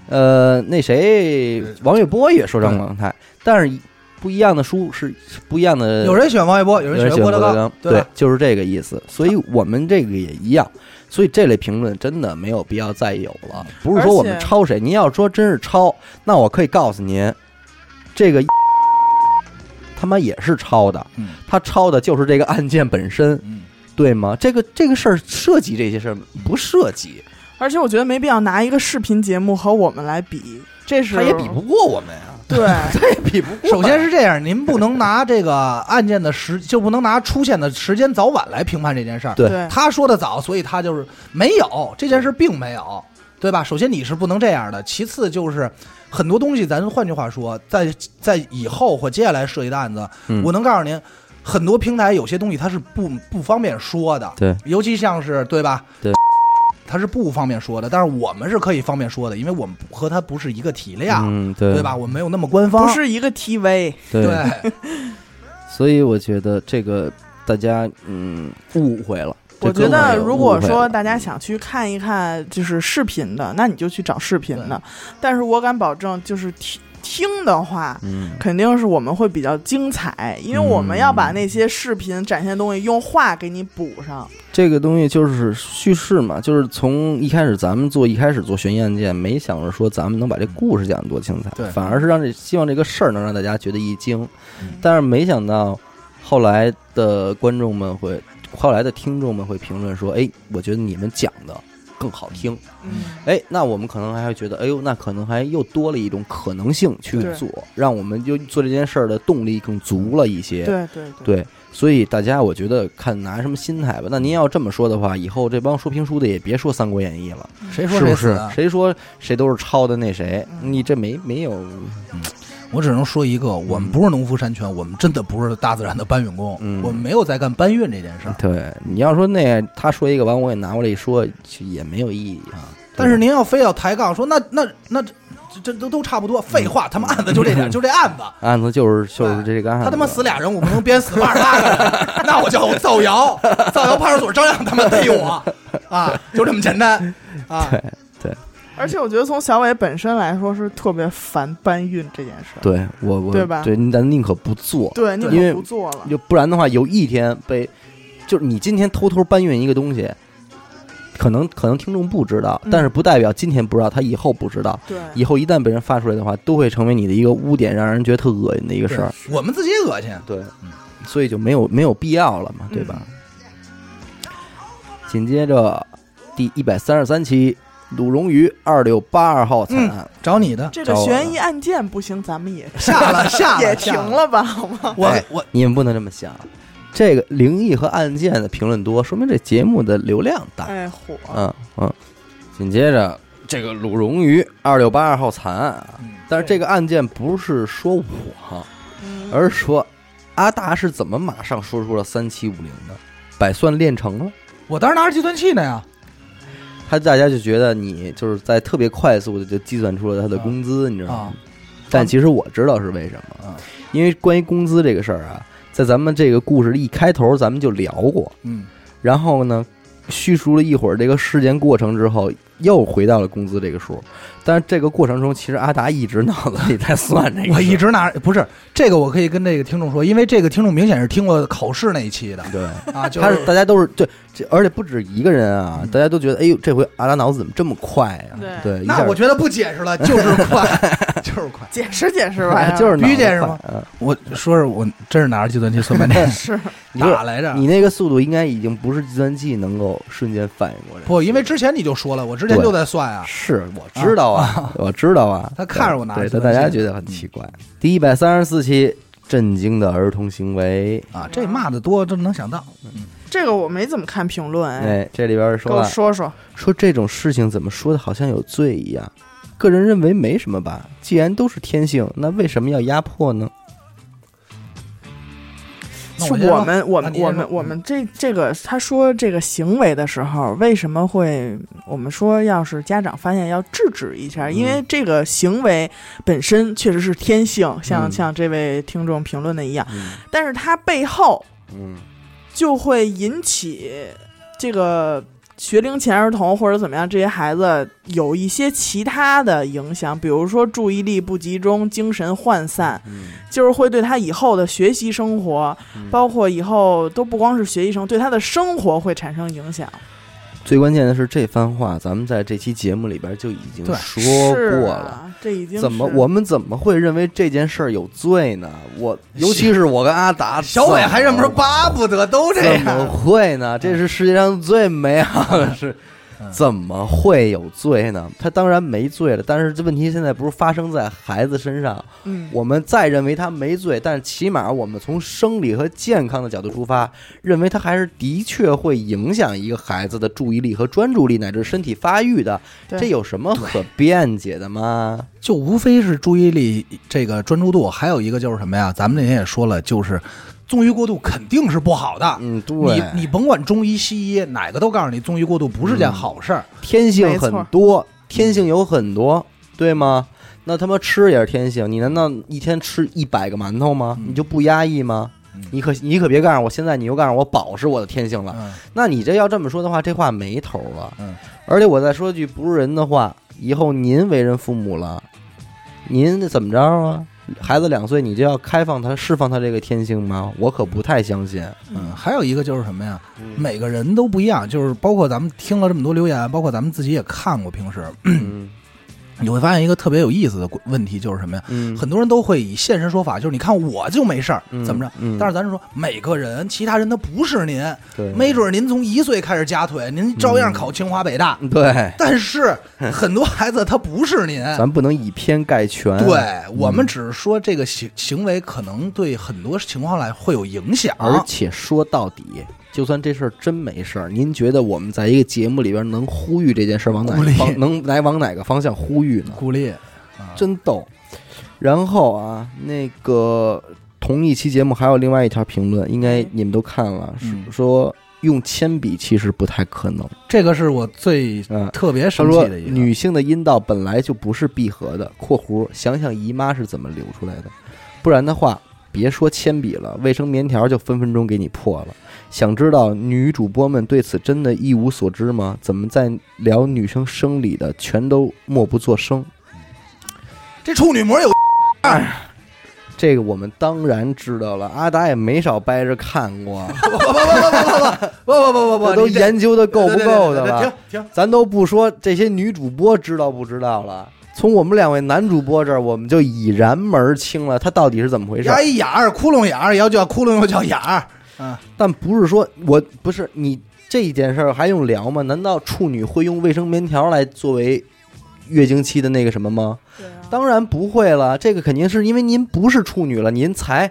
[SPEAKER 1] 呃，那谁
[SPEAKER 2] 对，
[SPEAKER 1] 王玥波也说张广泰，但是不一样的书是不一样的。
[SPEAKER 2] 有人喜欢王一博，有
[SPEAKER 1] 有
[SPEAKER 2] 人
[SPEAKER 1] 人
[SPEAKER 2] 喜
[SPEAKER 1] 喜
[SPEAKER 2] 欢
[SPEAKER 1] 欢
[SPEAKER 2] 郭德纲
[SPEAKER 1] 纲，，
[SPEAKER 2] 吧
[SPEAKER 1] 对，就是这个意思。所以我们这个也一样，所以这类评论真的没有必要再有了。不是说我们
[SPEAKER 4] 而且
[SPEAKER 1] 抄谁，您要说真是抄，那我可以告诉您，这 个他妈也是抄的，
[SPEAKER 2] 嗯
[SPEAKER 1] 他抄的就是这个案件本身，
[SPEAKER 2] 嗯，
[SPEAKER 1] 对吗？这个这个事儿涉及这些事儿不涉及，
[SPEAKER 4] 而且我觉得没必要拿一个视频节目和我们来比，这是
[SPEAKER 1] 他也比不过我们啊 呀，
[SPEAKER 4] 对，
[SPEAKER 1] 他也比不过。
[SPEAKER 2] 首先是这样，您不能拿这个案件的时，就不能拿出现的时间早晚来评判这件事儿。
[SPEAKER 1] 对
[SPEAKER 4] 对
[SPEAKER 2] 他说的早，所以他就是没有这件事，并没有，对吧？首先你是不能这样的，其次就是很多东西，咱换句话说，在在以后或接下来涉及的案子，
[SPEAKER 1] 嗯
[SPEAKER 2] 我能告诉您，很多平台有些东西它是不不方便说的，
[SPEAKER 1] 对，
[SPEAKER 2] 尤其像是对吧？
[SPEAKER 1] 对，
[SPEAKER 2] 它是不方便说的，但是我们是可以方便说的，因为我们和它不是一个体量，
[SPEAKER 1] 嗯，
[SPEAKER 2] 对吧？？我们没有那么官方，
[SPEAKER 4] 不是一个 TV，
[SPEAKER 1] 对
[SPEAKER 2] 对，
[SPEAKER 1] 所以我觉得这个大家嗯误会了。
[SPEAKER 4] 我
[SPEAKER 1] 这
[SPEAKER 4] 觉
[SPEAKER 1] 哥们儿
[SPEAKER 4] 得，
[SPEAKER 1] 有
[SPEAKER 4] 如果
[SPEAKER 1] 误会
[SPEAKER 4] 说
[SPEAKER 1] 了
[SPEAKER 4] 大家想去看一看就是视频的，那你就去找视频的。但是我敢保证，就是听听的话，
[SPEAKER 1] 嗯
[SPEAKER 4] 肯定是我们会比较精彩，因为我们要把那些视频展现的东西用话给你补上。
[SPEAKER 1] 这个东西就是叙事嘛，就是从一开始咱们做一开始做悬疑案件，没想着说咱们能把这故事讲得多精彩，
[SPEAKER 2] 对
[SPEAKER 1] 反而是让这希望这个事儿能让大家觉得一惊，
[SPEAKER 4] 嗯
[SPEAKER 1] 但是没想到后来的观众们会，后来的听众们会评论说，哎，我觉得你们讲的更好听，
[SPEAKER 4] 嗯，
[SPEAKER 1] 哎，那我们可能还会觉得，哎呦，那可能还又多了一种可能性去
[SPEAKER 4] 对
[SPEAKER 1] 做，让我们就做这件事儿的动力更足了一些，
[SPEAKER 4] 对对对，
[SPEAKER 1] 对，所以大家我觉得看拿什么心态吧。那您要这么说的话，以后这帮说评书的也别说《三国演义》了，
[SPEAKER 2] 谁
[SPEAKER 1] 是
[SPEAKER 2] 说
[SPEAKER 1] 不
[SPEAKER 2] 谁死
[SPEAKER 1] 是
[SPEAKER 2] 啊？？
[SPEAKER 1] 谁说谁都是抄的那谁，
[SPEAKER 4] 嗯
[SPEAKER 1] 你这没没有，
[SPEAKER 2] 我只能说一个，我们不是农夫山泉，我们真的不是大自然的搬运工，
[SPEAKER 1] 嗯
[SPEAKER 2] 我们没有在干搬运这件事儿。
[SPEAKER 1] 对，你要说那他说一个完，我也拿过来一说，其实也没有意义啊。
[SPEAKER 2] 但是您要非要抬杠说那那那这这都都差不多，废
[SPEAKER 1] 嗯
[SPEAKER 2] 话，他妈案子就这 点，就这案子，
[SPEAKER 1] 案子就是就是这个案子，
[SPEAKER 2] 他他妈死俩人，我不能编死八十八个人，那我叫造谣，造谣派出所照样他妈逮我啊，就这么简单啊。
[SPEAKER 1] 对对
[SPEAKER 4] 而且我觉得从小伟本身来说是特别烦搬运这件事儿，
[SPEAKER 1] 对，我我
[SPEAKER 4] 对吧
[SPEAKER 1] 对，你咱宁可不做，
[SPEAKER 4] 对，
[SPEAKER 1] 因
[SPEAKER 4] 你
[SPEAKER 1] 为
[SPEAKER 4] 可不做了。
[SPEAKER 1] 就不然的话，有一天被，就是你今天偷偷搬运一个东西，可能可能听众不知道，
[SPEAKER 4] 嗯
[SPEAKER 1] 但是不代表今天不知道，他以后不知道。
[SPEAKER 4] 对，
[SPEAKER 1] 以后一旦被人发出来的话，都会成为你的一个污点，让人觉得特恶心的一个事儿。
[SPEAKER 2] 我们自己也恶心，
[SPEAKER 1] 对，所以就没有没有必要了嘛，对吧？紧接着第一百三十三期，鲁荣于二六八二号惨案，
[SPEAKER 2] 找你的
[SPEAKER 4] 这
[SPEAKER 1] 找
[SPEAKER 4] 个
[SPEAKER 1] 我
[SPEAKER 4] 悬
[SPEAKER 1] 了
[SPEAKER 4] 疑案件不行，咱们也
[SPEAKER 2] 下 了下了
[SPEAKER 4] 也
[SPEAKER 2] 下
[SPEAKER 4] 停了吧，好吗？
[SPEAKER 2] 我
[SPEAKER 1] 哎
[SPEAKER 2] 我
[SPEAKER 1] 你们不能这么想。这个灵异和案件的评论多，说明这节目的流量大。
[SPEAKER 4] 哎，火，
[SPEAKER 1] 嗯嗯，紧接着这个鲁荣于二六八二号惨案啊，但是这个案件不是说我，
[SPEAKER 4] 嗯
[SPEAKER 1] 而是说阿达是怎么马上说出了三七五零的，百算练成了。
[SPEAKER 2] 我当时拿着计算器呢呀，
[SPEAKER 1] 他大家就觉得你就是在特别快速的就计算出了他的工资，你知道吗？
[SPEAKER 2] 啊，
[SPEAKER 1] 但其实我知道是为什么，
[SPEAKER 2] 啊
[SPEAKER 1] 因为关于工资这个事儿啊，在咱们这个故事的一开头咱们就聊过，
[SPEAKER 2] 嗯，
[SPEAKER 1] 然后呢，叙述了一会儿这个事件过程之后，又回到了工资这个数。但是这个过程中，其实阿达一直脑子里在算这个事儿。
[SPEAKER 2] 我一直拿不是这个，我可以跟这个听众说，因为这个听众明显是听过考试那一期的
[SPEAKER 1] 对，
[SPEAKER 2] 啊，就
[SPEAKER 1] 他是大家都是对，这而且不止一个人啊，
[SPEAKER 2] 嗯
[SPEAKER 1] 大家都觉得，哎呦，这回阿达脑子怎么这么快呀、
[SPEAKER 4] 对
[SPEAKER 1] 嗯对，一
[SPEAKER 2] 那
[SPEAKER 1] 下
[SPEAKER 2] 我觉得不解释了， 就是快，就是快。
[SPEAKER 4] 解释解释吧
[SPEAKER 1] 哎，
[SPEAKER 4] 呀，
[SPEAKER 1] 就是脑
[SPEAKER 2] 必须
[SPEAKER 1] 子
[SPEAKER 2] 得是
[SPEAKER 1] 快
[SPEAKER 2] 吗
[SPEAKER 1] 嗯
[SPEAKER 2] 我说是我真是拿着计算器算半 天
[SPEAKER 4] 是
[SPEAKER 1] 你
[SPEAKER 2] 打
[SPEAKER 1] 说
[SPEAKER 2] 来着，
[SPEAKER 1] 你那个速度应该已经不是计算器能够瞬间反应过来。
[SPEAKER 2] 不，因为之前你就说了，我之前
[SPEAKER 1] 对
[SPEAKER 2] 就在算啊，
[SPEAKER 1] 是我知道啊， 我知道啊。
[SPEAKER 2] 他看着我拿着
[SPEAKER 1] 对，
[SPEAKER 2] 计
[SPEAKER 1] 对
[SPEAKER 2] 算
[SPEAKER 1] 大
[SPEAKER 2] 器
[SPEAKER 1] 家觉得很奇怪。第一百三十四期，震惊的儿童行为。
[SPEAKER 2] 啊，这骂的多，这能想到，
[SPEAKER 4] 这个我没怎么看评论，哎，
[SPEAKER 1] 哎，这里边
[SPEAKER 4] 给
[SPEAKER 1] 说
[SPEAKER 4] 我
[SPEAKER 1] 啊
[SPEAKER 4] 说说，
[SPEAKER 1] 说这种事情怎么说的，好像有罪一样。个人认为没什么吧，既然都是天性，那为什么要压迫呢？
[SPEAKER 2] 那
[SPEAKER 4] 是
[SPEAKER 2] 先
[SPEAKER 4] 我
[SPEAKER 2] 说
[SPEAKER 4] 们我
[SPEAKER 2] 那
[SPEAKER 4] 们
[SPEAKER 2] 你先
[SPEAKER 4] 我
[SPEAKER 2] 说
[SPEAKER 4] 们我们这这个他说这个行为的时候，为什么会我们说要是家长发现要制止一
[SPEAKER 1] 嗯
[SPEAKER 4] 下，因为这个行为本身确实是天性，像
[SPEAKER 1] 嗯
[SPEAKER 4] 像这位听众评论的一样，
[SPEAKER 1] 嗯
[SPEAKER 4] 但是它背后
[SPEAKER 1] 嗯，
[SPEAKER 4] 就会引起这个学龄前儿童或者怎么样这些孩子有一些其他的影响，比如说注意力不集中、精神涣散，
[SPEAKER 1] 嗯
[SPEAKER 4] 就是会对他以后的学习生活，包括以后都不光是学习生，对他的生活会产生影响。
[SPEAKER 1] 最关键的是这番话，咱们在这期节目里边就已经
[SPEAKER 2] 对
[SPEAKER 1] 说
[SPEAKER 4] 是
[SPEAKER 1] 过了。
[SPEAKER 4] 啊，这已经
[SPEAKER 1] 怎么
[SPEAKER 4] 是
[SPEAKER 1] 我们怎么会认为这件事儿有罪呢？我尤其是我跟阿达，
[SPEAKER 2] 小伟还认不
[SPEAKER 1] 怎
[SPEAKER 2] 是
[SPEAKER 1] 么
[SPEAKER 2] 巴不得都这
[SPEAKER 1] 怎么
[SPEAKER 2] 样，
[SPEAKER 1] 会
[SPEAKER 2] 嗯
[SPEAKER 1] 呢？这是世界上最美好的事，怎么会有罪呢？他当然没罪了，但是这问题现在不是发生在孩子身上。
[SPEAKER 4] 嗯
[SPEAKER 1] 我们再认为他没罪，但是起码我们从生理和健康的角度出发，认为他还是的确会影响一个孩子的注意力和专注力，乃至身体发育的。
[SPEAKER 4] 对
[SPEAKER 1] 这有什么可辩解的吗？
[SPEAKER 2] 就无非是注意力这个专注度，还有一个就是什么呀？咱们那天也说了，就是纵欲过度肯定是不好的。
[SPEAKER 3] 嗯，对，
[SPEAKER 2] 你你甭管中医西医哪个都告诉你纵欲过度不是件好事儿。
[SPEAKER 1] 天性
[SPEAKER 4] 没错
[SPEAKER 1] 很多，天性有很多，对吗？那他妈吃也是天性，你难道一天吃一百个馒头吗？
[SPEAKER 2] 嗯
[SPEAKER 1] 你就不压抑吗？你可你可别告诉我，现在你又告诉我饱是我的天性了。
[SPEAKER 2] 嗯
[SPEAKER 1] 那你这要这么说的话，这话没头儿了。
[SPEAKER 2] 嗯，
[SPEAKER 1] 而且我再说句不是人的话，以后您为人父母了，您怎么着啊？孩子两岁，你就要开放他、释放他这个天性吗？我可不太相信。
[SPEAKER 2] 嗯，还有一个就是什么呀？
[SPEAKER 1] 嗯
[SPEAKER 2] 每个人都不一样，就是包括咱们听了这么多留言，包括咱们自己也看过，平时
[SPEAKER 1] 嗯
[SPEAKER 2] 你会发现一个特别有意思的问题，就是什么呀？
[SPEAKER 1] 嗯
[SPEAKER 2] 很多人都会以现身说法，就是你看我就没事儿，
[SPEAKER 1] 嗯
[SPEAKER 2] 怎么着？
[SPEAKER 1] 嗯
[SPEAKER 2] 但是咱是说每个人，其他人他不是您，
[SPEAKER 1] 对
[SPEAKER 2] 没准儿您从一岁开始夹腿，您照样考清华北
[SPEAKER 1] 嗯
[SPEAKER 2] 大，
[SPEAKER 1] 对，
[SPEAKER 2] 但是很多孩子他不是您。
[SPEAKER 1] 咱不能以偏概全。
[SPEAKER 2] 对
[SPEAKER 1] 嗯
[SPEAKER 2] 我们只是说这个行行为可能对很多情况来会有影响，
[SPEAKER 1] 而且说到底，就算这事儿真没事儿，您觉得我们在一个节目里边能呼吁这件事儿往哪
[SPEAKER 2] 鼓励
[SPEAKER 1] 个方能来往哪个方向呼吁呢？
[SPEAKER 2] 鼓励
[SPEAKER 1] 真逗。然后啊，那个同一期节目还有另外一条评论，应该你们都看了，
[SPEAKER 2] 嗯
[SPEAKER 1] 是说用铅笔其实不太可能。
[SPEAKER 2] 这个是我最
[SPEAKER 1] 嗯，
[SPEAKER 2] 特别
[SPEAKER 1] 他
[SPEAKER 2] 生
[SPEAKER 1] 说
[SPEAKER 2] 气的一个。
[SPEAKER 1] 女性的阴道本来就不是闭合的（括弧想想姨妈是怎么流出来的），不然的话，别说铅笔了，卫生棉条就分分钟给你破了。想知道女主播们对此真的一无所知吗？怎么在聊女生生理的全都默不作声？
[SPEAKER 2] 这处女膜有
[SPEAKER 1] 这个我们当然知道了，阿达也没少掰着看 过，
[SPEAKER 2] 不不不不不不不不不不
[SPEAKER 1] 这
[SPEAKER 2] 不，
[SPEAKER 1] 都
[SPEAKER 2] 你这
[SPEAKER 1] 研究的够不够的
[SPEAKER 2] 对对对对对
[SPEAKER 1] 了
[SPEAKER 2] 对？停停，
[SPEAKER 1] 咱都不说这些女主播知道不知道了，从我们两位男主播这儿，我们就已然门儿清了，他到底是怎么回事
[SPEAKER 2] 牙？一眼儿，窟窿眼儿，也要叫窟窿，又叫眼儿。嗯，
[SPEAKER 1] 但不是说我不是你这件事儿还用聊吗？难道处女会用卫生棉条来作为月经期的那个什么吗？当然不会了，这个肯定是因为您不是处女了，您才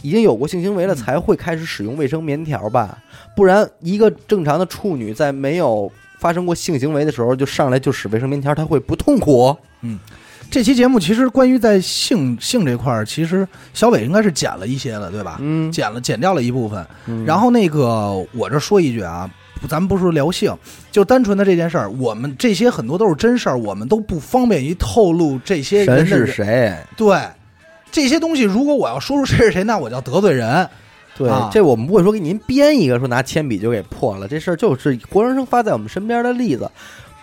[SPEAKER 1] 已经有过性行为了，
[SPEAKER 2] 嗯
[SPEAKER 1] 才会开始使用卫生棉条吧？不然，一个正常的处女在没有发生过性行为的时候，就上来就使卫生棉条，她会不痛苦？
[SPEAKER 2] 这期节目其实关于在性性这块儿，其实小伟应该是剪了一些了，对吧？
[SPEAKER 1] 嗯，
[SPEAKER 2] 剪了剪掉了一部分。
[SPEAKER 1] 嗯
[SPEAKER 2] 然后那个我这说一句啊，不咱们不说聊性，就单纯的这件事儿，我们这些很多都是真事儿，我们都不方便于透露这些人的
[SPEAKER 1] 神是谁？
[SPEAKER 2] 对。这些东西，如果我要说出谁是谁，那我叫得罪人。
[SPEAKER 1] 对，
[SPEAKER 2] 啊
[SPEAKER 1] 这我们不会说给您编一个说拿铅笔就给破了，这事儿就是活生生发在我们身边的例子。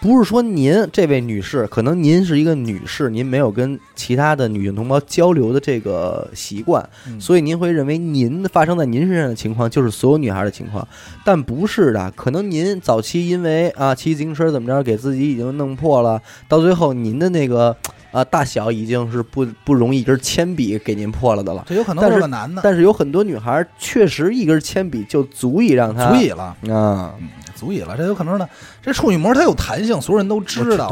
[SPEAKER 1] 不是说您这位女士，可能您是一个女士，您没有跟其他的女性同胞交流的这个习惯，
[SPEAKER 2] 嗯
[SPEAKER 1] 所以您会认为您发生在您身上的情况就是所有女孩的情况，但不是的。可能您早期因为啊骑自行车怎么着，给自己已经弄破了，到最后您的那个啊大小已经是不不容易一根铅笔给您破了的了。
[SPEAKER 2] 这有可能
[SPEAKER 1] 但是
[SPEAKER 2] 都是个男的，
[SPEAKER 1] 但是有很多女孩确实一根铅笔就足以让她
[SPEAKER 2] 足以了。
[SPEAKER 1] 啊，
[SPEAKER 2] 足以了，这有可能呢。这处女膜它有弹性，所有人都知道。啊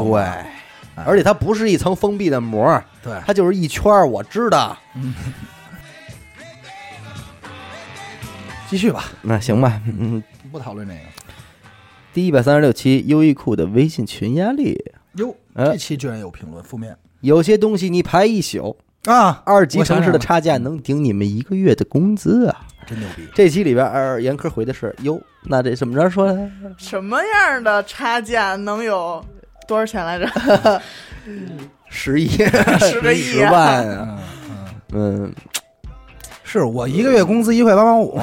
[SPEAKER 1] 对，而且它不是一层封闭的膜，
[SPEAKER 2] 对，
[SPEAKER 1] 它就是一圈儿。我知道，
[SPEAKER 2] 继续吧，
[SPEAKER 1] 那行吧，嗯，
[SPEAKER 2] 不讨论这个。
[SPEAKER 1] 第一百三十六期优衣库的微信群压力，
[SPEAKER 2] 哟，
[SPEAKER 1] 哎
[SPEAKER 2] 这期居然有评论负面
[SPEAKER 1] 有些东西你排一宿，
[SPEAKER 2] 啊！
[SPEAKER 1] 二级
[SPEAKER 2] 我想
[SPEAKER 1] 城市的
[SPEAKER 2] 想
[SPEAKER 1] 差价能顶你们一个月的工资啊！
[SPEAKER 2] 真牛逼，
[SPEAKER 1] 这期里边，二严科回的是哟，那这怎么着说来？
[SPEAKER 4] 什么样的差价能有多少钱来着？
[SPEAKER 1] 十亿，
[SPEAKER 4] 十个亿啊
[SPEAKER 1] 十万啊，嗯，
[SPEAKER 2] 是我一个月工资一块八毛五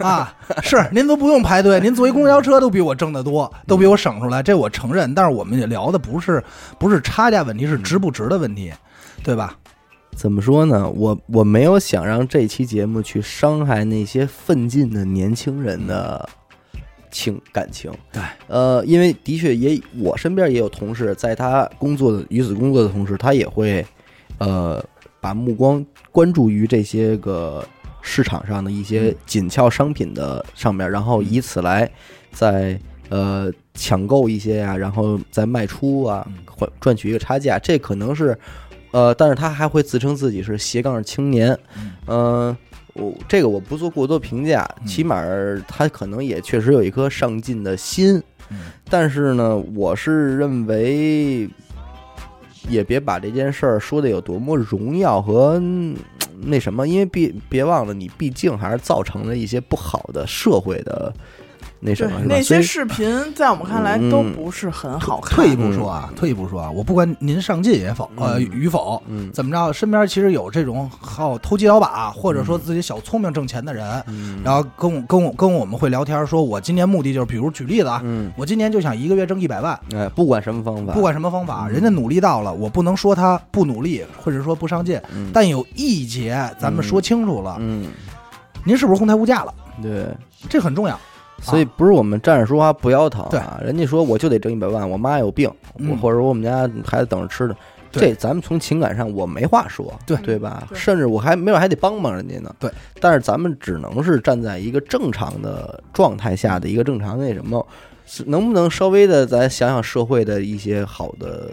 [SPEAKER 2] 啊！是您都不用排队，您坐一公交车都比我挣得多，都比我省出来，这我承认。但是我们也聊的不是不是差价问题，是值不值的问题，对吧？
[SPEAKER 1] 怎么说呢？我我没有想让这期节目去伤害那些奋进的年轻人的情感情。
[SPEAKER 2] 对，
[SPEAKER 1] 呃，因为的确也，我身边也有同事，在他工作的与此工作的同时，他也会，呃，把目光关注于这些个市场上的一
[SPEAKER 2] 嗯
[SPEAKER 1] 些紧俏商品的上面，然后以此来在呃抢购一些啊，然后再卖出啊
[SPEAKER 2] 嗯，
[SPEAKER 1] 换赚取一个差价，这可能是。呃，但是他还会自称自己是斜杠青年，
[SPEAKER 2] 嗯
[SPEAKER 1] 嗯，我这个我不做过多评价，
[SPEAKER 2] 嗯
[SPEAKER 1] 起码儿他可能也确实有一颗上进的心，
[SPEAKER 2] 嗯
[SPEAKER 1] 但是呢，我是认为也别把这件事儿说的有多么荣耀和嗯那什么，因为毕别忘了，你毕竟还是造成了一些不好的社会的 那什
[SPEAKER 4] 对
[SPEAKER 1] 么，，是吧
[SPEAKER 4] 那
[SPEAKER 1] 所以嗯
[SPEAKER 4] 些视频在我们看来都不是很好看。
[SPEAKER 2] 退一步说啊，退一步说啊，我不管您上进也否，呃，与否，
[SPEAKER 1] 嗯
[SPEAKER 2] 怎么着，身边其实有这种好偷鸡倒把，或者说自己小聪明挣钱的人，
[SPEAKER 1] 嗯
[SPEAKER 2] 然后跟我跟我跟我们会聊天，说我今年目的就是，比如举例子啊，我今年就想一个月挣一百万，
[SPEAKER 1] 哎，不管什么方法，
[SPEAKER 2] 不管什么方
[SPEAKER 1] 嗯
[SPEAKER 2] 法，人家努力到了，我不能说他不努力，或者说不上进，但有一节咱们说清楚了，
[SPEAKER 1] 嗯，
[SPEAKER 2] 您是不是哄抬物价了？
[SPEAKER 1] 对，
[SPEAKER 2] 这很重要。
[SPEAKER 1] 所以不是我们站着说话不腰疼
[SPEAKER 2] 啊对
[SPEAKER 1] 啊，人家说我就得挣一百万，我妈有病，
[SPEAKER 2] 嗯
[SPEAKER 1] 我或者说我们家孩子等着吃呢。
[SPEAKER 2] 对
[SPEAKER 1] 这咱们从情感上我没话说，
[SPEAKER 2] 对
[SPEAKER 1] 对吧？
[SPEAKER 4] 对
[SPEAKER 1] 甚至我还没准还得帮帮人家呢。
[SPEAKER 2] 对，
[SPEAKER 1] 但是咱们只能是站在一个正常的状态下的一个正常那什么，是能不能稍微的咱想想社会的一些好的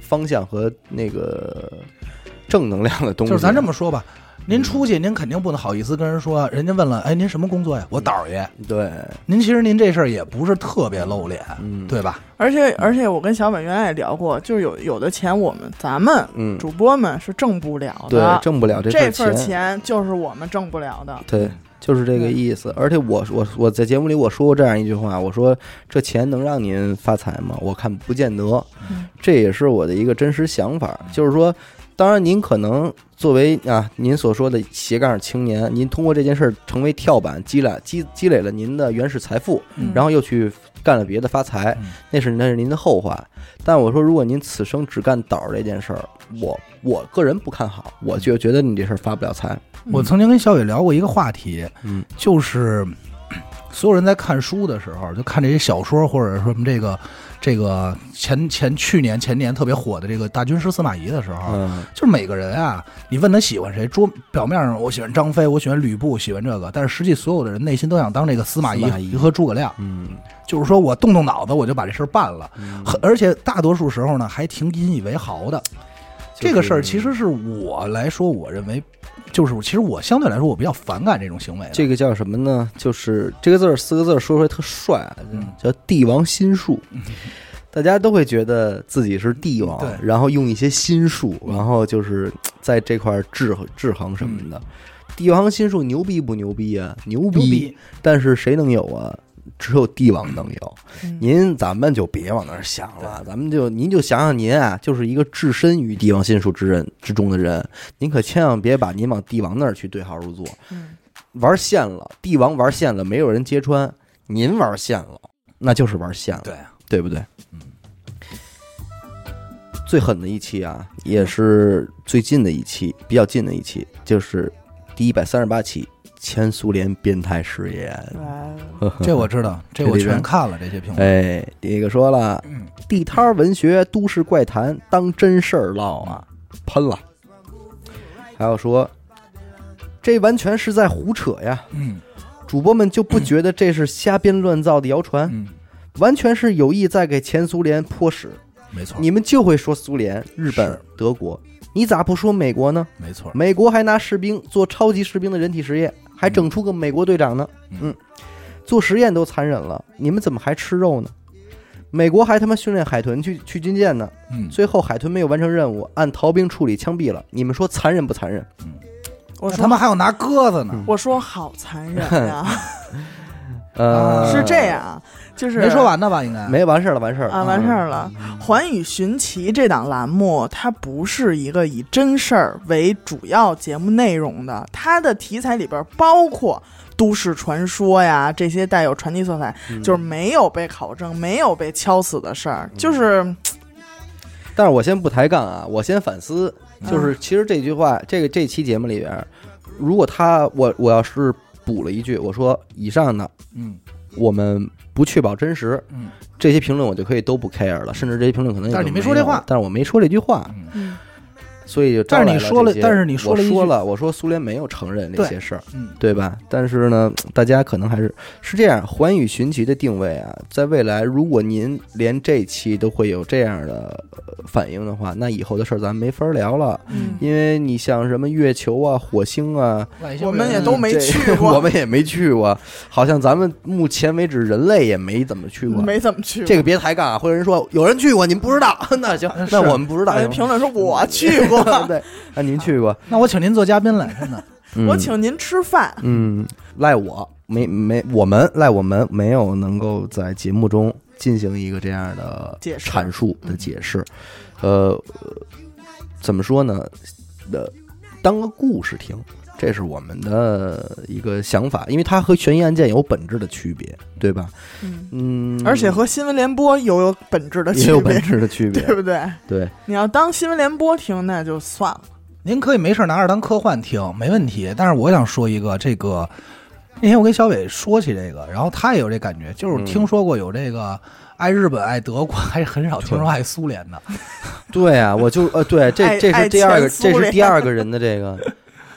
[SPEAKER 1] 方向和那个正能量的东西？啊
[SPEAKER 2] 就是咱这么说吧，您出去您肯定不能好意思跟人说，人家问了，哎，您什么工作呀？我导爷。
[SPEAKER 1] 对，
[SPEAKER 2] 您其实您这事儿也不是特别露脸，
[SPEAKER 1] 嗯
[SPEAKER 2] 对吧？
[SPEAKER 4] 而且而且，我跟小本原来也聊过，就是有有的钱我们咱们
[SPEAKER 1] 嗯，
[SPEAKER 4] 主播们是挣不了
[SPEAKER 1] 对
[SPEAKER 4] 的，，
[SPEAKER 1] 挣不了这
[SPEAKER 4] 这
[SPEAKER 1] 份
[SPEAKER 4] 份就是我们挣不了的。
[SPEAKER 1] 对，就是这个意思。而且我我我在节目里我说过这样一句话，我说这钱能让您发财吗？我看不见得
[SPEAKER 4] 嗯，
[SPEAKER 1] 这也是我的一个真实想法，就是说。当然，您可能作为啊，您所说的斜杠青年，您通过这件事儿成为跳板，积累积积累了您的原始财富，
[SPEAKER 2] 嗯
[SPEAKER 1] 然后哎又去干了别的发财
[SPEAKER 2] 嗯，
[SPEAKER 1] 那是那是您的后话。但我说，如果您此生只干导儿这件事儿，我我个人不看好，我就觉得你这事儿发不了财。
[SPEAKER 2] 我
[SPEAKER 4] 嗯
[SPEAKER 2] 曾经跟小伟聊过一个话题，
[SPEAKER 1] 嗯，
[SPEAKER 2] 就是 所有人在看书的时候，就看这些小说或者说什么这个这个前前去年前年特别火的这个大军师司马懿的时候，
[SPEAKER 1] 嗯，
[SPEAKER 2] 就是每个人啊，你问他喜欢谁，桌表面上我喜欢张飞，我喜欢吕布，喜欢这个，但是实际所有的人内心都想当这个司马
[SPEAKER 1] 司马懿
[SPEAKER 2] 懿和诸葛亮。
[SPEAKER 1] 嗯，
[SPEAKER 2] 就是说我动动脑子，我就把这事儿办了。 很而且大多数时候呢，还挺引以为豪的。
[SPEAKER 1] 就是
[SPEAKER 2] 这个事儿其实是我来说，我认为就是其实我相对来说我比较反感这种行为的。
[SPEAKER 1] 这个叫什么呢？就是这个字儿，四个字儿说出来特帅啊，
[SPEAKER 2] 嗯
[SPEAKER 1] 叫帝王心术。大家都会觉得自己是帝王
[SPEAKER 2] 对，
[SPEAKER 1] 然后用一些心术，然后就是在这块儿制衡制衡什么的。帝王心术牛逼不牛逼啊？牛逼！
[SPEAKER 2] 嗯牛逼
[SPEAKER 1] 但是谁能有啊？只有帝王能有。
[SPEAKER 4] 嗯
[SPEAKER 1] 您咱们就别往那儿想了，咱们就您就想想您啊，就是一个置身于帝王心术之人之中的人，您可千万别把您往帝王那儿去对号入座。
[SPEAKER 4] 嗯
[SPEAKER 1] 玩线了，帝王玩线了，没有人揭穿，您玩线了，那就是玩线了，
[SPEAKER 2] 对
[SPEAKER 1] 对不对？最狠的一期啊，也是最近的一期，比较近的一期，就是第一百三十八期前苏联变态誓 言。
[SPEAKER 4] 来
[SPEAKER 1] 嗯
[SPEAKER 2] 这我知道，这我
[SPEAKER 1] 这里边
[SPEAKER 2] 全看了这些评论。
[SPEAKER 1] 哎，第一个说了
[SPEAKER 2] 嗯，
[SPEAKER 1] 地摊儿文学、都市怪谈当真事儿唠啊，喷了。还有说，这完全是在胡扯呀，
[SPEAKER 2] 嗯
[SPEAKER 1] 主播们就不觉得这是瞎编乱造的谣传，
[SPEAKER 2] 嗯，
[SPEAKER 1] 完全是有意在给前苏联泼屎。
[SPEAKER 2] 没错，
[SPEAKER 1] 你们就会说苏联、日本
[SPEAKER 2] 是、
[SPEAKER 1] 德国，你咋不说美国呢？
[SPEAKER 2] 没错，
[SPEAKER 1] 美国还拿士兵做超级士兵的人体实验，还整出个美国队长呢。
[SPEAKER 2] 嗯
[SPEAKER 1] 嗯，做实验都残忍了，你们怎么还吃肉呢？美国还他妈训练海豚去去军舰呢，
[SPEAKER 2] 嗯，
[SPEAKER 1] 最后海豚没有完成任务，按逃兵处理枪毙了。你们说残忍不残忍？
[SPEAKER 4] 我
[SPEAKER 2] 那
[SPEAKER 4] 说
[SPEAKER 2] 他们还有拿鸽子
[SPEAKER 1] 嗯
[SPEAKER 2] 呢。
[SPEAKER 4] 我说好残忍 呀！
[SPEAKER 1] 呃，
[SPEAKER 4] 是这，样啊，就是
[SPEAKER 2] 没说完呢吧？应该
[SPEAKER 1] 没完事儿了，完事儿了嗯
[SPEAKER 4] 啊，完事儿了。环宇寻奇这档栏目，它不是一个以真事儿为主要节目内容的，它的题材里边包括都市传说呀这些带有传奇色彩，
[SPEAKER 1] 嗯
[SPEAKER 4] 就是没有被考证、没有被敲死的事儿，就是
[SPEAKER 1] 但是我先不抬杠啊，我先反思，
[SPEAKER 4] 嗯
[SPEAKER 1] 就是其实这句话，这个这期节目里边，如果他我我要是补了一句，我说以上的
[SPEAKER 2] 嗯
[SPEAKER 1] 我们不确保真实，
[SPEAKER 2] 嗯
[SPEAKER 1] 这些评论我就可以都不 care 了，甚至这些评论可能也
[SPEAKER 2] 但是你
[SPEAKER 1] 就
[SPEAKER 2] 没说
[SPEAKER 1] 有
[SPEAKER 2] 这话
[SPEAKER 1] 但是我没说这句话，
[SPEAKER 2] 嗯，
[SPEAKER 4] 嗯
[SPEAKER 1] 所以就招
[SPEAKER 2] 但是你
[SPEAKER 1] 来了
[SPEAKER 2] 说了
[SPEAKER 1] 这些
[SPEAKER 2] 但是你说
[SPEAKER 1] 我
[SPEAKER 2] 了一句
[SPEAKER 1] 说了，我说苏联没有承认这
[SPEAKER 2] 对
[SPEAKER 1] 些事儿，
[SPEAKER 2] 嗯
[SPEAKER 1] 对吧？但是呢，大家可能还是是这样，环宇寻奇的定位啊，在未来，如果您连这期都会有这样的、呃反应的话，那以后的事儿咱没法聊了，
[SPEAKER 4] 嗯，
[SPEAKER 1] 因为你像什么月球啊、火星啊，
[SPEAKER 2] 外星
[SPEAKER 4] 我们
[SPEAKER 2] 人
[SPEAKER 4] 也都没
[SPEAKER 1] 这
[SPEAKER 4] 去
[SPEAKER 1] 我
[SPEAKER 4] 过，
[SPEAKER 1] 们也没去过，好像咱们目前为止人类也没怎么去过。
[SPEAKER 4] 嗯没怎么去过。
[SPEAKER 1] 这个别抬杠啊，会有人说有人去过，你们不知道，那行
[SPEAKER 2] 嗯，
[SPEAKER 1] 那
[SPEAKER 2] 是
[SPEAKER 4] 哎
[SPEAKER 1] 我们不知道嗯
[SPEAKER 4] 有。人
[SPEAKER 1] 行
[SPEAKER 4] 呃评论说我去
[SPEAKER 3] 过
[SPEAKER 1] 对，啊，您去过，
[SPEAKER 2] 嗯那我请您做嘉宾来，真的。
[SPEAKER 1] 嗯
[SPEAKER 4] 我请您吃饭，
[SPEAKER 1] 嗯，赖我没没我们赖我们没有能够在节目中进行一个这样的
[SPEAKER 4] 解释
[SPEAKER 1] 阐述的解释，
[SPEAKER 4] 嗯
[SPEAKER 1] 呃，怎么说呢？呃，当个故事听，这是我们的一个想法，因为它和悬疑案件有本质的区别，对吧？
[SPEAKER 4] 嗯，
[SPEAKER 1] 嗯，
[SPEAKER 4] 而且和新闻联播有有本质的
[SPEAKER 1] 也
[SPEAKER 4] 区
[SPEAKER 1] 有本
[SPEAKER 4] 别，
[SPEAKER 1] 质的区别，
[SPEAKER 4] 对不对？
[SPEAKER 1] 对，
[SPEAKER 4] 你要当新闻联播听，那就算了。
[SPEAKER 2] 您可以没事儿拿着当科幻听，没问题。但是我想说一个，这个那天我跟小伟说起这个，然后他也有这感觉，就是听说过有这个爱日本、爱德国，还是很少听说爱苏联的。
[SPEAKER 1] 对啊，我就呃，对，这
[SPEAKER 4] 爱
[SPEAKER 1] 这是第二个，
[SPEAKER 4] 爱前苏
[SPEAKER 1] 这
[SPEAKER 4] 联
[SPEAKER 1] 是第二个人的这个。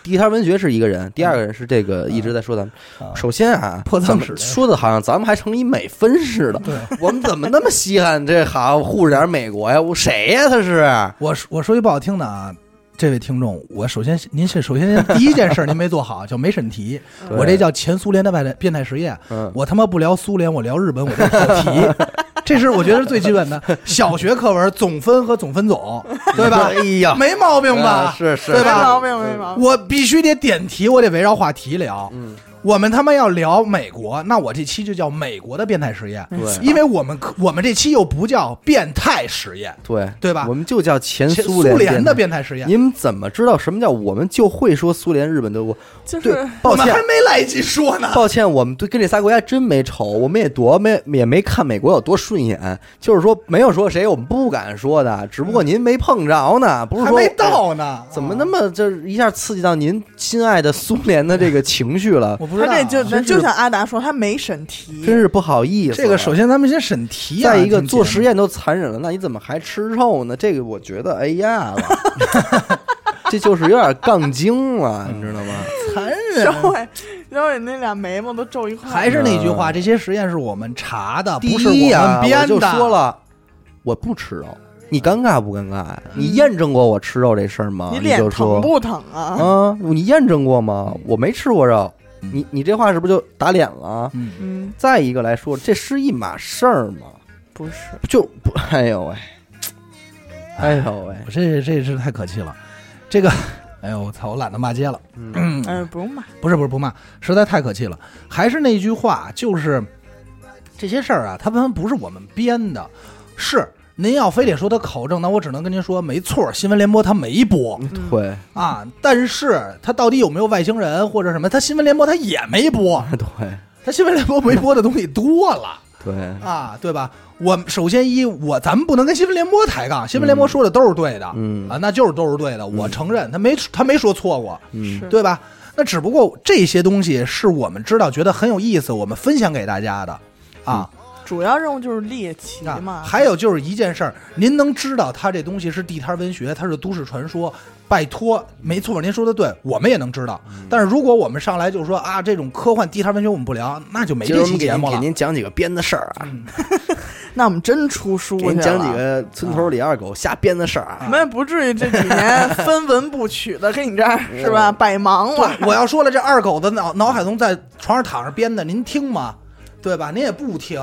[SPEAKER 1] 第一摊文学是一个人，第二个人是这
[SPEAKER 4] 嗯
[SPEAKER 1] 个一直在说咱们。
[SPEAKER 2] 啊
[SPEAKER 1] 首先啊，
[SPEAKER 2] 破
[SPEAKER 1] 咱
[SPEAKER 2] 藏
[SPEAKER 1] 们
[SPEAKER 2] 史的
[SPEAKER 1] 说的好像咱们还成一美分似的，我们怎么那么稀罕这行护着点美国呀？我谁呀？他是
[SPEAKER 2] 我说我说句不好听的啊，这位听众，我首先您是首先第一件事儿您没做好，叫没审 题。我这叫前苏联的变态变态实验。
[SPEAKER 1] 嗯
[SPEAKER 2] 我他妈不聊苏联，我聊日本，我这考题， 这是我觉得是最基本的小学课文总分和总分总，对吧
[SPEAKER 1] 哎？呀，
[SPEAKER 2] 没毛病
[SPEAKER 1] 啊
[SPEAKER 2] 吧？
[SPEAKER 1] 是是，
[SPEAKER 2] 对吧
[SPEAKER 4] 没毛病，没毛病。
[SPEAKER 2] 我必须得点题，我得围绕话题聊。嗯，我们他妈要聊美国，那我这期就叫美国的变态实验。
[SPEAKER 1] 对
[SPEAKER 2] 因为我们可我们这期又不叫变态实验，
[SPEAKER 1] 对
[SPEAKER 2] 对吧
[SPEAKER 1] 我们就叫前
[SPEAKER 2] 前
[SPEAKER 1] 苏
[SPEAKER 2] 苏联的
[SPEAKER 1] 变
[SPEAKER 2] 变态实
[SPEAKER 1] 态。
[SPEAKER 2] 验。
[SPEAKER 1] 你们怎么知道什么叫我们就会说苏联、日本、德国？
[SPEAKER 4] 就是
[SPEAKER 1] 对，
[SPEAKER 2] 我
[SPEAKER 1] 抱
[SPEAKER 2] 们
[SPEAKER 1] 歉啊
[SPEAKER 2] 还，没来得及说呢。
[SPEAKER 1] 抱歉，我们对跟这仨国家真没仇，我们也多没也没看美国有多顺眼，就是说没有说谁我们不敢说的，只不过您没碰着呢，不是
[SPEAKER 2] 还
[SPEAKER 1] 说哎
[SPEAKER 2] 没到呢，
[SPEAKER 1] 怎么那么这一下刺激到您心爱的苏联的这个情绪了，
[SPEAKER 2] 我不知
[SPEAKER 4] 他
[SPEAKER 2] 道
[SPEAKER 4] 这
[SPEAKER 2] 啊。
[SPEAKER 4] 就
[SPEAKER 1] 真是
[SPEAKER 4] 就像阿达说，他没审
[SPEAKER 1] 真
[SPEAKER 4] 题，
[SPEAKER 1] 是不好意思了。
[SPEAKER 2] 这个，首啊先咱们先审题啊。
[SPEAKER 1] 再一个做
[SPEAKER 2] 实
[SPEAKER 1] 实
[SPEAKER 2] 验。
[SPEAKER 1] 验都残忍了，那你怎么还吃肉呢？这个我觉得，哎呀 了这就是有点杠精了，你知道吗？
[SPEAKER 2] 残
[SPEAKER 4] 然后
[SPEAKER 2] 忍。啊
[SPEAKER 4] 然后那俩眉毛都皱一块儿，
[SPEAKER 2] 还是那句话，这些实验是我们查的，
[SPEAKER 1] 第
[SPEAKER 2] 啊不是我
[SPEAKER 1] 一呀、
[SPEAKER 2] 们编的。
[SPEAKER 1] 我就说，了，我不吃肉，你尴尬不尴尬呀？
[SPEAKER 2] 嗯
[SPEAKER 1] 你验证过我吃肉这事儿吗？
[SPEAKER 4] 你
[SPEAKER 1] 啊你
[SPEAKER 4] 脸
[SPEAKER 1] 就
[SPEAKER 4] 疼
[SPEAKER 1] 说，
[SPEAKER 4] 不疼啊？
[SPEAKER 1] 啊，你验证过吗？我没吃过肉，你你这话是不是就打脸了？啊
[SPEAKER 2] 嗯，
[SPEAKER 4] 嗯，
[SPEAKER 1] 再一个来说，这是一码事儿吗？
[SPEAKER 4] 不是，
[SPEAKER 1] 就不， 哎呦喂，哎呦喂，
[SPEAKER 2] 我这这是太可气了。这个，哎呦我操，我懒得骂街了。嗯，
[SPEAKER 4] 哎，不用骂，
[SPEAKER 2] 不是不是不骂，实在太可气了。还是那句话，就是这些事儿啊，他们不是我们编的，是您要非得说他考证，那我只能跟您说，没错，新闻联播他没播
[SPEAKER 4] 嗯
[SPEAKER 1] 对
[SPEAKER 2] 啊，但是他到底有没有外星人或者什么，他新闻联播他也没播，
[SPEAKER 1] 对
[SPEAKER 2] 他新闻联播没播的东西多了。
[SPEAKER 1] 对，
[SPEAKER 2] 啊，对吧？我首先一我咱们不能跟新闻联播抬杠，新闻联播说的都是对的，
[SPEAKER 1] 嗯
[SPEAKER 2] 啊，那就是都是对的，我承认他没他没说错过，
[SPEAKER 1] 嗯
[SPEAKER 4] 是
[SPEAKER 2] 对吧？那只不过这些东西是我们知道觉得很有意思，我们分享给大家的啊。
[SPEAKER 4] 主要任务就是猎奇
[SPEAKER 2] 啊
[SPEAKER 4] 嘛。
[SPEAKER 2] 还有就是一件事儿，您能知道它这东西是地摊文学，它是都市传说，拜托，没错，您说的对，我们也能知道。
[SPEAKER 1] 嗯
[SPEAKER 2] 但是如果我们上来就说啊，这种科幻地摊文学我们不聊，那就没
[SPEAKER 1] 今儿
[SPEAKER 2] 这
[SPEAKER 1] 我
[SPEAKER 2] 期
[SPEAKER 1] 们给
[SPEAKER 2] 节
[SPEAKER 1] 您
[SPEAKER 2] 目
[SPEAKER 1] 给
[SPEAKER 2] 了。嗯
[SPEAKER 1] 您讲几个编的事儿啊，
[SPEAKER 4] 那我们真出书
[SPEAKER 1] 给
[SPEAKER 4] 去
[SPEAKER 1] 您讲几
[SPEAKER 4] 了。
[SPEAKER 1] 个村头李二狗瞎编的事儿啊，
[SPEAKER 4] 我们也不至于这几 年分文不取的跟你这儿是
[SPEAKER 1] 嗯
[SPEAKER 4] 吧？百忙活，
[SPEAKER 2] 对，我要说了，这二狗子脑脑海中在床上躺着编的，您听吗？对吧？您也不听，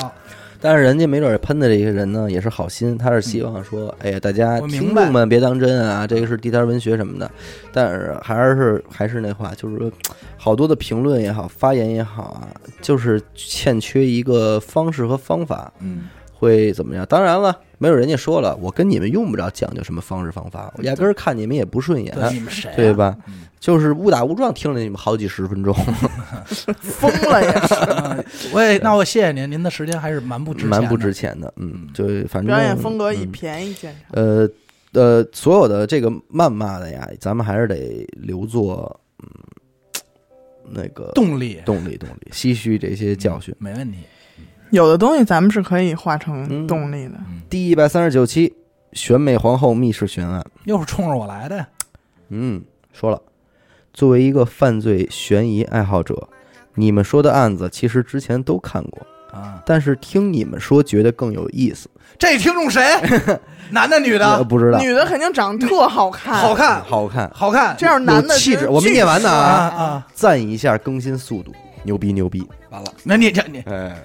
[SPEAKER 1] 但是人家没准儿喷的这些人呢，也是好心，他是希望说，哎呀，大家
[SPEAKER 2] 我明
[SPEAKER 1] 听
[SPEAKER 2] 白
[SPEAKER 1] 众们别当真啊，这个是地摊文学什么的。但是还是还是那话，就是说，好多的评论也好，发言也好啊，就是欠缺一个方式和方法，
[SPEAKER 2] 嗯，
[SPEAKER 1] 会怎么样？当然了，没有人家说了，我跟你们用不着讲究什么方式方法，我压根儿看你们也不顺眼，
[SPEAKER 2] 对，你们谁、啊？
[SPEAKER 1] 对？吧？就是误打误撞听了你们好几十分钟，
[SPEAKER 4] 疯了也 是。
[SPEAKER 2] 我也，那我谢谢您，您的时间还是蛮不值钱的，
[SPEAKER 1] 蛮不值钱的。嗯，就反正
[SPEAKER 4] 表演风格以
[SPEAKER 1] 嗯
[SPEAKER 4] 便宜见长。
[SPEAKER 1] 呃呃，所有的这个谩骂的呀，咱们还是得留作嗯那个
[SPEAKER 2] 动力，嗯
[SPEAKER 1] 动力动力，吸取这些教
[SPEAKER 4] 嗯
[SPEAKER 1] 训。
[SPEAKER 2] 没问题。
[SPEAKER 4] 有的东西咱们是可以化
[SPEAKER 1] 嗯
[SPEAKER 4] 成动力的。
[SPEAKER 1] 第一百三十九期《选美皇后密室悬案》，
[SPEAKER 2] 又是冲着我来的呀，
[SPEAKER 1] 嗯，说了，作为一个犯罪悬疑爱好者，你们说的案子其实之前都看过，
[SPEAKER 2] 啊！
[SPEAKER 1] 但是听你们说觉得更有意思。
[SPEAKER 2] 这听众 谁？男的女
[SPEAKER 1] 呃
[SPEAKER 2] 的？
[SPEAKER 1] 不知道，
[SPEAKER 4] 啊女的肯定长得特好看，
[SPEAKER 2] 好看，
[SPEAKER 1] 好看，
[SPEAKER 2] 好看，
[SPEAKER 4] 这要是男
[SPEAKER 1] 有
[SPEAKER 4] 的
[SPEAKER 1] 气质
[SPEAKER 4] 真是
[SPEAKER 1] 我们念完呢
[SPEAKER 2] 啊
[SPEAKER 1] 啊
[SPEAKER 2] 啊！
[SPEAKER 1] 赞一下更新速度，牛逼牛逼。
[SPEAKER 2] 啊
[SPEAKER 3] 完了，
[SPEAKER 2] 那你这你
[SPEAKER 3] 哎，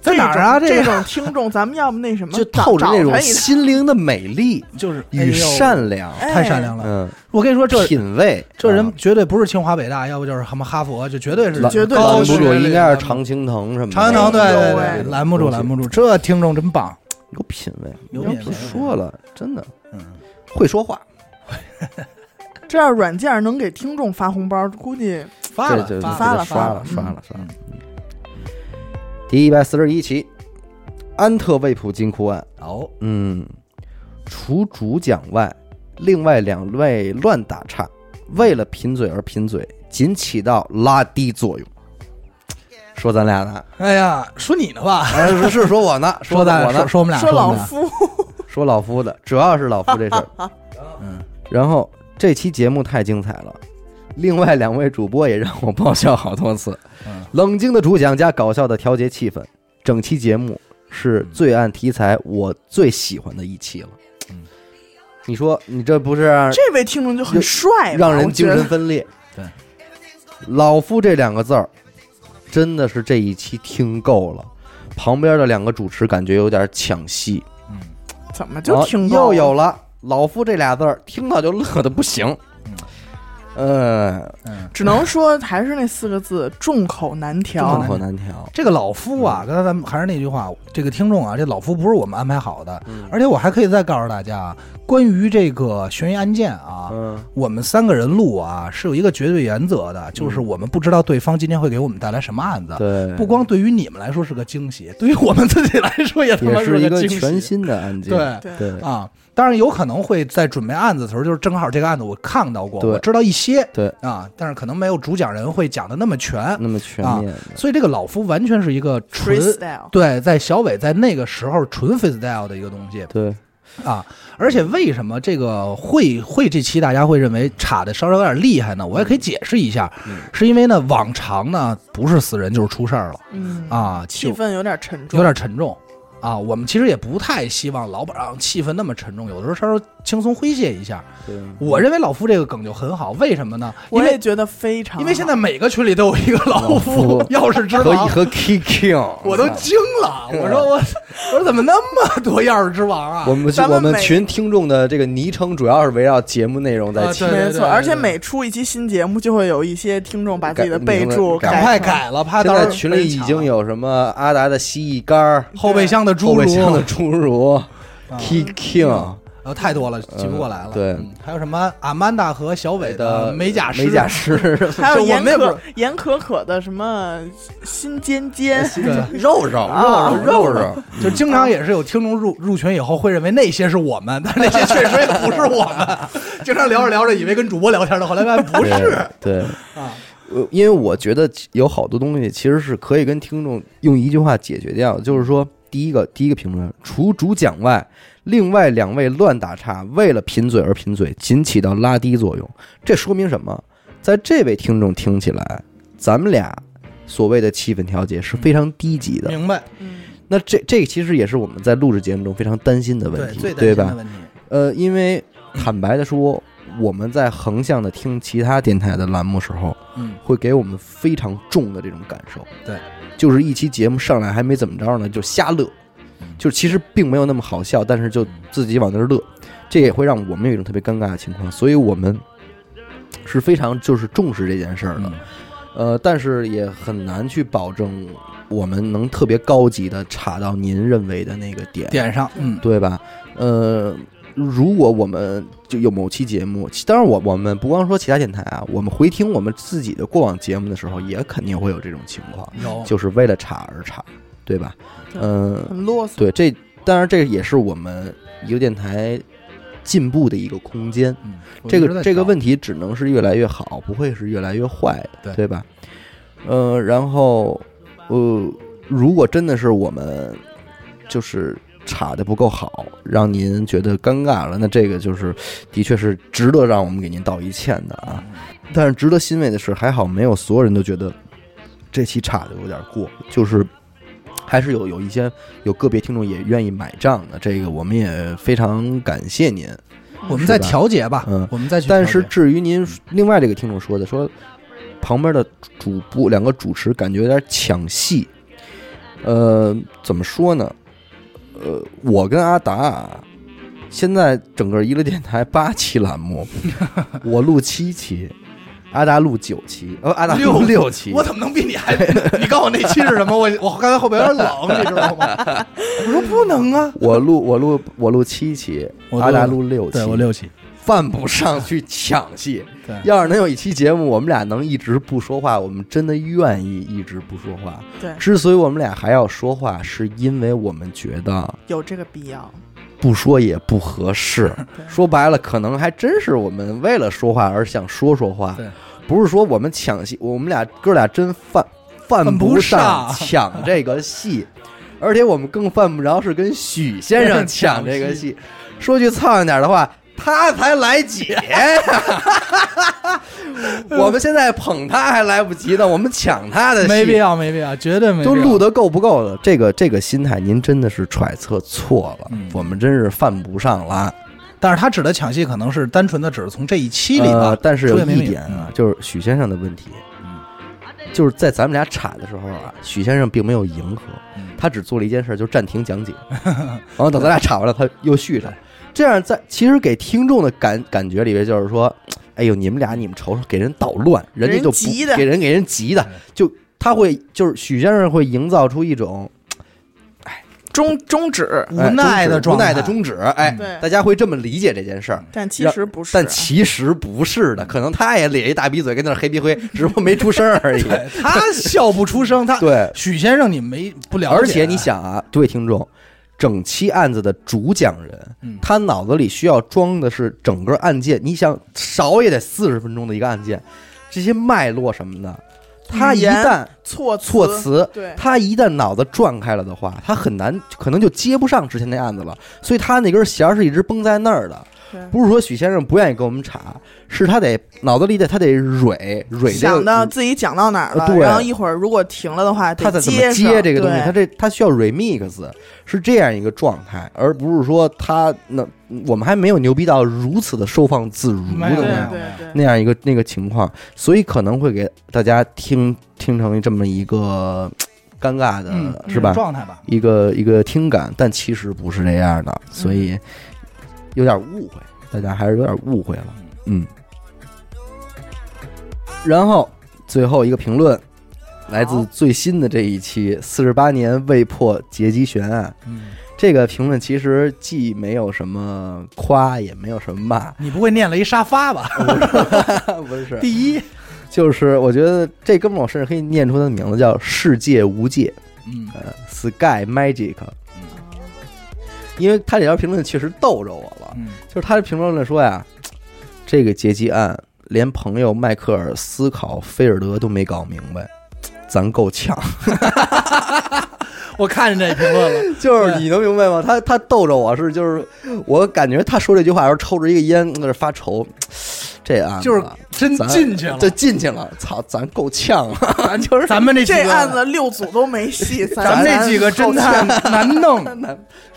[SPEAKER 2] 在哪儿啊？
[SPEAKER 4] 这
[SPEAKER 2] 这
[SPEAKER 4] 种种听众，咱们要不那什么，
[SPEAKER 1] 就
[SPEAKER 4] 找
[SPEAKER 1] 透着那
[SPEAKER 4] 找
[SPEAKER 1] 种
[SPEAKER 4] 他一趟
[SPEAKER 1] 心灵的美丽
[SPEAKER 2] 就是哎
[SPEAKER 1] 与
[SPEAKER 2] 呦
[SPEAKER 1] 善良，
[SPEAKER 4] 哎
[SPEAKER 2] 太善良了。
[SPEAKER 1] 嗯，
[SPEAKER 2] 我跟你说，这
[SPEAKER 1] 品味。
[SPEAKER 2] 这人
[SPEAKER 1] 啊
[SPEAKER 2] 绝对不是清华北大，要不就是什么哈佛，就绝对是
[SPEAKER 1] 拦
[SPEAKER 4] 绝对
[SPEAKER 2] 高
[SPEAKER 1] 拦不
[SPEAKER 2] 学
[SPEAKER 1] 住，
[SPEAKER 2] 历
[SPEAKER 1] 应该
[SPEAKER 2] 的
[SPEAKER 1] 是常青藤什么的。
[SPEAKER 2] 常青藤，对
[SPEAKER 4] 哎呦
[SPEAKER 2] 对
[SPEAKER 4] 喂
[SPEAKER 2] 对，拦不住，拦不住。这听众真棒，
[SPEAKER 1] 有品味，
[SPEAKER 2] 有
[SPEAKER 1] 要
[SPEAKER 2] 品
[SPEAKER 1] 不
[SPEAKER 2] 味
[SPEAKER 1] 说了，真的
[SPEAKER 2] 嗯，
[SPEAKER 1] 会说话，
[SPEAKER 4] 这要软件能给听众发红包，估计
[SPEAKER 2] 发了
[SPEAKER 1] 这就
[SPEAKER 2] 发
[SPEAKER 1] 给
[SPEAKER 2] 了，
[SPEAKER 1] 他
[SPEAKER 4] 了
[SPEAKER 1] 刷
[SPEAKER 4] 发
[SPEAKER 1] 了，
[SPEAKER 4] 了
[SPEAKER 1] 刷了，刷了
[SPEAKER 2] 嗯。
[SPEAKER 1] 第一百四十一期，安特卫普金库案。
[SPEAKER 2] 哦，
[SPEAKER 1] 嗯，除主讲外，另外两位乱打岔，为了贫嘴而贫嘴，仅起到拉低作用。说咱俩呢？
[SPEAKER 2] 哎呀，说你呢吧，
[SPEAKER 1] 啊、是是说我呢？
[SPEAKER 2] 说咱
[SPEAKER 1] 我呢
[SPEAKER 2] 说？说我们俩，
[SPEAKER 4] 说
[SPEAKER 2] 我
[SPEAKER 4] 老
[SPEAKER 2] 们俩，
[SPEAKER 4] 夫
[SPEAKER 1] 说老夫的，主要是老夫这事儿。
[SPEAKER 2] 嗯，
[SPEAKER 1] 然后这期节目太精彩了，另外两位主播也让我爆笑好多次
[SPEAKER 2] 嗯。
[SPEAKER 1] 冷静的主讲加搞笑的调节气氛，整期节目是罪案题材我最喜欢的一期了
[SPEAKER 2] 嗯。
[SPEAKER 1] 你说你这不是让
[SPEAKER 4] 这位听众就很帅吧，
[SPEAKER 1] 让人
[SPEAKER 4] 我
[SPEAKER 1] 精
[SPEAKER 4] 觉
[SPEAKER 1] 神
[SPEAKER 4] 得
[SPEAKER 1] 分裂？
[SPEAKER 2] 对，
[SPEAKER 1] 老夫这两个字儿，真的是这一期听够了。旁边的两个主持感觉有点抢戏，
[SPEAKER 2] 嗯，
[SPEAKER 4] 怎么就
[SPEAKER 1] 啊
[SPEAKER 4] 听够
[SPEAKER 1] 又
[SPEAKER 4] 了
[SPEAKER 1] 有了“老夫”这俩字儿，听到就乐的不行。嗯，
[SPEAKER 2] 嗯，
[SPEAKER 4] 只能说还是那四个字，众口难
[SPEAKER 1] 众
[SPEAKER 4] 调。
[SPEAKER 1] 口难调。
[SPEAKER 2] 这个老
[SPEAKER 1] 嗯
[SPEAKER 2] 夫啊，刚才咱们还是那句话，这个听众啊，这老夫不是我们安排好的，
[SPEAKER 1] 嗯
[SPEAKER 2] 而且我还可以再告诉大家啊，关于这个悬疑案件啊，
[SPEAKER 1] 嗯，
[SPEAKER 2] 我们三个人录啊是有一个绝对原则的，就是我们不知道对方今天会给我们带来什么案子。
[SPEAKER 1] 对，
[SPEAKER 2] 不光对于你们来说是个惊喜，对于我们自己来说也他妈
[SPEAKER 1] 也是一
[SPEAKER 2] 个
[SPEAKER 1] 个
[SPEAKER 2] 惊喜。
[SPEAKER 1] 全新的案件。
[SPEAKER 2] 对
[SPEAKER 4] 对
[SPEAKER 1] 对
[SPEAKER 2] 啊，当然有可能会在准备案子的时候，就是正好这个案子我看到过，
[SPEAKER 1] 对
[SPEAKER 2] 我知道一些，
[SPEAKER 1] 对
[SPEAKER 2] 啊，但是可能没有主讲人会讲的那么全，
[SPEAKER 1] 那么全面的，
[SPEAKER 2] 所以这个老夫完全是一个纯
[SPEAKER 4] freestyle，
[SPEAKER 2] 对，在小伟在那个时候纯 freestyle 的一个东西
[SPEAKER 1] 对，
[SPEAKER 2] 啊，而且为什么这个会会这期大家会认为差的稍稍有点厉害呢？我也可以解释一下，
[SPEAKER 4] 嗯
[SPEAKER 2] 是因为呢往常呢不是死人就是出事儿了
[SPEAKER 4] 嗯，
[SPEAKER 2] 啊，
[SPEAKER 4] 气
[SPEAKER 2] 就
[SPEAKER 4] 氛有点沉重，
[SPEAKER 2] 有点沉重啊。我们其实也不太希望老板让气氛那么沉重，有的时候稍稍轻松诙谐一下。我认为老夫这个梗就很好，为什么呢？因
[SPEAKER 4] 我也
[SPEAKER 2] 为
[SPEAKER 4] 觉得非常好，啊
[SPEAKER 2] 因为现在每个群里都有一个老夫
[SPEAKER 1] 老夫
[SPEAKER 2] 钥匙之
[SPEAKER 1] 可以
[SPEAKER 2] 王，
[SPEAKER 1] 和啊 Key King，
[SPEAKER 2] 我都惊了。我说我我说怎么那么多钥匙之王啊？
[SPEAKER 1] 我们
[SPEAKER 4] 咱们
[SPEAKER 1] 我们
[SPEAKER 4] 每
[SPEAKER 1] 群听众的这个昵称主要是围绕节目内容在
[SPEAKER 2] 啊
[SPEAKER 1] 起
[SPEAKER 2] 对。
[SPEAKER 4] 没
[SPEAKER 2] 对
[SPEAKER 4] 错，
[SPEAKER 2] 对
[SPEAKER 4] 而且
[SPEAKER 2] 对
[SPEAKER 4] 每出一期新节目，就会有一些听众把自己的
[SPEAKER 1] 改
[SPEAKER 4] 备注
[SPEAKER 1] 改
[SPEAKER 2] 赶快
[SPEAKER 4] 成
[SPEAKER 2] 改了，怕
[SPEAKER 1] 现
[SPEAKER 2] 到时
[SPEAKER 1] 在
[SPEAKER 2] 候
[SPEAKER 1] 群里已经有什么阿达的蜥蜴干儿、
[SPEAKER 2] 后啊备箱的
[SPEAKER 1] 后
[SPEAKER 2] 侏
[SPEAKER 1] 备箱的
[SPEAKER 2] 儒，
[SPEAKER 1] 侏儒、Key King
[SPEAKER 2] 呃，太多了，记不过来了。
[SPEAKER 1] 呃对呃
[SPEAKER 2] 嗯还有什么阿曼达和小伟的呃美甲师？
[SPEAKER 1] 美甲师，
[SPEAKER 4] 还有
[SPEAKER 2] 就我
[SPEAKER 4] 严
[SPEAKER 2] 们也不
[SPEAKER 4] 可严可可的什么心尖尖，
[SPEAKER 2] 对，
[SPEAKER 1] 肉肉
[SPEAKER 4] 啊
[SPEAKER 1] 肉肉，
[SPEAKER 2] 就经常也是有听众入入群以后会认为那些是我们，但那些确实也不是我 们。经常聊着聊着以为跟主播聊天的，后来发现不是。
[SPEAKER 1] 对
[SPEAKER 2] 啊
[SPEAKER 1] 呃因为我觉得有好多东西其实是可以跟听众用一句话解决掉的，就是说，第一个第一个评论，除主讲外，另外两位乱打岔，为了贫嘴而贫嘴，仅起到拉低作用。这说明什么？在这位听众听起来，咱们俩所谓的气氛调节是非常低级的。
[SPEAKER 2] 明白，
[SPEAKER 4] 嗯，
[SPEAKER 1] 那这这其实也是我们在录制节目中非常担心的问
[SPEAKER 2] 对，
[SPEAKER 1] 题，
[SPEAKER 2] 最
[SPEAKER 1] 对
[SPEAKER 2] 担心
[SPEAKER 1] 吧
[SPEAKER 2] 的？问题，
[SPEAKER 1] 呃，因为坦白的说，我们在横向的听其他电台的栏目时候，
[SPEAKER 2] 嗯，
[SPEAKER 1] 会给我们非常重的这种感受。
[SPEAKER 2] 对，
[SPEAKER 1] 就是一期节目上来还没怎么着呢，就瞎乐，
[SPEAKER 2] 嗯
[SPEAKER 1] 就其实并没有那么好笑，但是就自己往那儿乐，这也会让我们有一种特别尴尬的情况，所以我们是非常就是重视这件事儿的。
[SPEAKER 2] 嗯
[SPEAKER 1] 呃，但是也很难去保证我们能特别高级的查到您认为的那个点。
[SPEAKER 2] 点上，嗯，
[SPEAKER 1] 对吧？呃，如果我们就有某期节目，其当然我我们不光说其他电台啊，我们回听我们自己的过往节目的时候，也肯定会有这种情况，
[SPEAKER 2] 有
[SPEAKER 1] 就是为了查而查，对吧？嗯、
[SPEAKER 4] 哦很啰嗦，
[SPEAKER 1] 对，这当然这也是我们一个电台进步的一个空间。
[SPEAKER 2] 嗯
[SPEAKER 1] 这个这个问题
[SPEAKER 2] 题，
[SPEAKER 1] 只能是越来越好，不会是越来越坏的，
[SPEAKER 2] 对
[SPEAKER 1] 吧？呃，然后呃，如果真的是我们就是查的不够好，让您觉得尴尬了，那这个就是的确是值得让我们给您道一歉的
[SPEAKER 2] 嗯
[SPEAKER 1] 啊。但是值得欣慰的是，还好没有所有人都觉得这期查的有点过，就是。还是有有一些有个别听众也愿意买账的，这个我们也非常感谢您。
[SPEAKER 2] 我们再
[SPEAKER 1] 是吧
[SPEAKER 2] 调节吧
[SPEAKER 1] 嗯，
[SPEAKER 2] 我们再去调嗯
[SPEAKER 1] 但
[SPEAKER 2] 节。
[SPEAKER 1] 是至于您另外这个听众说的，说旁边的主播两个主持感觉有点抢戏。呃，怎么说呢？呃，我跟阿达啊现在整个娱乐电台八期栏 目，我录七期，阿达录九期，呃，阿达录
[SPEAKER 2] 六
[SPEAKER 1] 六期，
[SPEAKER 2] 我怎么能比你还？ 你告诉我那期是什么？我我刚才后边有点冷，你知道吗？我说不能啊，
[SPEAKER 1] 我录我录我录七期，
[SPEAKER 2] 我录
[SPEAKER 1] 阿达录六期，
[SPEAKER 2] 对我六期，
[SPEAKER 1] 犯不上去抢戏。
[SPEAKER 2] 对
[SPEAKER 1] 要是能有一期节目，我们俩能一直不说话，我们真的愿意一直不说话。
[SPEAKER 4] 对，
[SPEAKER 1] 之所以我们俩还要说话，是因为我们觉得
[SPEAKER 4] 有这个必要。
[SPEAKER 1] 不说也不合适。说白了，可能还真是我们为了说话而想说说话
[SPEAKER 2] 对，
[SPEAKER 1] 不是说我们抢戏。我们俩哥俩真犯犯
[SPEAKER 2] 犯不
[SPEAKER 1] 不上
[SPEAKER 2] 上
[SPEAKER 1] 抢这个戏，而且我们更犯不着是跟许先生抢这个戏。说句苍蝇点儿的话，他才来姐。我们现在捧他还来不及呢，我们抢他的戏，
[SPEAKER 2] 没必要，没必要，绝对没必
[SPEAKER 1] 都
[SPEAKER 2] 要。
[SPEAKER 1] 录的够不够了？这个这个心态，您真的是揣测错了，
[SPEAKER 2] 嗯
[SPEAKER 1] 我们真是犯不上了。
[SPEAKER 2] 但是他指的抢戏可能是单纯的只是从这一期里吧
[SPEAKER 1] 呃，，但是有
[SPEAKER 2] 出现没
[SPEAKER 1] 一
[SPEAKER 2] 明
[SPEAKER 1] 点啊
[SPEAKER 2] 嗯，
[SPEAKER 1] 就是许先生的问题，就是在咱们俩岔的时候啊，许先生并没有迎合
[SPEAKER 2] 嗯，
[SPEAKER 1] 他只做了一件事，就暂停讲 解，然后等咱俩岔完了，他又续
[SPEAKER 2] 嗯
[SPEAKER 1] 上。这样在其实给听众的感感觉里边就是说，哎呦，你们俩你们瞅瞅，给人捣乱，人家
[SPEAKER 4] 人
[SPEAKER 1] 就
[SPEAKER 4] 急的
[SPEAKER 1] 不给人给人急的
[SPEAKER 2] 嗯，
[SPEAKER 1] 就他会就是许先生会营造出一种。
[SPEAKER 4] 终终止，
[SPEAKER 2] 无奈的
[SPEAKER 1] 哎终止无
[SPEAKER 2] 状态
[SPEAKER 1] 奈的终止，哎，
[SPEAKER 4] 对
[SPEAKER 1] 大家会这么理解这件事儿。
[SPEAKER 4] 但其实不是，
[SPEAKER 1] 但其实不是的，可能他也咧一大鼻嘴跟那儿黑皮灰，只不过没出声儿而已。
[SPEAKER 2] 嗯他笑不出声，他
[SPEAKER 1] 对，
[SPEAKER 2] 许先生你没不了解，
[SPEAKER 1] 而且你，想啊，各位听众，整期案子的主讲人，
[SPEAKER 2] 嗯
[SPEAKER 1] 他脑子里需要装的是整个案件，你想少也得四十分钟的一个案件，这些脉络什么的，他
[SPEAKER 4] 语
[SPEAKER 1] 一
[SPEAKER 4] 言
[SPEAKER 1] 旦
[SPEAKER 4] 措
[SPEAKER 1] 措辞
[SPEAKER 4] 对
[SPEAKER 1] 他一旦脑子转开了的话，他很难，可能就接不上之前那案子了。所以他那根弦儿是一直绷在那儿的。
[SPEAKER 4] 对
[SPEAKER 1] 不是说许先生不愿意跟我们查，是他得脑子里得他得蕊蕊这
[SPEAKER 4] 想到
[SPEAKER 1] 个，
[SPEAKER 4] 自己讲到哪儿
[SPEAKER 1] 呃，
[SPEAKER 4] 了
[SPEAKER 1] 对
[SPEAKER 4] 然后一会儿如果停了的话，
[SPEAKER 1] 他
[SPEAKER 4] 得
[SPEAKER 1] 得怎么接
[SPEAKER 4] 上
[SPEAKER 1] 这个东西，
[SPEAKER 4] 对
[SPEAKER 1] 他这他需要 remix 是这样一个状态，而不是说他那我们还没有牛逼到如此的收放自如的那
[SPEAKER 2] 没有
[SPEAKER 4] 对
[SPEAKER 1] 样。
[SPEAKER 2] 没有
[SPEAKER 4] 对对，
[SPEAKER 1] 那样一个那个情况，所以可能会给大家听听成这么一个尴尬的，
[SPEAKER 2] 嗯，
[SPEAKER 1] 是吧？
[SPEAKER 2] 状态吧，
[SPEAKER 1] 一个一个听感，但其实不是这样的，所以有点误会，大家还是有点误会了，嗯。然后最后一个评论，来自最新的这一期《四十八年未破劫机悬案》。
[SPEAKER 2] 嗯，，
[SPEAKER 1] 这个评论其实既没有什么夸，也没有什么骂
[SPEAKER 2] 你不会念了一沙发吧？
[SPEAKER 1] 不是，
[SPEAKER 2] 第 一，
[SPEAKER 1] 就是我觉得这哥们儿我甚至可以念出他的名字叫“世界无界”。
[SPEAKER 2] 嗯，
[SPEAKER 1] 呃，Sky Magic，因为他这条评论确实逗着我了，
[SPEAKER 2] 嗯
[SPEAKER 1] 就是他的评论里说呀，这个劫机案连朋友迈克尔思考菲尔德都没搞明白，咱够呛。
[SPEAKER 2] 我看见这评论了，
[SPEAKER 1] 就是你能明白吗？他他逗着我是就是，我感觉他说这句话的时候抽着一个烟在那儿发愁，这案子
[SPEAKER 2] 就是真
[SPEAKER 1] 咱
[SPEAKER 2] 进去了，
[SPEAKER 1] 这进去了，操，咱够呛啊，咱 就是
[SPEAKER 2] 咱们这几
[SPEAKER 4] 这
[SPEAKER 2] 个
[SPEAKER 4] 案子六组都没 戏，
[SPEAKER 2] 咱们这几个侦探难弄，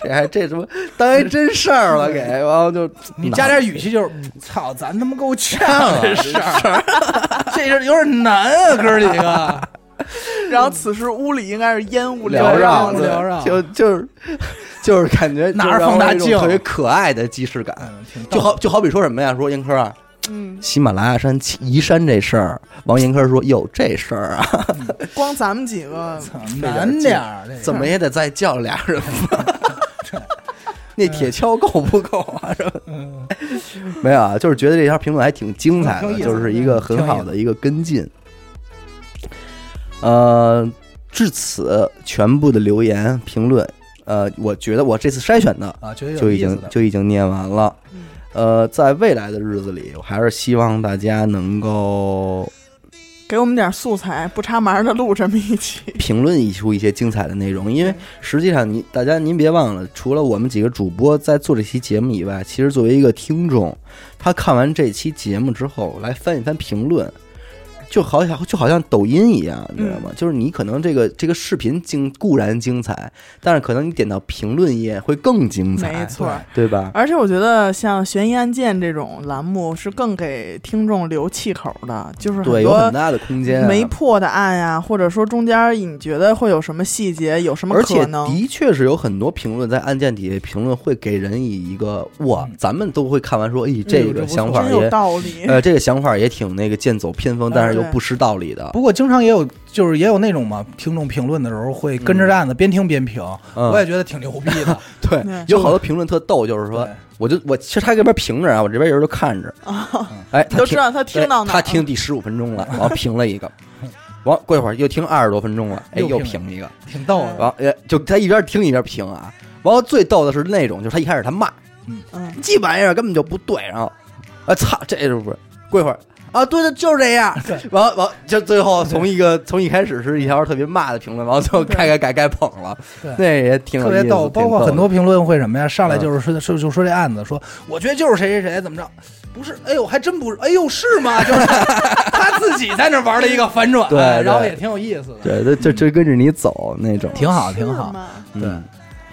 [SPEAKER 1] 这还哎这什么当一真事儿了给，然后就
[SPEAKER 2] 你加点语气
[SPEAKER 1] 嗯
[SPEAKER 2] 就是，操，咱他妈 够呛啊这事儿，这事儿有点难啊，哥几个，
[SPEAKER 4] 然后此时屋里应该是烟雾
[SPEAKER 1] 缭
[SPEAKER 4] 绕
[SPEAKER 1] 绕，
[SPEAKER 2] 对
[SPEAKER 1] 对
[SPEAKER 2] 缭绕
[SPEAKER 1] 就就是就是感觉
[SPEAKER 2] 拿
[SPEAKER 1] 就
[SPEAKER 2] 着
[SPEAKER 1] 让
[SPEAKER 2] 放
[SPEAKER 1] 我
[SPEAKER 2] 大
[SPEAKER 1] 有一种
[SPEAKER 2] 镜
[SPEAKER 1] 特别可爱的既视感，
[SPEAKER 2] 嗯，挺
[SPEAKER 1] 就好就好比说什么呀？说严科啊，
[SPEAKER 4] 嗯，
[SPEAKER 1] 喜马拉雅山起移山这事儿，王严科说：“哟，这事儿啊，
[SPEAKER 4] 光咱们几个
[SPEAKER 2] 操难点儿，这个
[SPEAKER 1] 怎么也得再叫俩人吧？ 那铁锹够不够啊？”是吧？ 没有啊，就是觉得这条评论还挺精彩
[SPEAKER 2] 嗯
[SPEAKER 1] 的，
[SPEAKER 2] 挺有意思
[SPEAKER 1] 就是一个很好的一个跟进。呃，至此全部的留言评论，呃，我觉得我这次筛选的
[SPEAKER 2] 啊，觉得
[SPEAKER 1] 就
[SPEAKER 2] 有
[SPEAKER 1] 已
[SPEAKER 2] 意思
[SPEAKER 1] 经
[SPEAKER 2] 的，嗯
[SPEAKER 1] 就已经念完了。呃，在未来的日子里，我还是希望大家能够
[SPEAKER 4] 给我们点素材，不插门的录这么一期，
[SPEAKER 1] 评论出一些精彩的内容，因为
[SPEAKER 4] 嗯
[SPEAKER 1] 实际上你大家您别忘了，除了我们几个主播在做这期节目以外，其实作为一个听众，他看完这期节目之后来翻一翻评论，就好像就好像抖音一样，你知道吗？
[SPEAKER 4] 嗯
[SPEAKER 1] 就是你可能这个这个视频精固然精彩，但是可能你点到评论页会更精彩，
[SPEAKER 4] 没错。
[SPEAKER 1] 对吧？
[SPEAKER 4] 而且我觉得像悬疑案件这种栏目是更给听众留气口的，就是
[SPEAKER 1] 对，
[SPEAKER 4] 很
[SPEAKER 1] 有很
[SPEAKER 4] 多
[SPEAKER 1] 大的空间、啊。
[SPEAKER 4] 没破的案呀、或者说中间你觉得会有什么细节，有什么
[SPEAKER 1] 而且
[SPEAKER 4] 可能？
[SPEAKER 1] 的确是有很多评论在案件底下评论会给人以一个哇，
[SPEAKER 4] 嗯
[SPEAKER 1] 咱们都会看完说，哎，这
[SPEAKER 2] 这
[SPEAKER 1] 个
[SPEAKER 2] 不错
[SPEAKER 1] 想法
[SPEAKER 4] 真
[SPEAKER 1] 也
[SPEAKER 4] 有道理。
[SPEAKER 1] 呃，这个想法也挺那个剑走偏锋，但是又不失道理的。
[SPEAKER 2] 不过经常也有，就是也有那种嘛，听众评论的时候会跟着这案子边听边评，
[SPEAKER 1] 嗯
[SPEAKER 2] 我也觉得挺牛逼的。
[SPEAKER 1] 对
[SPEAKER 4] 对，
[SPEAKER 1] 有好多评论特逗，就是 说
[SPEAKER 2] 对，
[SPEAKER 1] 我就我其实他这边评着啊，我这边有人就看着，哎，
[SPEAKER 4] 哦 你
[SPEAKER 1] 他听
[SPEAKER 4] 都知道他听到
[SPEAKER 1] 对
[SPEAKER 4] 哪儿？
[SPEAKER 1] 他听第十五分钟了，然后评了一个，完过一会儿又听二十多分钟了，哎，
[SPEAKER 2] 又
[SPEAKER 1] 又
[SPEAKER 2] 评
[SPEAKER 1] 评一个，
[SPEAKER 2] 挺逗的。
[SPEAKER 1] 完呃，就他一边听一边评啊。完了最逗的是那种，就是他一开始他骂
[SPEAKER 4] 嗯，
[SPEAKER 1] 这玩意儿根本就不对，然后，啊操，这是不是？过一会儿啊，对对，就是这样。完完，就最后从一个从一开始是一条特别骂的评论，完了最后改改改改捧了
[SPEAKER 2] 对，
[SPEAKER 1] 那也挺有
[SPEAKER 2] 特别
[SPEAKER 1] 意思
[SPEAKER 2] 逗，
[SPEAKER 1] 挺
[SPEAKER 2] 包括
[SPEAKER 1] 的嗯
[SPEAKER 2] 很多评论会什么呀？上来就是说，说就说这案子，说我觉得就是谁谁谁怎么着，不是，哎呦，还真不是，哎呦，是吗？就是 他自己在那玩了一个反转，
[SPEAKER 1] 对对
[SPEAKER 2] 然后也挺有意思的，
[SPEAKER 1] 对，就就就跟着你走那种，嗯
[SPEAKER 2] 挺好，挺
[SPEAKER 4] 是
[SPEAKER 2] 好。
[SPEAKER 4] 吗
[SPEAKER 1] 对，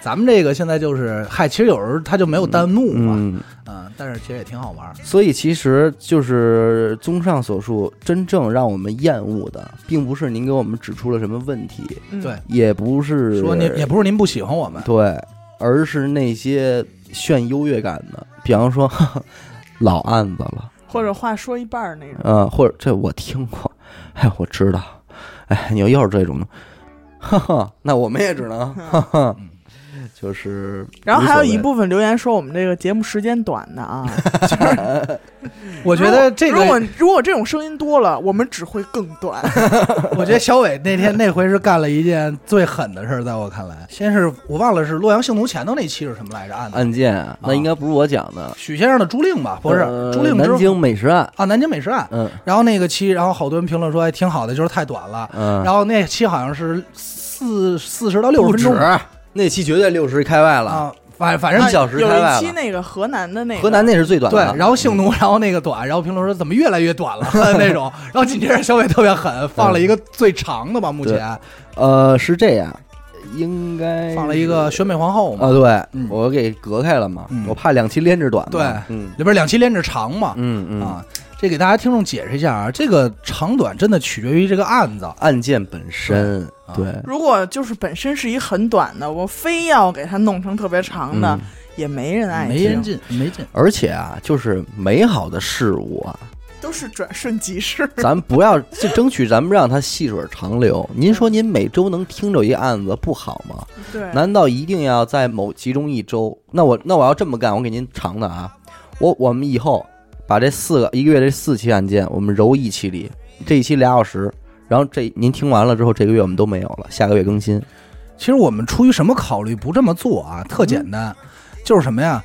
[SPEAKER 2] 咱们这个现在就是，嗨，其实有时候他就没有弹幕嘛，
[SPEAKER 1] 嗯。
[SPEAKER 2] 嗯，但是其实也挺好玩。
[SPEAKER 1] 所以其实就是综上所述，真正让我们厌恶的，并不是您给我们指出了什么问题，
[SPEAKER 4] 嗯
[SPEAKER 2] 对，
[SPEAKER 1] 也不是
[SPEAKER 2] 说您也不是您不喜欢我们，
[SPEAKER 1] 对，而是那些炫优越感的，比方说 呵呵老案子了，
[SPEAKER 4] 或者话说一半儿那 种，
[SPEAKER 1] 嗯，或者这我听过，哎，我知道，哎，你又是这种的，哈哈， 那我们也只能， 哈哈，就是无所谓，
[SPEAKER 4] 嗯然后还有一部分留言说我们这个节目时间短的 啊，
[SPEAKER 2] 我觉得这
[SPEAKER 4] 如果
[SPEAKER 2] 个，
[SPEAKER 4] 如果这种声音多了，我们只会更 短。 啊
[SPEAKER 2] 我觉得小伟那天那回是干了一件最狠的事儿，在我看来，先是我忘了是洛阳性奴前头那期是什么来着案子，
[SPEAKER 1] 案件啊，那应该不是我讲的，
[SPEAKER 2] 许先生的租令吧，不是
[SPEAKER 1] 呃
[SPEAKER 2] 租令之
[SPEAKER 1] 南
[SPEAKER 2] 后
[SPEAKER 1] 京美食案，
[SPEAKER 2] 啊，南京美食案，
[SPEAKER 1] 嗯
[SPEAKER 2] 然后那个期，然后好多人评论说，哎，挺好的，就是太短了。
[SPEAKER 1] 嗯，
[SPEAKER 2] 然后那期好像是四四十到六十
[SPEAKER 1] 不
[SPEAKER 2] 分
[SPEAKER 1] 止
[SPEAKER 2] 钟，
[SPEAKER 1] 那期绝对六十开外了，
[SPEAKER 2] 啊，反反正
[SPEAKER 1] 一小时
[SPEAKER 4] 有
[SPEAKER 1] 开外
[SPEAKER 4] 一
[SPEAKER 1] 了
[SPEAKER 4] 期那个河南的那个，
[SPEAKER 1] 河南那是最短
[SPEAKER 2] 对
[SPEAKER 1] 的，。
[SPEAKER 2] 然后性奴，然后那个短，然后评论说怎么越来越短了 那种。然后紧接着小伟特别狠，放
[SPEAKER 1] 嗯
[SPEAKER 2] 了一个最长的吧，目前
[SPEAKER 1] 呃，是这样，应该
[SPEAKER 2] 放了一个选美皇后嘛
[SPEAKER 1] 啊，，对
[SPEAKER 2] 嗯，
[SPEAKER 1] 我给隔开了嘛
[SPEAKER 2] 嗯，
[SPEAKER 1] 我怕两期连着短嘛。
[SPEAKER 2] 对
[SPEAKER 1] 嗯
[SPEAKER 2] 里边两期连着长嘛，
[SPEAKER 1] 嗯嗯
[SPEAKER 2] 啊，这给大家听众解释一下啊，这个长短真的取决于这个案子。
[SPEAKER 1] 案件本身
[SPEAKER 2] 啊
[SPEAKER 1] 对，
[SPEAKER 4] 如果就是本身是一很短的，我非要给它弄成特别长的，
[SPEAKER 1] 嗯
[SPEAKER 4] 也没人爱听，
[SPEAKER 2] 没人进，没进。
[SPEAKER 1] 而且啊，就是美好的事物 啊，
[SPEAKER 4] 都是转瞬即逝。
[SPEAKER 1] 咱不要就争取咱们让它细水长流。您说您每周能听着一个案子不好吗？
[SPEAKER 4] 对，
[SPEAKER 1] 难道一定要在某其中一周？那我那我要这么干，我给您尝的啊！我我们以后把这四个一个月这四期案件，我们揉一期里，这一期俩小时，然后这您听完了之后，这个月我们都没有了，下个月更新。
[SPEAKER 2] 其实我们出于什么考虑不这么做啊？特简单，就是什么呀？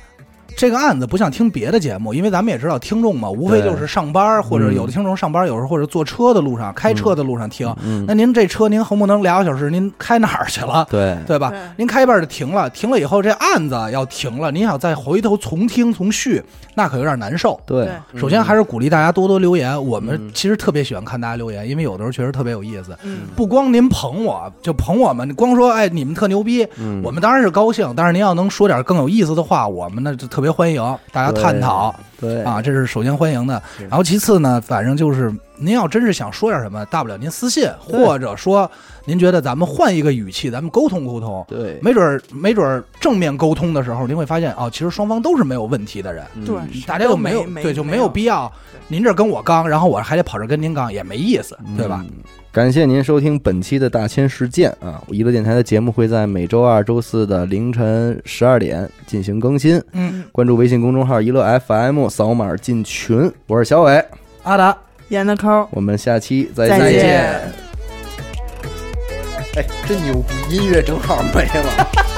[SPEAKER 2] 这个案子不像听别的节目，因为咱们也知道听众嘛，无非就是上班儿
[SPEAKER 1] 嗯
[SPEAKER 2] 或者有的听众上班儿，有时候或者坐车的路上、开车的路上听。
[SPEAKER 1] 嗯，
[SPEAKER 2] 那您这车您横不能俩小时，您开哪儿去了？
[SPEAKER 1] 对，
[SPEAKER 2] 对吧
[SPEAKER 4] 对？
[SPEAKER 2] 您开一半儿就停了，停了以后这案子要停了，您想再回头重听重续，那可有点难受。
[SPEAKER 1] 对
[SPEAKER 4] 对，
[SPEAKER 1] 嗯
[SPEAKER 2] 首先还是鼓励大家多多留言，我们其实特别喜欢看大家留言，因为有的时候确实特别有意思。
[SPEAKER 4] 嗯，
[SPEAKER 2] 不光您捧我，就捧我们，光说哎你们特牛逼，
[SPEAKER 1] 嗯
[SPEAKER 2] 我们当然是高兴。但是您要能说点更有意思的话，我们呢就特别欢迎大家探讨
[SPEAKER 1] 对
[SPEAKER 2] 啊，这是首先欢迎的。
[SPEAKER 1] 是
[SPEAKER 2] 然后其次呢，反正就是您要真是想说点什么，大不了您私信，
[SPEAKER 1] 对
[SPEAKER 2] 或者说您觉得咱们换一个语气，咱们沟通沟通。
[SPEAKER 1] 对，
[SPEAKER 2] 没准儿，没准儿正面沟通的时候，您会发现哦，其实双方都是没有问题的人，
[SPEAKER 1] 嗯
[SPEAKER 4] 对，
[SPEAKER 2] 大家就
[SPEAKER 4] 没
[SPEAKER 2] 有
[SPEAKER 4] 没
[SPEAKER 2] 对就
[SPEAKER 4] 没
[SPEAKER 2] 没有必要。您这儿跟我刚，然后我还得跑这儿跟您刚，也没意思，对吧？
[SPEAKER 1] 嗯感谢您收听本期的大千世界啊！娱乐电台的节目会在每周二、周四的凌晨十二点进行更新。
[SPEAKER 2] 嗯，
[SPEAKER 1] 关注微信公众号“一乐 FM”，扫码进群。我是小伟，
[SPEAKER 2] 阿达，
[SPEAKER 4] 演的抠儿，
[SPEAKER 1] 我们下期再
[SPEAKER 4] 再
[SPEAKER 1] 见。
[SPEAKER 4] 见
[SPEAKER 1] 哎，真牛逼！音乐正好没了。